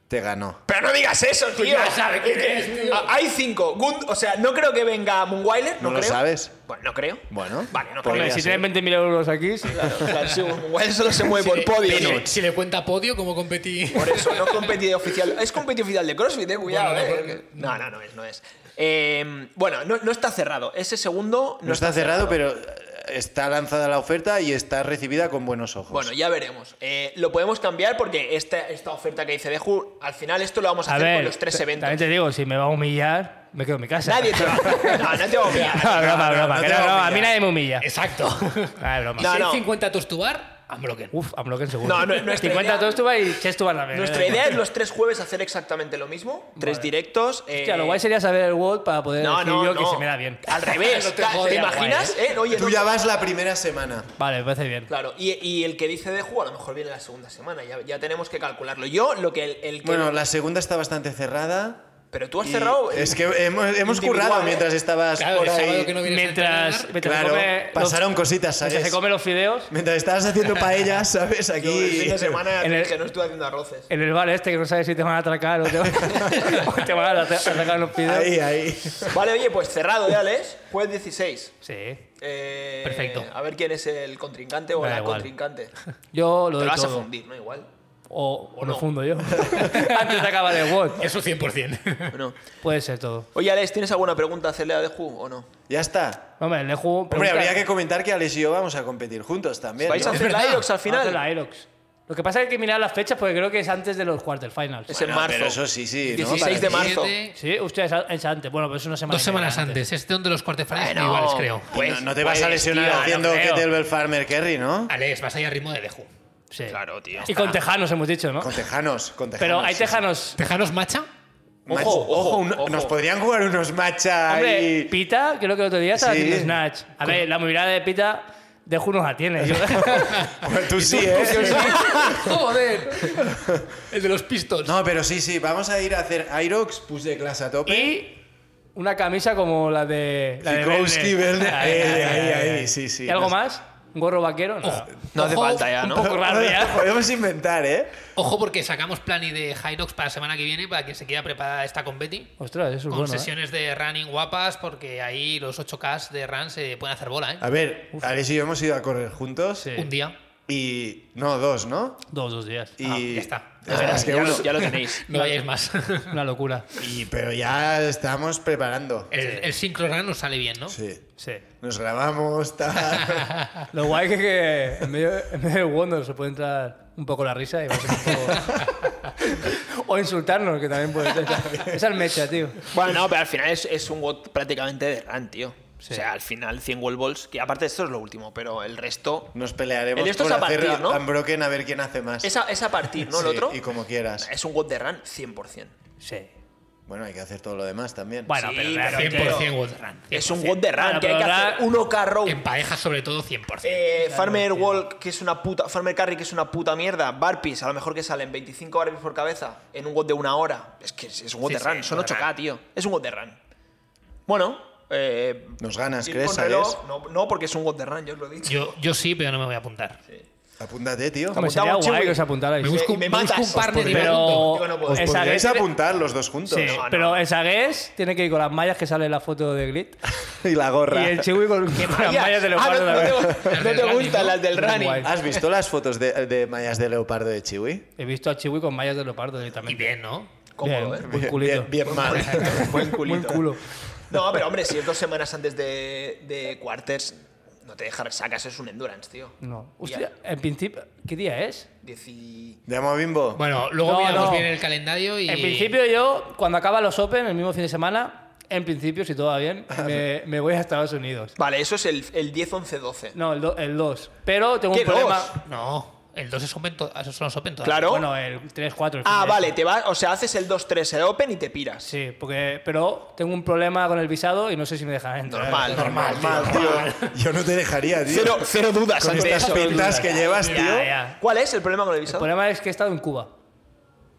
B: te ganó.
A: Pero no digas eso, tío.
C: ya sabe quién es, tío.
A: Ah, Hay cinco. Gund- o sea, no creo que venga Mungweiler. No,
B: No lo
A: creo.
B: sabes.
A: Bueno, no creo.
B: Bueno,
A: Vale, no
B: podría
A: creo.
D: Hombre, si
B: ser.
D: tienes 20.000 euros aquí, sí.
A: Claro, sí, Mungweiler solo se mueve por
C: podio.
A: podio.
C: Si, si le cuenta podio, ¿cómo competí? (laughs)
A: Por eso, no es competidor oficial. Es competidor oficial de CrossFit, eh, cuidado,
C: Bueno, no,
A: eh.
C: porque-
A: No, no, no es, no es. Eh, bueno, no, no está cerrado. Ese segundo no,
B: No está cerrado, pero eh, está lanzada la oferta y está recibida con buenos ojos.
A: Bueno, ya veremos. Eh, lo podemos cambiar porque esta, esta oferta que dice Deju, al final esto lo vamos a,
D: A
A: hacer
D: ver,
A: con los tres
D: ta-
A: eventos.
D: también te digo, si me va a humillar, me quedo en mi casa.
A: Nadie te va. No, no te
D: (laughs)
A: va a humillar.
D: No, broma,
B: no,
D: broma.
B: no
D: que
B: te
D: No,
B: va a
D: no, a
B: humillar.
D: mí nadie me humilla.
C: Exacto.
D: (laughs) Ah, es broma.
A: No,
C: si
A: no.
C: hay 50 tostubar, unblocken.
D: Uf, unblocken seguro.
A: No, no, nuestra
D: 50
A: idea-
D: todos tú y Chess tú también.
A: Nuestra idea
D: (laughs)
A: es los tres jueves hacer exactamente lo mismo. Tres directos. eh,
D: Hostia, lo guay sería saber el WOD para poder
A: No,
D: decir
A: no,
D: yo
A: no.
D: que se me da bien. (laughs)
A: Al revés.
C: No te
A: Ca- te,
C: jode, guay,
A: imaginas? ¿eh? Oye,
B: Tú
A: no-
B: ya vas la primera semana.
D: Vale, me parece bien.
A: Claro, y, y el que dice de juego a lo mejor viene la segunda semana, ya, ya tenemos que calcularlo. Yo, lo que el, el que.
B: Bueno, la segunda está bastante cerrada.
A: pero tú has
B: y
A: cerrado.
B: Es que hemos, hemos
A: individual,
B: currado
A: ¿eh?
B: mientras estabas
C: Claro,
B: por
C: el sábado
B: ahí.
C: que no vienes a
D: Mientras,
C: entrenar,
D: mientras, se
B: Claro,
D: come los-
B: pasaron cositas,
D: mientras
B: ¿sabes?
D: se come los fideos,
B: Mientras estabas
A: (laughs)
B: haciendo paellas, ¿sabes? Aquí.
A: Yo el fin de semana
D: (laughs) En el-
A: que no estuve haciendo arroces.
D: en el bar este que no sabes si te van a atracar o te
B: (laughs)
D: van, (laughs) o te van a atra- atracar los fideos.
B: Ahí, ahí.
A: Vale, oye, pues cerrado ya, ¿les? Jueves 16.
D: Sí.
A: Eh,
C: Perfecto.
A: A ver quién es el contrincante o
D: Me da
A: la
D: igual. (laughs)
A: contrincante.
D: Yo lo
A: Te
D: de
A: lo vas a
D: todo.
A: fundir, ¿no? Igual.
D: O, o
A: no.
D: lo fundo
A: (laughs)
D: yo. Antes de acabar el WOD.
C: Eso (laughs) 100%.
A: Bueno.
D: Puede ser todo.
A: Oye, Alex, ¿tienes alguna pregunta a hacerle a Deju o no?
B: Ya está.
D: Hombre, el Leju.
B: Hombre, habría que comentar que Alex y yo vamos a competir juntos
D: Eh,
B: también.
A: ¿Vais
B: ¿no?
A: a
D: (laughs)
A: hacer la Irox al
D: final.
A: final?
D: la Aerox. Lo que pasa es que hay que mirar las fechas porque creo que es antes de los quarterfinals.
A: Es en
B: Bueno,
A: marzo.
B: Pero eso sí, sí. ¿no?
A: 16 de
B: Para ti.
A: marzo.
D: Sí, usted es a- es antes. Bueno, pero es una semana.
C: Dos
D: y
C: semanas
D: media
C: antes. Este Es donde los cuartefinales
A: Bueno,
C: iguales, creo.
A: pues,
B: No, no te vas a
D: Pues,
B: lesionar
D: tío,
B: haciendo
D: no creo.
B: Kettlebell Farmer Kerry, ¿no?
C: Alex, vas ahí a ritmo de Deju.
D: Sí.
A: Claro, tío.
D: Y con tejanos hemos dicho, ¿no?
B: Con tejanos, con tejanos.
D: Pero hay
B: sí,
D: tejanos.
C: ¿Tejanos macha?
B: Mach-
A: Ojo, ojo,
B: un-
A: ojo.
B: nos podrían jugar unos matcha
D: Hombre,
B: y...
D: Pita, creo que el otro día estaba
B: Sí.
D: haciendo snatch. A ver, la movilidad de Pita, de Juno la
B: (laughs)
D: tiene. Yo-
B: Tú sí, ¿eh?
C: ¡Joder! (laughs) El de los pistos.
B: No, pero sí, sí, vamos a ir a hacer Irox, push de clase a tope.
D: y una camisa como la de. La de
B: Zikowski, Belner.
D: Belner.
B: Ahí, ahí, ahí, Sí, sí, sí.
D: ¿Y algo
B: Nos-
D: más? ¿Un gorro vaquero? No.
A: No hace
C: Ojo,
A: falta ya,
D: Un
A: ¿no?
D: poco
B: (laughs)
D: raro ya.
B: Podemos inventar, ¿eh?
C: Ojo porque sacamos plan y de Hyrox para la semana que viene para que se quede preparada esta con Betty.
D: Ostras, eso es
C: Con
D: bueno. ¿eh?
C: sesiones de running guapas porque ahí los 8K de run se pueden hacer bola, ¿eh?
B: A ver, Alex y yo hemos ido a correr juntos.
D: Sí. Ah,
C: Un día.
B: Y. No, dos, ¿no?
D: Dos, dos días.
B: Y.
C: ya está.
B: Es verdad, es que
A: ya,
B: uno-
A: lo, ya lo
B: (laughs)
A: tenéis.
C: No vayáis más.
D: (laughs)
C: (laughs)
D: Una locura.
B: y- pero ya estamos preparando.
C: El, el sincro run nos sale bien, ¿no?
B: Sí.
D: Sí.
B: Nos grabamos, tal.
D: Lo guay que, que en, medio, en medio del Wonder se puede entrar un poco la risa y va a ser
B: (laughs)
D: un poco... (laughs) o insultarnos, que también puede ser. Esa es mecha, tío.
A: Bueno, no, pero al final es, es un WOT prácticamente de run, tío. O sea, al final 100 wall balls, que aparte esto es lo último, pero el resto...
B: Nos pelearemos
A: El esto
B: por
A: es a
B: hacer
A: partir, ¿no?
B: Unbroken a ver quién hace más.
A: Es a, es a partir, ¿no?
B: Sí,
A: el otro
B: Y como quieras.
A: es un WOT de run 100%.
D: Sí.
B: Bueno, hay que hacer todo lo demás también.
C: Ah,
D: Bueno,
A: Sí,
D: pero,
A: pero
D: realmente-
C: 100% World Run.
A: Es un WOT de run,
D: Bueno,
A: que hay que
D: pero
A: hacer
D: run-
A: 1K row.
C: En pareja, sobre todo, 100%.
A: Eh, Farmer Wall, que es una puta. Farmer Carry, que es una puta mierda. Barpees, a lo mejor que salen 25 barpees por cabeza en un WOT de una hora. Es que es, es un WOT
C: Sí,
A: de run,
C: sí,
A: son
C: WOT de
A: 8K,
C: run.
A: tío. Es un WOT de run. Bueno, eh,
B: Nos ganas,
A: ir
B: ¿crees,
A: con
B: Alex?
A: reloj, no, no, porque es un WOT de run, yo os lo he dicho.
C: Yo, yo sí, pero no me voy a apuntar.
B: Apúntate, tío.
D: Hombre, sería
A: Apuntamos,
D: guay
A: Chiwi.
D: que os apuntarais.
C: Me busco,
A: me
C: me busco
A: matas.
C: un partner y me apunto.
D: Pero
A: Digo, no puedo. Os
D: esa
B: Podríais
D: Guess-
B: apuntar los dos juntos.
D: Sí,
A: No, no.
D: pero el Sagues tiene que ir con las mallas que sale en la foto de Glit.
B: Y la
D: Y
B: gorra.
D: el Chiwi
A: (laughs)
D: con, con las
A: Vaya.
D: mallas de
A: Ah,
D: leopardo
A: no, no
D: también.
A: te,
D: (laughs)
A: no te
C: running,
A: gustan
C: ¿no?
A: las del
D: Muy
A: running.
D: guay.
B: ¿Has visto las fotos de, de mallas de leopardo de Chiwi?
D: He visto a Chiwi con mallas de leopardo
C: Y
D: directamente.
C: bien, ¿no?
A: Cómodo,
D: Bien,
A: ¿eh?
D: Buen culito.
B: Bien, bien mal.
D: (laughs)
A: Buen culito.
D: Buen culo.
A: No, pero hombre, si es dos semanas antes de, de quarters, no te deja resacas, es un endurance, tío.
D: No. Hostia, en principio, ¿qué día es?
A: Dieci-
B: Llamo a Bimbo.
C: Bueno, luego
D: No,
C: miramos
D: no.
C: bien el calendario y.
D: En principio yo, cuando acaba los Open, el mismo fin de semana, en principio, si todo
A: (laughs)
D: va bien,
A: Ah,
D: me, me voy a Estados Unidos.
A: Vale, eso es el, el 10, 11, 12.
D: No, el, do- el 2. Pero tengo
A: ¿Qué
D: un
A: dos?
D: problema.
C: No, el 2 es open, to- esos son los open todavía.
A: Claro.
D: Bueno, el 3, 4. el fin
A: ah,
D: de-
A: vale, te vas, o sea, haces el 2-3 el Open y te piras.
D: Sí, porque, pero tengo un problema con el visado y no sé si me dejarán entrar.
A: Normal, normal.
B: Mal, tío. Yo no te dejaría, tío.
A: Cero, cero dudas
B: Con
A: ante
B: estas
A: eso.
B: pintas que llevas, tío.
D: Ya, ya.
A: ¿Cuál es el problema con el
D: El
A: visado?
D: problema es que he estado en Cuba.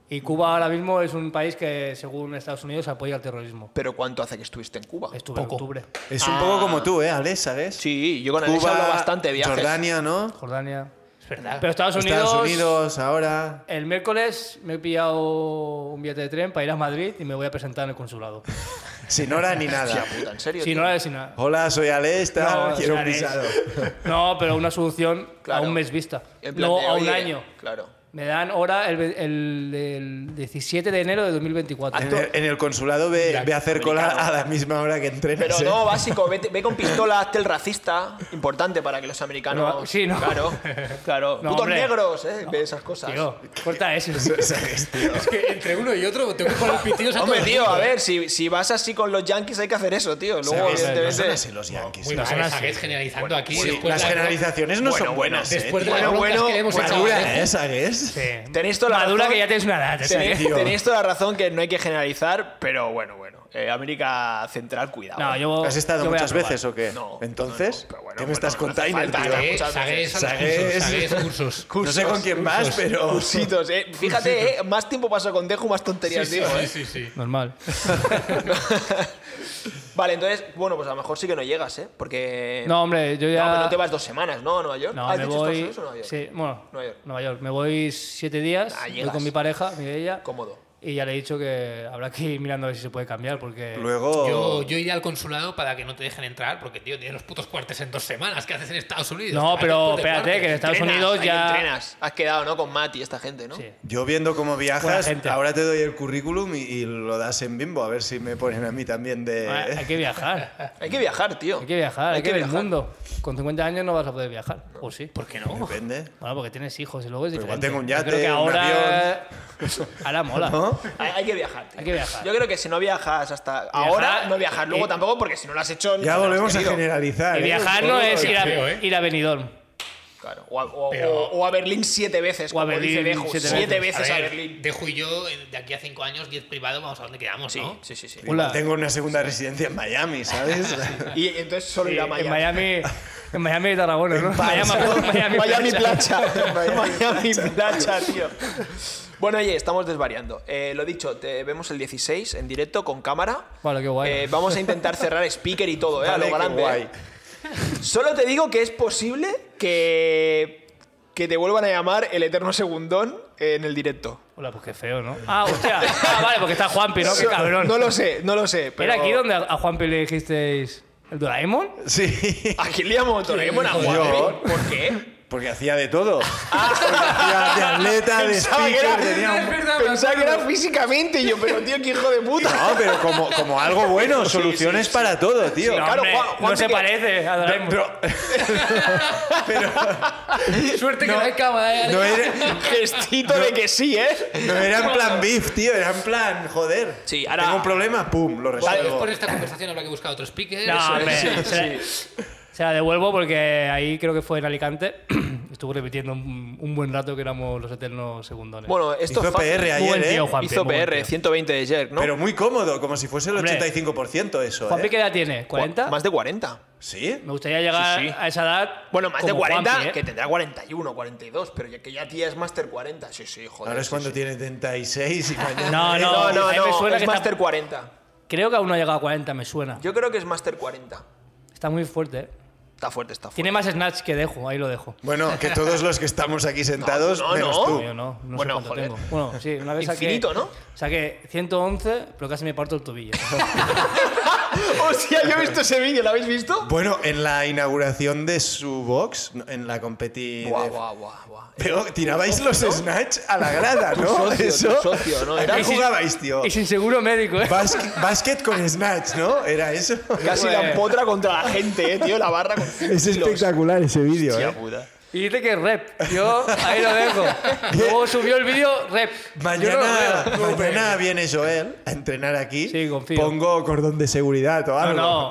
D: Y Cuba ahora mismo es un país que, según Estados Unidos, apoya el terrorismo.
A: Pero ¿cuánto hace que estuviste en Cuba?
D: Estuve en
C: Poco.
D: octubre.
B: Es un poco como tú, ¿eh, Alex? ¿Sabes?
A: ah. Sí, yo con el
B: Cuba,
A: hablo bastante de viajes.
B: Jordania, ¿no?
D: Jordania.
C: Es verdad.
D: Pero Estados Unidos,
B: Estados Unidos, ahora.
D: El miércoles me he pillado un billete de tren para ir a Madrid y me voy a presentar en el consulado.
B: Sin hora ni
A: (laughs)
B: nada.
A: Hostia puta, en serio.
D: Si
A: tío?
D: no, es nada.
B: Hola, soy Alex, tal,
D: No,
B: quiero un
D: claro, es-
B: visado.
D: No, pero una solución
A: Claro.
D: a un mes vista.
A: En plan
D: No
A: de,
D: a un
A: oye,
D: año.
A: Claro.
D: Me dan hora el, ve- el- el 17 de enero de 2024.
A: Ah,
B: En el, en el consulado ve, ve a hacer cola a
A: americano.
B: la misma hora que entrenas.
A: Pero
B: ¿eh?
A: no, básico, vete- ve con pistola, hazte el racista. Importante para que los americanos.
D: No, sí, no.
A: Claro, claro.
D: No,
A: Putos
D: hombre.
A: negros, ¿eh? Ve esas cosas.
D: Tío, corta eso.
C: es que entre uno y otro tengo que poner pitidos a
A: Hombre,
C: todo el
A: tío,
C: mundo,
A: a
C: ¿eh?
A: ver, si, si vas así con los yankees hay que hacer eso, tío. Luego,
B: ¿Sabes? No
A: evidentemente.
B: son así los yankees.
C: Muy
D: Las
C: mal,
D: horas
C: Sagues
D: sí.
C: generalizando aquí.
B: Sí,
C: después
B: las
C: de la-
B: generalizaciones no son buenas. ¿eh?
C: Después de
A: Bueno,
C: las broncas
A: bueno,
C: que le hemos
A: bueno,
C: echado.
A: dura,
C: a veces.
B: ¿eh? ¿Sabes?
D: Sí.
A: Tenéis toda la
D: Madura
A: razón.
D: que ya tienes una edad. ¿eh? o sea
A: Tenéis,
D: que-
B: tío.
A: tenéis toda la razón que no hay que generalizar, pero bueno, bueno. Eh, América Central, cuidado. eh.
D: No, yo,
B: ¿Has estado
D: yo voy a
B: muchas
D: probar.
B: veces o qué?
A: No,
B: Entonces,
A: no, no, pero bueno,
B: ¿qué
A: bueno,
B: me estás
A: no hace
B: contando,
A: falta,
B: tío?
A: ¿eh?
C: Sagues,
A: Muchas
C: Sagues a los
B: veces.
C: cursos,
B: Sagues.
C: Sagues
B: (laughs)
C: cursos.
B: No sé con quién vas, pero.
A: Cursitos, eh. Fíjate, eh, más tiempo paso con Dejo, más tonterías digo, eh.
C: sí, sí.
D: Normal.
A: Vale, entonces, bueno, pues a lo mejor sí que no llegas, (laughs) ¿eh? Porque.
D: No, hombre, yo ya.
A: No, pero no te vas dos semanas, ¿no? ¿A Nueva York?
D: No,
A: ¿Has
D: me
A: dicho
D: voy.
A: Estados Unidos o Nueva York?
D: Sí, bueno,
A: Nueva York.
D: Nueva York. Me voy siete días.
A: Ah,
D: voy
A: llegas.
D: con mi pareja, mi de ella.
A: Cómodo.
D: Y ya le he dicho que habrá que ir mirando a ver si se puede cambiar, porque.
B: Luego.
C: Yo, yo iré al consulado para que no te dejen entrar, porque, tío, tienes los putos cuartes en dos semanas. ¿Qué haces en Estados Unidos?
D: No,
C: Te
D: pero
C: haces por
D: espérate, que en
C: deporte.
D: Estados
A: Entrenas,
D: Unidos
A: ahí
D: ya.
A: entrenas. Has quedado, ¿no? Con Matt y esta gente, ¿no?
D: Sí.
B: Yo viendo cómo
D: Buena
B: viajas,
D: gente.
B: ahora te doy el currículum y, y lo das en bimbo, a ver si me ponen a mí también de...
D: (laughs) Hay hay que viajar.
A: (laughs) Hay que viajar, tío.
D: Hay que viajar, hay, que, ver
A: viajar.
D: el mundo. Con 50 años no vas a poder viajar. O sí.
C: ¿Por qué no?
B: Depende.
D: Bueno, porque tienes hijos y luego es
B: Pero igual
D: diferente.
B: tengo un
D: Yo
B: yate,
D: creo
B: un
D: que ahora. (laughs) Ahora mola.
B: ¿No?
A: Hay, hay que viajar. tío.
D: Hay que viajar.
A: Yo creo que si no viajas hasta ahora, no viajar luego
D: y-
A: tampoco, porque si no lo has hecho.
B: Ya
A: no lo has
B: volvemos a
A: querido.
B: generalizar.
D: Y
B: ¿eh?
D: viajar no es ir
C: feo, ¿eh?
D: a, ir a Benidorm.
A: Claro. O a, o-
C: Pero-
A: o- o a Berlín siete veces.
D: O a
A: como dice
D: Berlín
A: Dejo.
D: siete
A: Siete
D: veces.
A: veces a,
C: ver,
A: Berlín.
C: Dejo y yo, en- de aquí a cinco años, 10 privado, vamos a donde quedamos,
A: Sí,
C: ¿no?
A: sí, sí. sí.
B: Igual
D: Hola.
B: Tengo una segunda residencia en Miami, ¿sabes?
A: (laughs) Y entonces solo ir a
D: Eh,
A: Miami.
D: En Miami. En Miami y Tarragona, ¿no?
A: (laughs)
B: Palma.
D: Miami, Miami,
A: Miami
D: Playa.
A: plancha.
D: (laughs)
A: Miami plancha, tío. Bueno, oye, estamos desvariando. Eh, lo dicho, te vemos el 16 en directo con cámara.
D: Vale, qué guay.
A: Eh, vamos a intentar cerrar speaker y todo, ¿eh? a
B: (laughs) Vale,
A: lo
B: qué
A: grande.
B: guay.
A: ¿eh? Solo te digo que es posible que, que te vuelvan a llamar el eterno segundón eh, en el directo.
D: Hola, pues qué feo, ¿no? Ah, hostia. Ah, vale, porque está Juanpi, ¿no? Qué
A: So-
D: cabrón.
A: No lo sé, no lo sé. Pero
D: ¿Era aquí donde a, a Juanpi le dijisteis el Doraemon?
B: Sí,
A: ¿A quién le llamó Doraemon a
B: Yo.
A: Juanpi? ¿Por qué?
B: porque hacía de todo. (laughs) Hacía de atleta, de
A: Ah. Pensaba que, era,
B: speaker, tenía un- (laughs)
A: pensaba que era físicamente. Y yo, pero tío, qué hijo de puta.
B: No, pero como, como algo bueno,
A: Sí,
B: soluciones
A: sí, sí.
B: para todo, tío.
A: Sí, claro,
D: hombre,
A: Juan- Juanpi
D: no se
A: que-
D: parece a Doraemon.
A: (laughs)
B: Pero,
C: Suerte que no hay cámara, ¿eh?
B: no, era,
A: Gestito de que sí, ¿eh?
B: no era en plan beef, tío, era en plan, joder.
A: Sí, ahora-
B: Tengo un problema, pum, lo
C: Bueno,
B: resuelvo.
C: Después de esta conversación habrá que buscar otro speaker.
D: No,
C: Eso es.
D: hombre. se, la, se la devuelvo porque ahí creo que fue en Alicante. (clears throat) Estuvo repitiendo un, un buen rato que éramos los eternos segundones.
A: Bueno, esto
B: Hizo
A: es fácil.
B: PR
D: Muy
B: ayer,
D: buen
B: ¿eh?
D: tío, Juanpi.
A: Hizo
D: muy buen
A: PR,
D: tío.
A: 120 de Jerk, ¿no?
B: Pero muy cómodo, como si fuese el
D: Hombre.
B: 85% eso,
D: Juanpi,
B: ¿eh?
D: ¿qué edad tiene?
A: Cua-
D: ¿40?
A: Más de 40.
B: ¿Sí?
D: Me gustaría llegar
A: Sí, sí.
D: a esa edad.
A: Bueno, más de
D: como
A: 40,
D: Juanpi, ¿eh?
A: que tendrá 41, 42, pero ya que ya tía es Master 40. Sí, sí, joder.
B: Ahora es
A: sí,
B: cuando
A: sí.
B: tiene 36 y mañana...
D: Ah, No, no,
A: No,
D: a
A: no,
D: mí me
A: no,
D: suena
A: es
D: que está-
A: Master 40.
D: Creo que aún no ha llegado a 40, me suena.
A: Yo creo que es Master 40.
D: Está muy fuerte. ¿eh?
A: Está fuerte, está fuerte.
D: Tiene más snatch que dejo, ahí lo dejo.
B: Bueno, que todos los que estamos aquí sentados,
A: No, no,
B: menos
A: no.
B: tú.
D: Yo no, no
A: Bueno,
D: sé cuánto
A: joder.
D: tengo. Bueno, sí, una vez saqué.
A: Infinito, ¿no?
D: Saqué 111, pero casi me parto el tobillo.
A: Hostia, yo he visto ese vídeo, ¿lo habéis visto?
B: Bueno, en la inauguración de su box, en la competi...
A: Guau,
B: de-
A: guau, guau, guau.
B: Pero tirabais los snatch a la grada,
A: Tu
B: ¿no?
A: socio,
B: Eso.
A: tu socio, ¿no? Era
B: ¿Qué jugabais, tío?
D: y sin seguro médico, ¿eh?
B: Basque- Basket con snatch, ¿no? Era eso.
A: casi
D: Pues-
A: la empotra contra la gente, eh, tío, la barra
B: (laughs)
A: con
E: Es espectacular ese vídeo,
A: Hostia
E: ¿eh?
A: puta.
D: Y dice que es rep. Yo ahí lo dejo. Luego subió el vídeo rep.
A: pues.
D: Yo no
B: Mañana,
D: lo veo.
B: mañana viene Joel a entrenar aquí.
D: Sí, confío.
B: Pongo cordón de seguridad o
D: No,
B: algo.
D: no.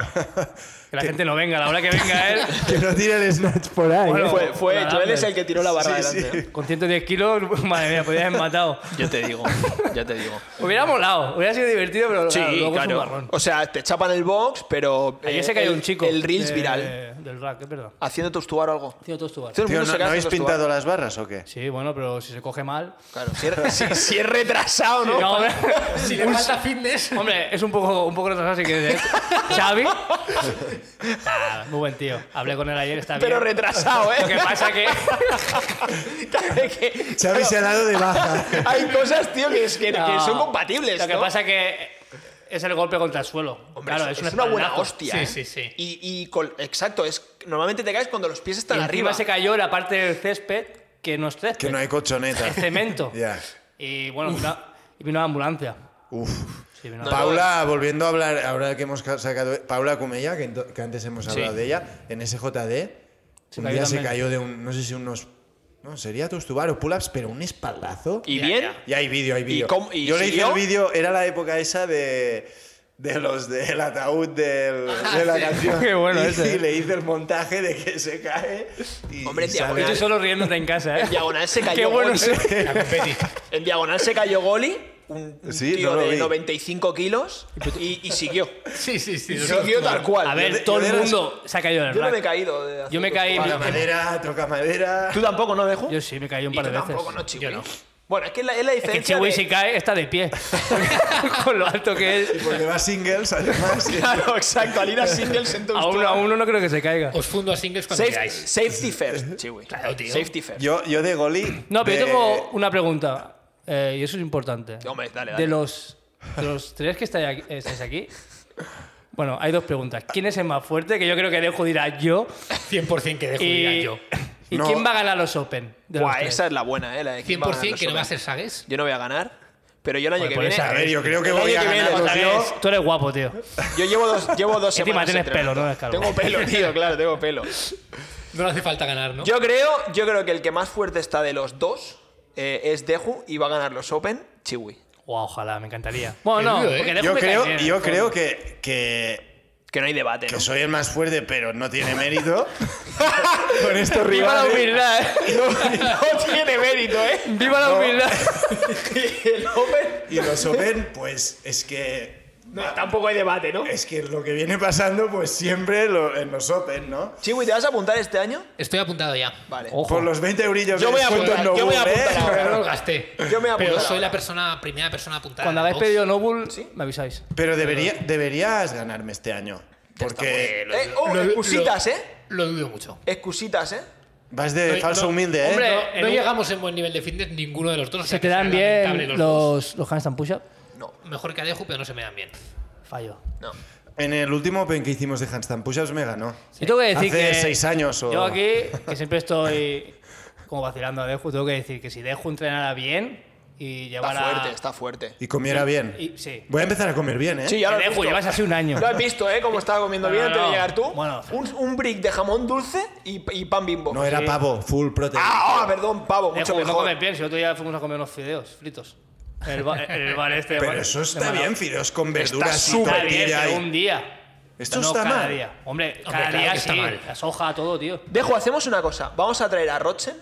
D: Que la gente no venga, a la hora que venga él.
E: Que no tire el (laughs) snatch por ahí.
D: Bueno,
E: ¿eh?
A: Fue, fue
D: Hola,
A: Joel es
D: Lambert.
A: el que tiró la barra
B: Sí,
A: adelante. ¿eh?
D: Con 110 kilos, (laughs) madre mía, podías haber matado.
A: Yo te digo, ya te digo.
D: Hubiera molado, hubiera sido divertido, pero
A: Sí,
D: claro, luego es un
A: claro.
D: marrón.
A: O sea, te chapan el box, pero. eh,
D: Ayer se cayó
A: el-
D: un chico. Eh,
A: El Reels
D: de-
A: viral.
D: Del rack, es verdad.
A: Haciendo tostuar o algo.
D: Tío, todo es tu bar.
A: Todo el
B: Tío,
A: mundo
B: ¿no,
A: se cae
B: ¿no habéis
A: haciendo
B: pintado las barras o qué?
D: Sí, bueno, pero si se coge mal.
A: Claro, si es, si- si es retrasado, ¿no?
D: (laughs)
A: (laughs)
D: No, hombre,
C: Si le falta fitness.
D: hombre, es un poco, un poco retrasado, así que. ¿eh? Xavi. Ah, muy buen tío. Hablé con él ayer, está bien.
A: Pero retrasado,
D: Lo que
A: ¿eh? (laughs)
D: pasa que.
A: Que-
B: Xavi se ha dado de baja.
A: (laughs) Hay cosas, tío, que, es- que- que
D: No.
A: son compatibles.
D: Lo que
A: ¿no?
D: pasa que es el golpe contra el suelo.
A: Hombre,
D: claro,
A: es,
D: es,
A: es
D: un
A: una buena
D: espaldazo.
A: hostia.
C: Sí,
A: ¿eh?
C: sí, sí.
A: Y, y col- exacto, es normalmente te caes cuando los pies
D: Y
A: están
D: encima
A: arriba.
D: se cayó la parte del césped que no es césped.
B: Que no hay colchoneta.
D: Es cemento.
B: (laughs) Ya.
D: Y bueno, vino, y vino la ambulancia.
B: Uf.
D: Sí, vino la-
B: Paula, volviendo a hablar, ahora que hemos ca- sacado. Paula Cumella, que, ento- que antes hemos hablado de ella, en SJD,
D: Se
B: un
D: cayó
B: día se
D: también.
B: cayó de un. No sé si unos. No, sería tostubar o pull-ups, pero un espaldazo.
A: ¿Y
D: Ya,
A: bien?
B: Y hay vídeo, hay vídeo.
A: cómo- y
B: Yo le hice
A: siguió?
B: el vídeo, era la época esa de, de los del ataúd
D: (laughs)
B: del, de la canción.
D: Ah, Qué bueno
B: y,
D: ese,
B: y
D: eh.
B: le hice el montaje de que se cae. Y,
A: Hombre,
B: y
A: te
D: Y
B: sale-
D: tú solo riéndote en casa, ¿eh?
A: En diagonal se cayó
D: (laughs) Qué bueno
A: Goli.
D: ese.
C: La competi. (laughs)
A: En diagonal se cayó Goli, un, un
B: Sí,
A: tío
B: no lo
A: de
B: vi.
A: 95 kilos, y, y
D: (laughs)
A: siguió.
C: Sí, sí,
A: (laughs)
C: sí. no sé.
A: siguió tal cual.
D: A
B: Yo de-
D: ver,
B: yo
D: todo
B: de
D: el
B: las-
D: mundo se ha caído del
A: yo no me he
D: rack.
A: caído. de hacer
D: Yo me caí-
A: tostuar.
B: Toca madera, toca madera.
A: ¿Tú tampoco, no, Dejo?
D: Yo sí, me caí un
A: Y
D: par
A: tú
D: de veces.
A: tampoco, no,
C: Yo
A: Chiwi.
C: no.
A: Bueno, es que la- es la
D: Es que el
A: diferencia.
D: Chiwi
A: de-
D: si cae está de pie. (laughs) Con lo alto que es.
B: Porque va singles, además.
A: (laughs) Claro, exacto. Al ir a singles en
D: A uno, a uno no creo que se caiga.
C: Os fundo a singles cuando
A: Safety,
C: queráis.
A: safety first, Chiwi.
C: Claro, tío.
A: Safety first.
B: Yo, yo de Goli.
D: No, pero
B: de-
D: yo tengo una pregunta. eh, y eso es importante.
A: Hombre, dale, dale.
D: De los, de los tres que estáis aquí, estáis aquí, Bueno, hay dos preguntas. ¿Quién es el más fuerte? Que yo creo que dejo dirá yo.
C: 100% que dejo de ir a
D: Y,
C: yo.
D: (laughs) ¿y
B: No.
D: quién va a ganar los Open? de los
A: Buah,
D: tres?
A: esa es la buena, ¿eh? La de quién va a
C: 100%
A: ganar
C: que no
A: los
C: va a
A: Open.
C: ser Sagues.
A: Yo no voy a ganar, pero yo el año
D: Joder,
A: que
D: por
A: viene.
D: esa
B: A ver, yo creo que
A: El
B: voy
A: año
B: a
A: que viene
B: ganar.
A: otra
B: los
A: vez.
B: dos.
D: Tú eres guapo, tío.
A: Yo llevo dos, llevo dos
D: ¿eh?
A: semanas.
D: Encima tienes
A: entrenando.
D: pelo, no eres calvo.
A: Tengo pelo, tío, claro, tengo pelo.
C: No le hace falta ganar, ¿no?
A: Yo creo, yo creo que el que más fuerte está de los dos eh, es Deju y va a ganar los Open, Chiwi.
D: Guau, ojalá, me encantaría. Bueno,
C: Qué lío,
D: no,
C: ¿eh?
D: porque dejo
B: Yo
D: me cae
B: creo,
D: bien, en
B: yo
D: el
B: creo
D: fondo.
B: que, que,
A: Que no hay debate, ¿no?
B: que soy el más fuerte, pero no tiene mérito. Con estos
D: ¡Viva la
B: rivales.
D: humildad! eh.
A: (laughs) no tiene mérito, ¿eh?
D: (laughs) ¡Viva la humildad!
A: El Open
B: Y los Open, pues es que.
A: tampoco hay debate, ¿no?
B: Es que lo que viene pasando, pues siempre lo- en los Open, ¿no?
A: Chiwi, ¿te vas a apuntar este año?
C: Estoy apuntado ya.
A: Vale.
D: Ojo.
B: Por los 20 eurillos
A: Yo
B: de
A: voy a
B: descuento
A: apuntar,
B: en
A: yo voy a
B: Nobull, ¿eh?
A: apuntar ahora.
C: Pero no lo gasté.
A: Yo me voy a
C: Pero
A: apuntar
C: soy
A: ahora.
C: la persona, primera persona apuntada.
D: Cuando
C: en la
D: habéis
C: box.
D: pedido Noble,
A: ¿Sí?
D: me avisáis.
B: Pero debería, deberías ganarme este año.
A: Está
B: Porque.
A: bueno. Eh, oh,
C: lo-
A: excusitas, ¿eh?
C: lo dudo mucho.
A: Excusitas, ¿eh?
B: Vas de
C: No-
B: falso
C: no-
B: humilde, ¿eh?
C: Hombre,
D: No,
C: no,
D: en un-
C: llegamos en buen nivel de fitness ninguno de los dos. o sea
D: Se
C: que
D: te dan
C: será lamentable
D: bien
C: los
D: los,
C: dos.
D: los, handstand push-up.
A: No,
C: Mejor que Adeju, pero no se me dan bien.
D: Fallo.
A: no.
B: En el último Open que hicimos de handstand push-ups me ganó.
D: Yo tengo que decir
B: Hace
D: que.
B: seis años o-
D: Yo aquí, que siempre estoy como vacilando a Deju, tengo que decir que si Deju entrenara bien y
A: Está
D: llevara.
A: fuerte, está fuerte.
B: Y comiera bien.
D: y- sí.
B: Voy a empezar a comer bien, ¿eh?
A: Sí, ya lo
D: Que
A: has
D: Deju,
A: visto.
D: llevas así
B: (laughs)
D: un año.
A: Lo has visto, ¿eh? Cómo estaba comiendo
D: No,
A: bien
D: no,
A: antes de
D: no.
A: llegar tú.
D: Bueno.
A: un, un brick de jamón dulce y, y pan bimbo.
B: No era
D: Sí.
B: pavo, full protein.
A: Ah, ah, perdón, pavo,
D: Deju,
A: mucho
D: que no
A: mejor.
D: comes bien, si el otro día fuimos a comer unos fideos fritos. En el, ba- en el bar este. de
B: Pero
D: Mar-
B: eso
D: de
B: está
D: Manao.
B: bien, fideos con
A: Está
B: verduras y
A: súper
D: Está bien,
B: tortilla
D: pero
B: y-
D: un día.
B: Esto
D: no
B: está
D: cada
B: mal.
D: Día. Hombre, cada
C: claro
D: día
C: que está
D: sí.
C: mal.
D: La soja, todo, tío.
A: Dejo, hacemos una cosa. Vamos a traer a Rochen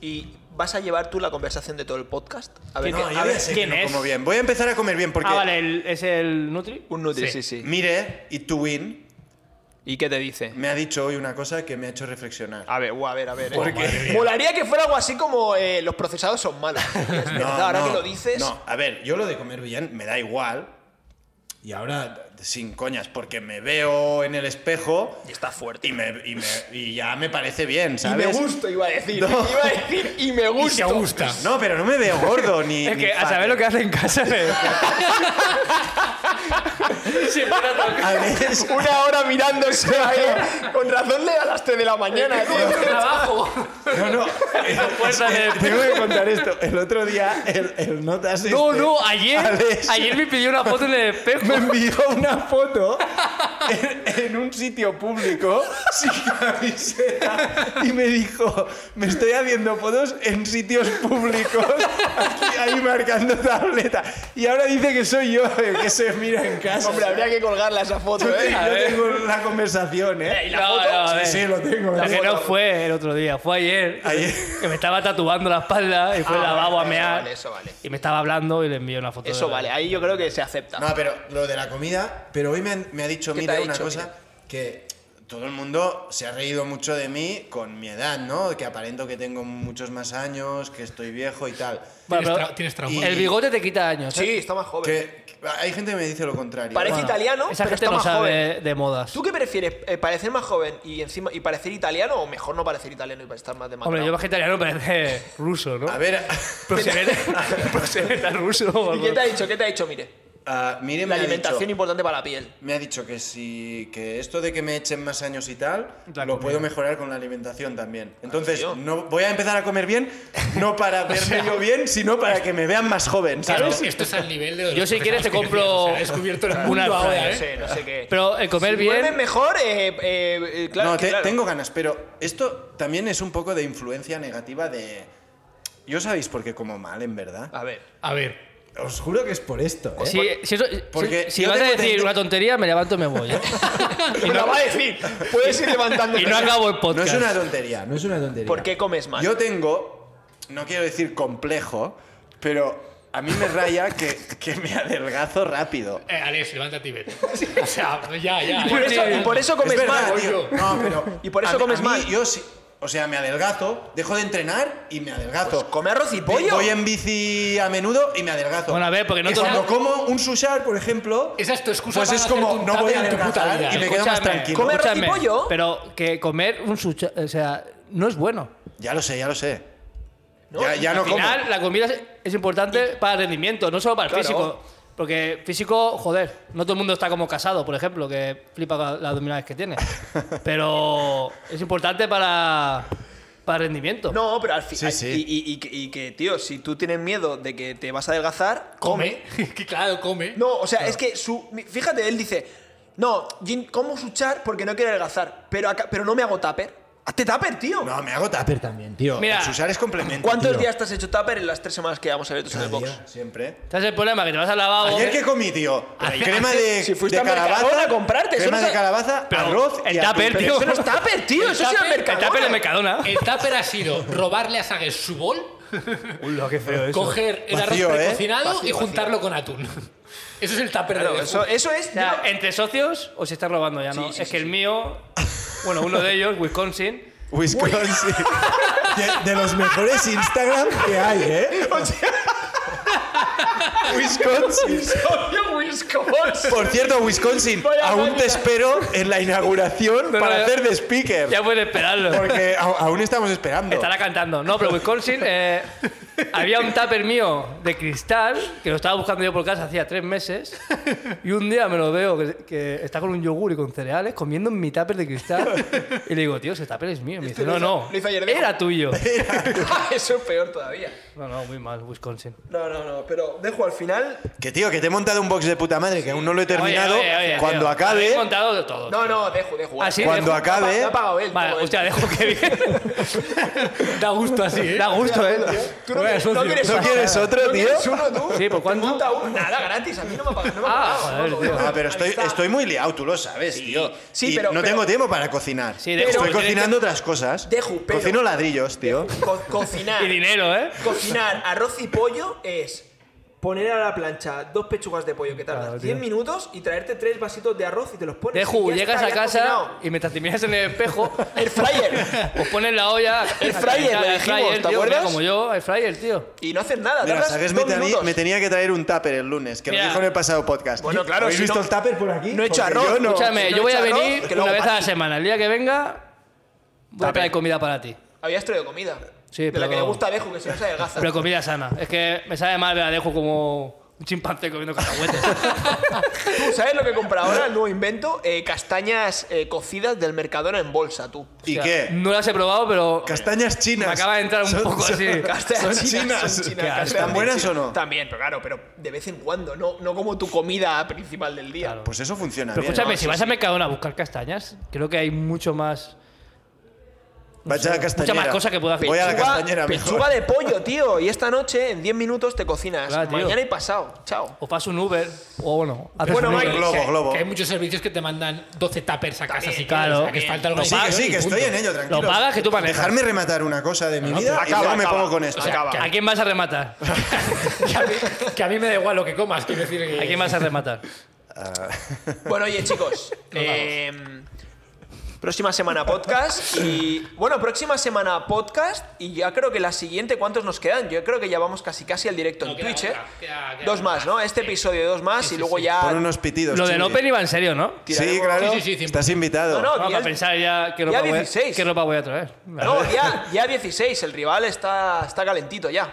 A: y vas a llevar tú la conversación de todo el podcast. A ver,
D: ¿Qué-
A: qué-
B: No,
A: a
B: yo
A: ver-
B: ya sé que
D: ¿quién
B: no
D: es?
B: como bien. Voy a empezar a comer bien porque
D: Ah, vale, el- es el Nutri.
A: un nutri, sí,
C: Sí.
A: sí.
B: Mire y tu win
A: ¿Y qué te dice?
B: me ha dicho hoy una cosa que me ha hecho
D: Ah,
B: reflexionar.
A: A ver, buah, a ver, a ver. eh.
C: Buah, madre mía.
A: Molaría que fuera algo así como eh, los procesados son malos. (laughs) Es verdad, ahora que lo dices.
B: No, a ver, yo lo de comer bien me da igual. Y ahora, sin coñas, porque me veo en el espejo
A: y Está fuerte.
B: y, me, y, me- y ya me parece bien,
A: Y me
B: ¿sabes?
A: gusto, iba a (laughs) decir.
B: No.
A: Iba a decir, y me gusto.
C: gusta.
B: No, pero no me veo gordo ni.
D: Es
B: ni
D: que a
B: fat.
D: saber lo que hace en casa. le-
B: A
D: (laughs)
B: veces-
A: Una hora mirándose ahí. Con razón le da las 3 de la mañana, (laughs) tío.
D: Trabajo.
B: No, no. Eh, Tengo que contar esto. El otro día, el, el notas.
D: No,
B: este,
D: no, ayer,
B: Alex,
D: ayer me pidió una foto en el
B: me
D: espejo.
B: envió una foto en, en un sitio público sin camiseta y me dijo: Me estoy haciendo fotos en sitios públicos, aquí, ahí marcando tableta. Y ahora dice que soy yo el que se mira en casa.
A: Hombre, habría que colgarla esa foto, ¿eh?
B: yo tengo la conversación,
A: ¿Y
B: ¿eh?
A: la
D: No,
A: foto?
D: no, a ver.
B: Sí, sí, lo tengo.
D: Lo
B: ¿eh?
D: que no fue el otro día, fue ayer.
B: Ayer.
D: Que me estaba tatuando la espalda y fue
A: Ah,
D: al lavabo a
A: eso
D: mear.
A: vale, eso vale.
D: Y me estaba hablando y le envié una foto.
A: Eso
D: de la-
A: vale, ahí yo creo que se acepta.
B: No, pero lo de la comida, pero hoy me, han- me ha dicho,
A: ¿Qué te
B: mira,
A: ha
B: una
A: dicho,
B: cosa
A: mira?
B: que todo el mundo se ha reído mucho de mí con mi edad, ¿no? Que aparento que tengo muchos más años, que estoy viejo y tal.
D: Bueno,
C: Tienes,
D: pero
C: tra- tienes trauma.
B: Y-
D: El bigote te quita años. ¿eh?
A: Sí, está más joven.
B: Que, que hay gente que me dice lo contrario.
A: Parece
B: Bueno,
A: italiano,
D: Esa
A: pero
D: gente
A: está
D: no
A: más joven.
D: sabe de modas.
A: ¿Tú qué prefieres? eh, ¿Parecer más joven y encima y parecer italiano o mejor no parecer italiano y estar más demandado?
D: Hombre, yo vegetariano parece ruso, ¿no?
B: a ver,
A: (laughs)
B: (laughs)
D: (laughs) Proxeneta ruso.
A: ¿Y qué te ha dicho? ¿Qué te ha dicho? Mire,
B: ah, mire,
A: la
B: me ha
A: alimentación
B: dicho-
A: importante para la piel.
B: Me ha dicho que si que esto de que me echen más años y tal,
D: La
B: lo
D: comida.
B: puedo mejorar con la alimentación también. Entonces,
A: tío.
B: no voy a empezar a comer bien, no
A: (laughs)
B: para verme yo bien, sino para que me vean más joven,
C: Claro,
B: ¿sabes?
C: esto es al nivel de.
D: Yo, si quieres, te compro
C: He descubierto el
D: una
C: mundo
D: alfombra,
C: ahora,
A: Pues, No
C: ¿eh?
A: sé, no sé qué.
D: Ah, Pero el comer
A: Si vuelven
D: bien.
A: mejor, eh, eh, eh, claro,
B: no,
A: que
B: te-
A: claro.
B: tengo ganas, pero esto también es un poco de influencia negativa de... Yo sabéis por qué como mal, en verdad.
A: A
D: (laughs)
A: ver,
C: A ver.
E: Os juro que es por esto, ¿eh?
D: Si, si eso-
B: Porque
D: si- si
B: yo
D: vas a
B: tengo-
D: decir
B: tengo-
D: una tontería, me levanto y
B: (laughs)
D: me voy. ¿eh?
A: y no va a decir. Puedes ir levantando.
D: (laughs) y no acabo el
B: No
D: podcast.
B: es una tontería.
E: No es una tontería.
A: ¿Por qué comes mal?
B: Yo tengo, no quiero decir complejo, pero a mí me raya que, que me adelgazo rápido.
C: Eh, Alex, levántate y vete. (laughs) O sea, ya, ya.
A: y, (laughs) por
C: ya.
A: eso, y por eso
B: Es
A: comes
B: verdad,
A: mal.
B: tío. No, pero
A: Y por eso
B: a mí-
A: comes
B: a mí
A: mal.
B: Yo sí, o sea, me adelgazo, dejo de entrenar y me adelgazo.
A: Pues come arroz y pollo.
B: Voy en bici a menudo y me adelgazo.
D: Bueno, a ver, porque no
B: Y
D: todo-
B: cuando como un sushar, por ejemplo,
C: Esa es tu excusa
B: pues
C: para
B: es
C: hacerte
B: como
C: un
B: no voy a
C: tupper en tu puta
B: adelgazar
C: vida. ¿eh?
B: y me quedo más
D: Escúchame,
B: tranquilo.
A: Come arroz y
D: escúchame,
A: pollo.
D: Pero que comer un sushi, o sea, no es bueno.
B: Ya lo sé, ya lo sé.
A: No,
B: ya ya
A: al
B: Ah, no
D: Al
B: como.
D: final, la comida es, es importante para el rendimiento, no solo para el
A: Claro.
D: físico. Porque físico, joder, no todo el mundo está como casado, por ejemplo, que flipa con las abdominales que
B: (laughs)
D: tiene. Pero es importante para, para rendimiento.
A: No, pero al final.
B: Sí, sí.
A: Y, y- y que- y que, tío, si tú tienes miedo de que te vas a adelgazar,
C: Come. (laughs) Que claro, come.
A: No, o sea, es que su. mi- Fíjate, él dice. No, Jin, ¿cómo suchar? Porque no quiero adelgazar. Pero, acá- pero no me hago tupper. ¡Hazte tupper, tío!
B: No, me hago tupper también, tío.
D: Mira.
B: el sushar es complemento.
A: ¿Cuántos
B: tío.
A: días te has hecho tupper en las tres semanas que llevamos abiertos en
B: Cada
A: el box?
B: día, siempre.
D: ¿Sabes el problema? Que te vas al lavabo.
B: Ayer que comí, tío. crema de,
A: Si fuiste
B: de
A: a Mercadona
B: calabaza.
A: a comprarte, eso
B: crema
A: no
B: de
A: sa-
B: calabaza,
D: Pero
B: arroz y
D: el
B: atún.
D: tupper,
A: Pero
D: tío.
A: eso no es tupper, tío.
C: El
A: eso sí es
C: tupper- el
D: El
A: mercado.
D: tupper de Mercadona.
C: El tupper ha sido robarle a Sagues su bol, coger el arroz
B: Vacío, ¿eh?
C: precocinado
A: Vacío,
C: y
A: vacío.
C: juntarlo con atún. Eso es el tupper de Deju.
A: eso, eso es.
D: O sea,
A: yo-
D: entre socios os está robando ya, ¿no?
A: Sí, sí,
D: es
A: sí,
D: que el mío, bueno, uno de ellos, Wisconsin,
B: Wisconsin.
E: De, de los mejores Instagram que hay, ¿eh?
B: Wisconsin.
A: Soy Wisconsin.
B: Por cierto, Wisconsin,
A: Vaya
B: aún
A: manita.
B: te espero en la inauguración
D: no,
B: (laughs) para
D: ya-
B: hacer de speaker.
D: Ya puedes esperarlo.
B: Porque a- aún estamos esperando.
D: Estará cantando. No, pero Wisconsin. eh, había un tupper mío de cristal que lo estaba buscando yo por casa hacía tres meses. Y un día me lo veo que, que está con un yogur y con cereales comiendo en mi tupper de cristal. Y le digo, tío, ese tupper es mío. Y me dice,
A: lo
D: no,
A: hizo-
D: no.
A: lo hizo ayer, dijo.
B: (laughs)
D: Era tuyo.
A: (laughs) Eso es peor todavía.
D: No, no, muy mal, Wisconsin.
A: No, no, no. Pero dejo al final.
B: Que tío, que te he montado un box de puta madre que aún no lo he terminado.
D: Oye, oye, oye,
B: Cuando
D: tío, habéis
B: acabe,
D: contado de todo.
A: No, no, dejo, dejo.
D: Ah, sí,
B: Cuando
D: dejo-
B: acabe-
A: Me ha pagado él.
D: Vale,
A: todo él.
D: hostia, dejo que
A: (laughs)
D: bien. da gusto así, ¿eh? Da gusto, ¿eh?
A: Tú no,
D: Vaya
A: quieres, no
D: socio.
A: quieres
B: ¿No
A: uno.
B: quieres otro,
A: ¿No
B: tío?
A: quieres uno tú?
D: Sí, ¿por
A: Te
D: cuánto?
A: monta uno. Nada, gratis. A mí no me pagan. No me
D: Ah,
A: pagan,
D: joder,
A: no,
D: tío.
B: Ah, pero estoy,
A: Amistad.
B: estoy muy liado, tú lo sabes, tío.
A: Sí,
B: Y
A: pero-
B: no
A: pero-
B: tengo tiempo para cocinar.
D: Sí, dejo,
B: Estoy
D: pero-
B: cocinando otras cosas.
A: Dejo, pero-
B: Cocino ladrillos, tío.
A: Co- cocinar.
D: Y dinero, ¿eh?
A: Cocinar arroz y pollo es poner a la plancha dos pechugas de pollo que tardas
D: Claro, tío.
A: 10 minutos y traerte tres vasitos de arroz y te los pones.
D: Deju,
A: y ya
D: llegas
A: está,
D: a
A: ya has
D: casa
A: cocinado.
D: y mientras te miras en el espejo,
A: El fryer.
D: os pones la olla.
A: El fryer,
D: el
A: le dijimos,
D: fryer,
A: ¿te
D: tío, mira,
A: acuerdas?
D: Como yo, el fryer, tío.
A: Y no haces nada.
B: Mira,
A: tardas
B: ¿sabes? Me,
A: dos
B: teni-
A: minutos.
B: me tenía que traer un tupper el lunes, que
D: Mira.
B: lo dijo en el pasado podcast.
A: Bueno, claro,
B: ¿Habéis
A: si
B: visto
A: no-
B: el tupper por aquí?
A: no he hecho
B: Porque
A: arroz,
B: yo no.
A: escucha-
D: Escúchame,
A: si no
D: yo voy a
A: echas arroz,
D: venir
A: que lo hago
D: una vez a
A: para
D: la
A: ti.
D: semana. El día que venga, voy a traer comida para ti.
A: Habías traído comida. de
D: Sí,
A: la
D: pero-
A: que le gusta a Deju, que si no se adelgaza.
D: Pero comida sana. Es que me sabe mal ver a Deju como un chimpancé comiendo cacahuetes.
A: Tú, ¿Sabes lo que he comprado ahora? El nuevo invento. Eh, castañas eh, cocidas del Mercadona en bolsa, tú.
B: ¿Y
D: O sea,
B: qué?
D: No las he probado, pero
B: Castañas chinas.
D: me acaba de entrar un
B: Son-
D: poco
B: son-
D: así.
A: Castañas
B: Son
A: chinas,
B: chinas.
A: son
B: Qué asco.
A: castañas
B: ¿Están buenas
A: chinas.
B: o no?
A: También, pero claro, pero de vez en cuando, no, no como tu comida principal del día.
D: Claro.
B: Pues eso funciona
D: Pero
B: bien.
D: escúchame,
B: ¿no?
D: si vas a Mercadona a buscar castañas, creo que hay mucho más.
B: Vas a la castañera.
D: mucha más cosa que puedo hacer.
B: Voy a la
A: Pechuga-
B: castañera, mejor.
A: Pechuga de pollo, tío. Y esta noche, en 10 minutos, te cocinas.
D: Claro, tío.
A: Mañana y pasado. Chao.
D: O paso un Uber, o bueno. haces
A: Bueno,
D: un Uber.
A: Mike,
B: Globo, globo.
C: Que hay muchos servicios que te mandan 12 tuppers a casa si
D: claro,
C: claro, que
D: también.
C: falta
D: Lo
C: algo
B: Sí, que sí, que estoy en ello, tranquilo.
D: Lo pagas que tú manejas.
B: Dejarme rematar una cosa de mi vida y
A: acaba,
B: luego me
A: acaba.
B: pongo con esto.
A: O sea, Acaba.
D: ¿A quién vas
A: (laughs)
D: a rematar?
C: que, a mí, que a mí me da igual lo que comas, quiero decir que...
D: ¿A quién vas
A: (laughs)
D: a rematar?
A: Bueno, oye,
B: (laughs)
A: chicos. eh, próxima semana podcast. Y. Bueno, próxima semana podcast. Y ya creo que la siguiente, ¿cuántos nos quedan? Yo creo que ya vamos casi casi al directo
C: No,
A: en
C: queda
A: Twitch,
C: otra,
A: ¿eh?
C: queda- queda
A: dos
C: otra.
A: más, ¿no? Este
C: Sí.
A: episodio, dos más.
C: Sí,
A: y
C: sí,
A: luego
C: sí.
A: ya.
B: Pon unos pitidos.
D: Lo del
B: Chuli.
D: Open iba en serio, ¿no?
B: Sí,
A: tiraremos-
B: claro.
C: Sí, sí, sí, cien
B: Estás invitado.
A: No, no,
D: No,
A: ya-
D: para pensar ya qué
A: ya
D: ropa, voy a,
A: 16.
D: qué ropa voy a traer.
A: No, ya, ya 16. El rival está, está calentito ya.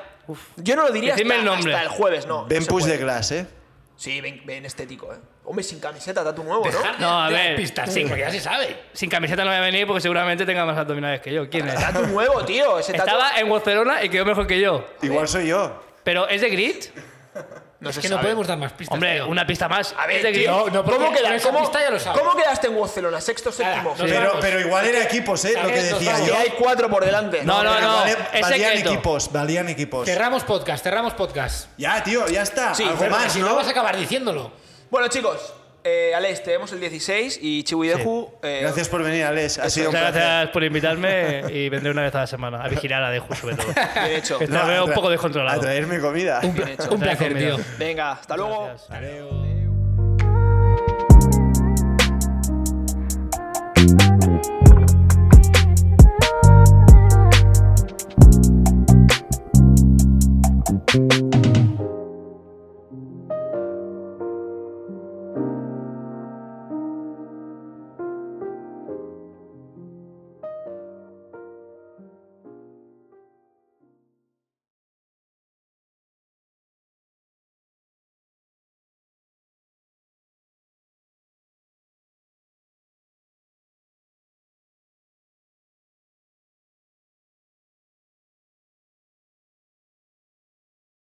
A: Yo no lo diría hasta,
D: Decidme el nombre.
A: hasta el jueves, no.
B: Ven
A: no se
B: push
A: puede.
B: de glass, ¿eh?
A: Sí, ven, ven estético, eh. Hombre, sin camiseta, tatu nuevo, ¿no?
C: Dejar de-
D: No, a
C: de
D: ver.
C: pistas, sí, porque ya se sabe.
D: Sin camiseta no voy a venir porque seguramente tenga más abdominales que yo.
A: (laughs)
D: ¿Quién
A: (laughs)
D: es?
A: Tatu nuevo, tío. Ese tatu.
D: Estaba en Barcelona y quedó mejor que yo.
B: Igual soy yo.
D: Pero es de grit.
A: No
C: es
A: se
C: que no
A: sabe.
C: podemos dar más pistas.
D: Hombre,
C: tío.
D: una pista más.
A: A
D: es
A: ver,
D: de grit.
A: tío,
C: No, no, porque
A: ¿cómo,
C: con
A: quedas-
C: esa
A: cómo-
C: pista ya lo sabes.
A: cómo quedaste en Barcelona? Sexto, séptimo.
C: no
A: Sí.
C: sé.
B: Pero,
C: vamos.
B: pero igual era equipos, ¿eh? Lo que
C: Nos
B: decía
C: vamos.
A: Y
B: yo.
A: hay cuatro por delante.
D: No, no,
B: Pero
D: no.
B: vale-
D: es
B: valían
D: secreto.
B: equipos, valían equipos.
C: Cerramos podcast, cerramos podcast.
B: Ya, tío, ya está.
A: Sí,
B: Algo
A: pero
B: más,
C: si
B: ¿no?
C: no vas a acabar diciéndolo.
A: Bueno, chicos, eh, Alex, te vemos el 16 y Chiwi Deju. eh,
B: Gracias por venir, Alex. Ha sido un
D: Muchas
B: placer.
D: gracias por invitarme y vendré una vez a la semana a vigilar a Deju
C: (laughs)
D: sobre todo.
A: Bien hecho.
D: Está veo
B: a
D: un
B: tra-
D: poco
B: A
D: descontrolado.
B: traerme comida.
A: Bien hecho.
C: Un placer,
D: comida.
C: tío.
A: Venga, hasta luego.
D: Gracias.
B: Adiós.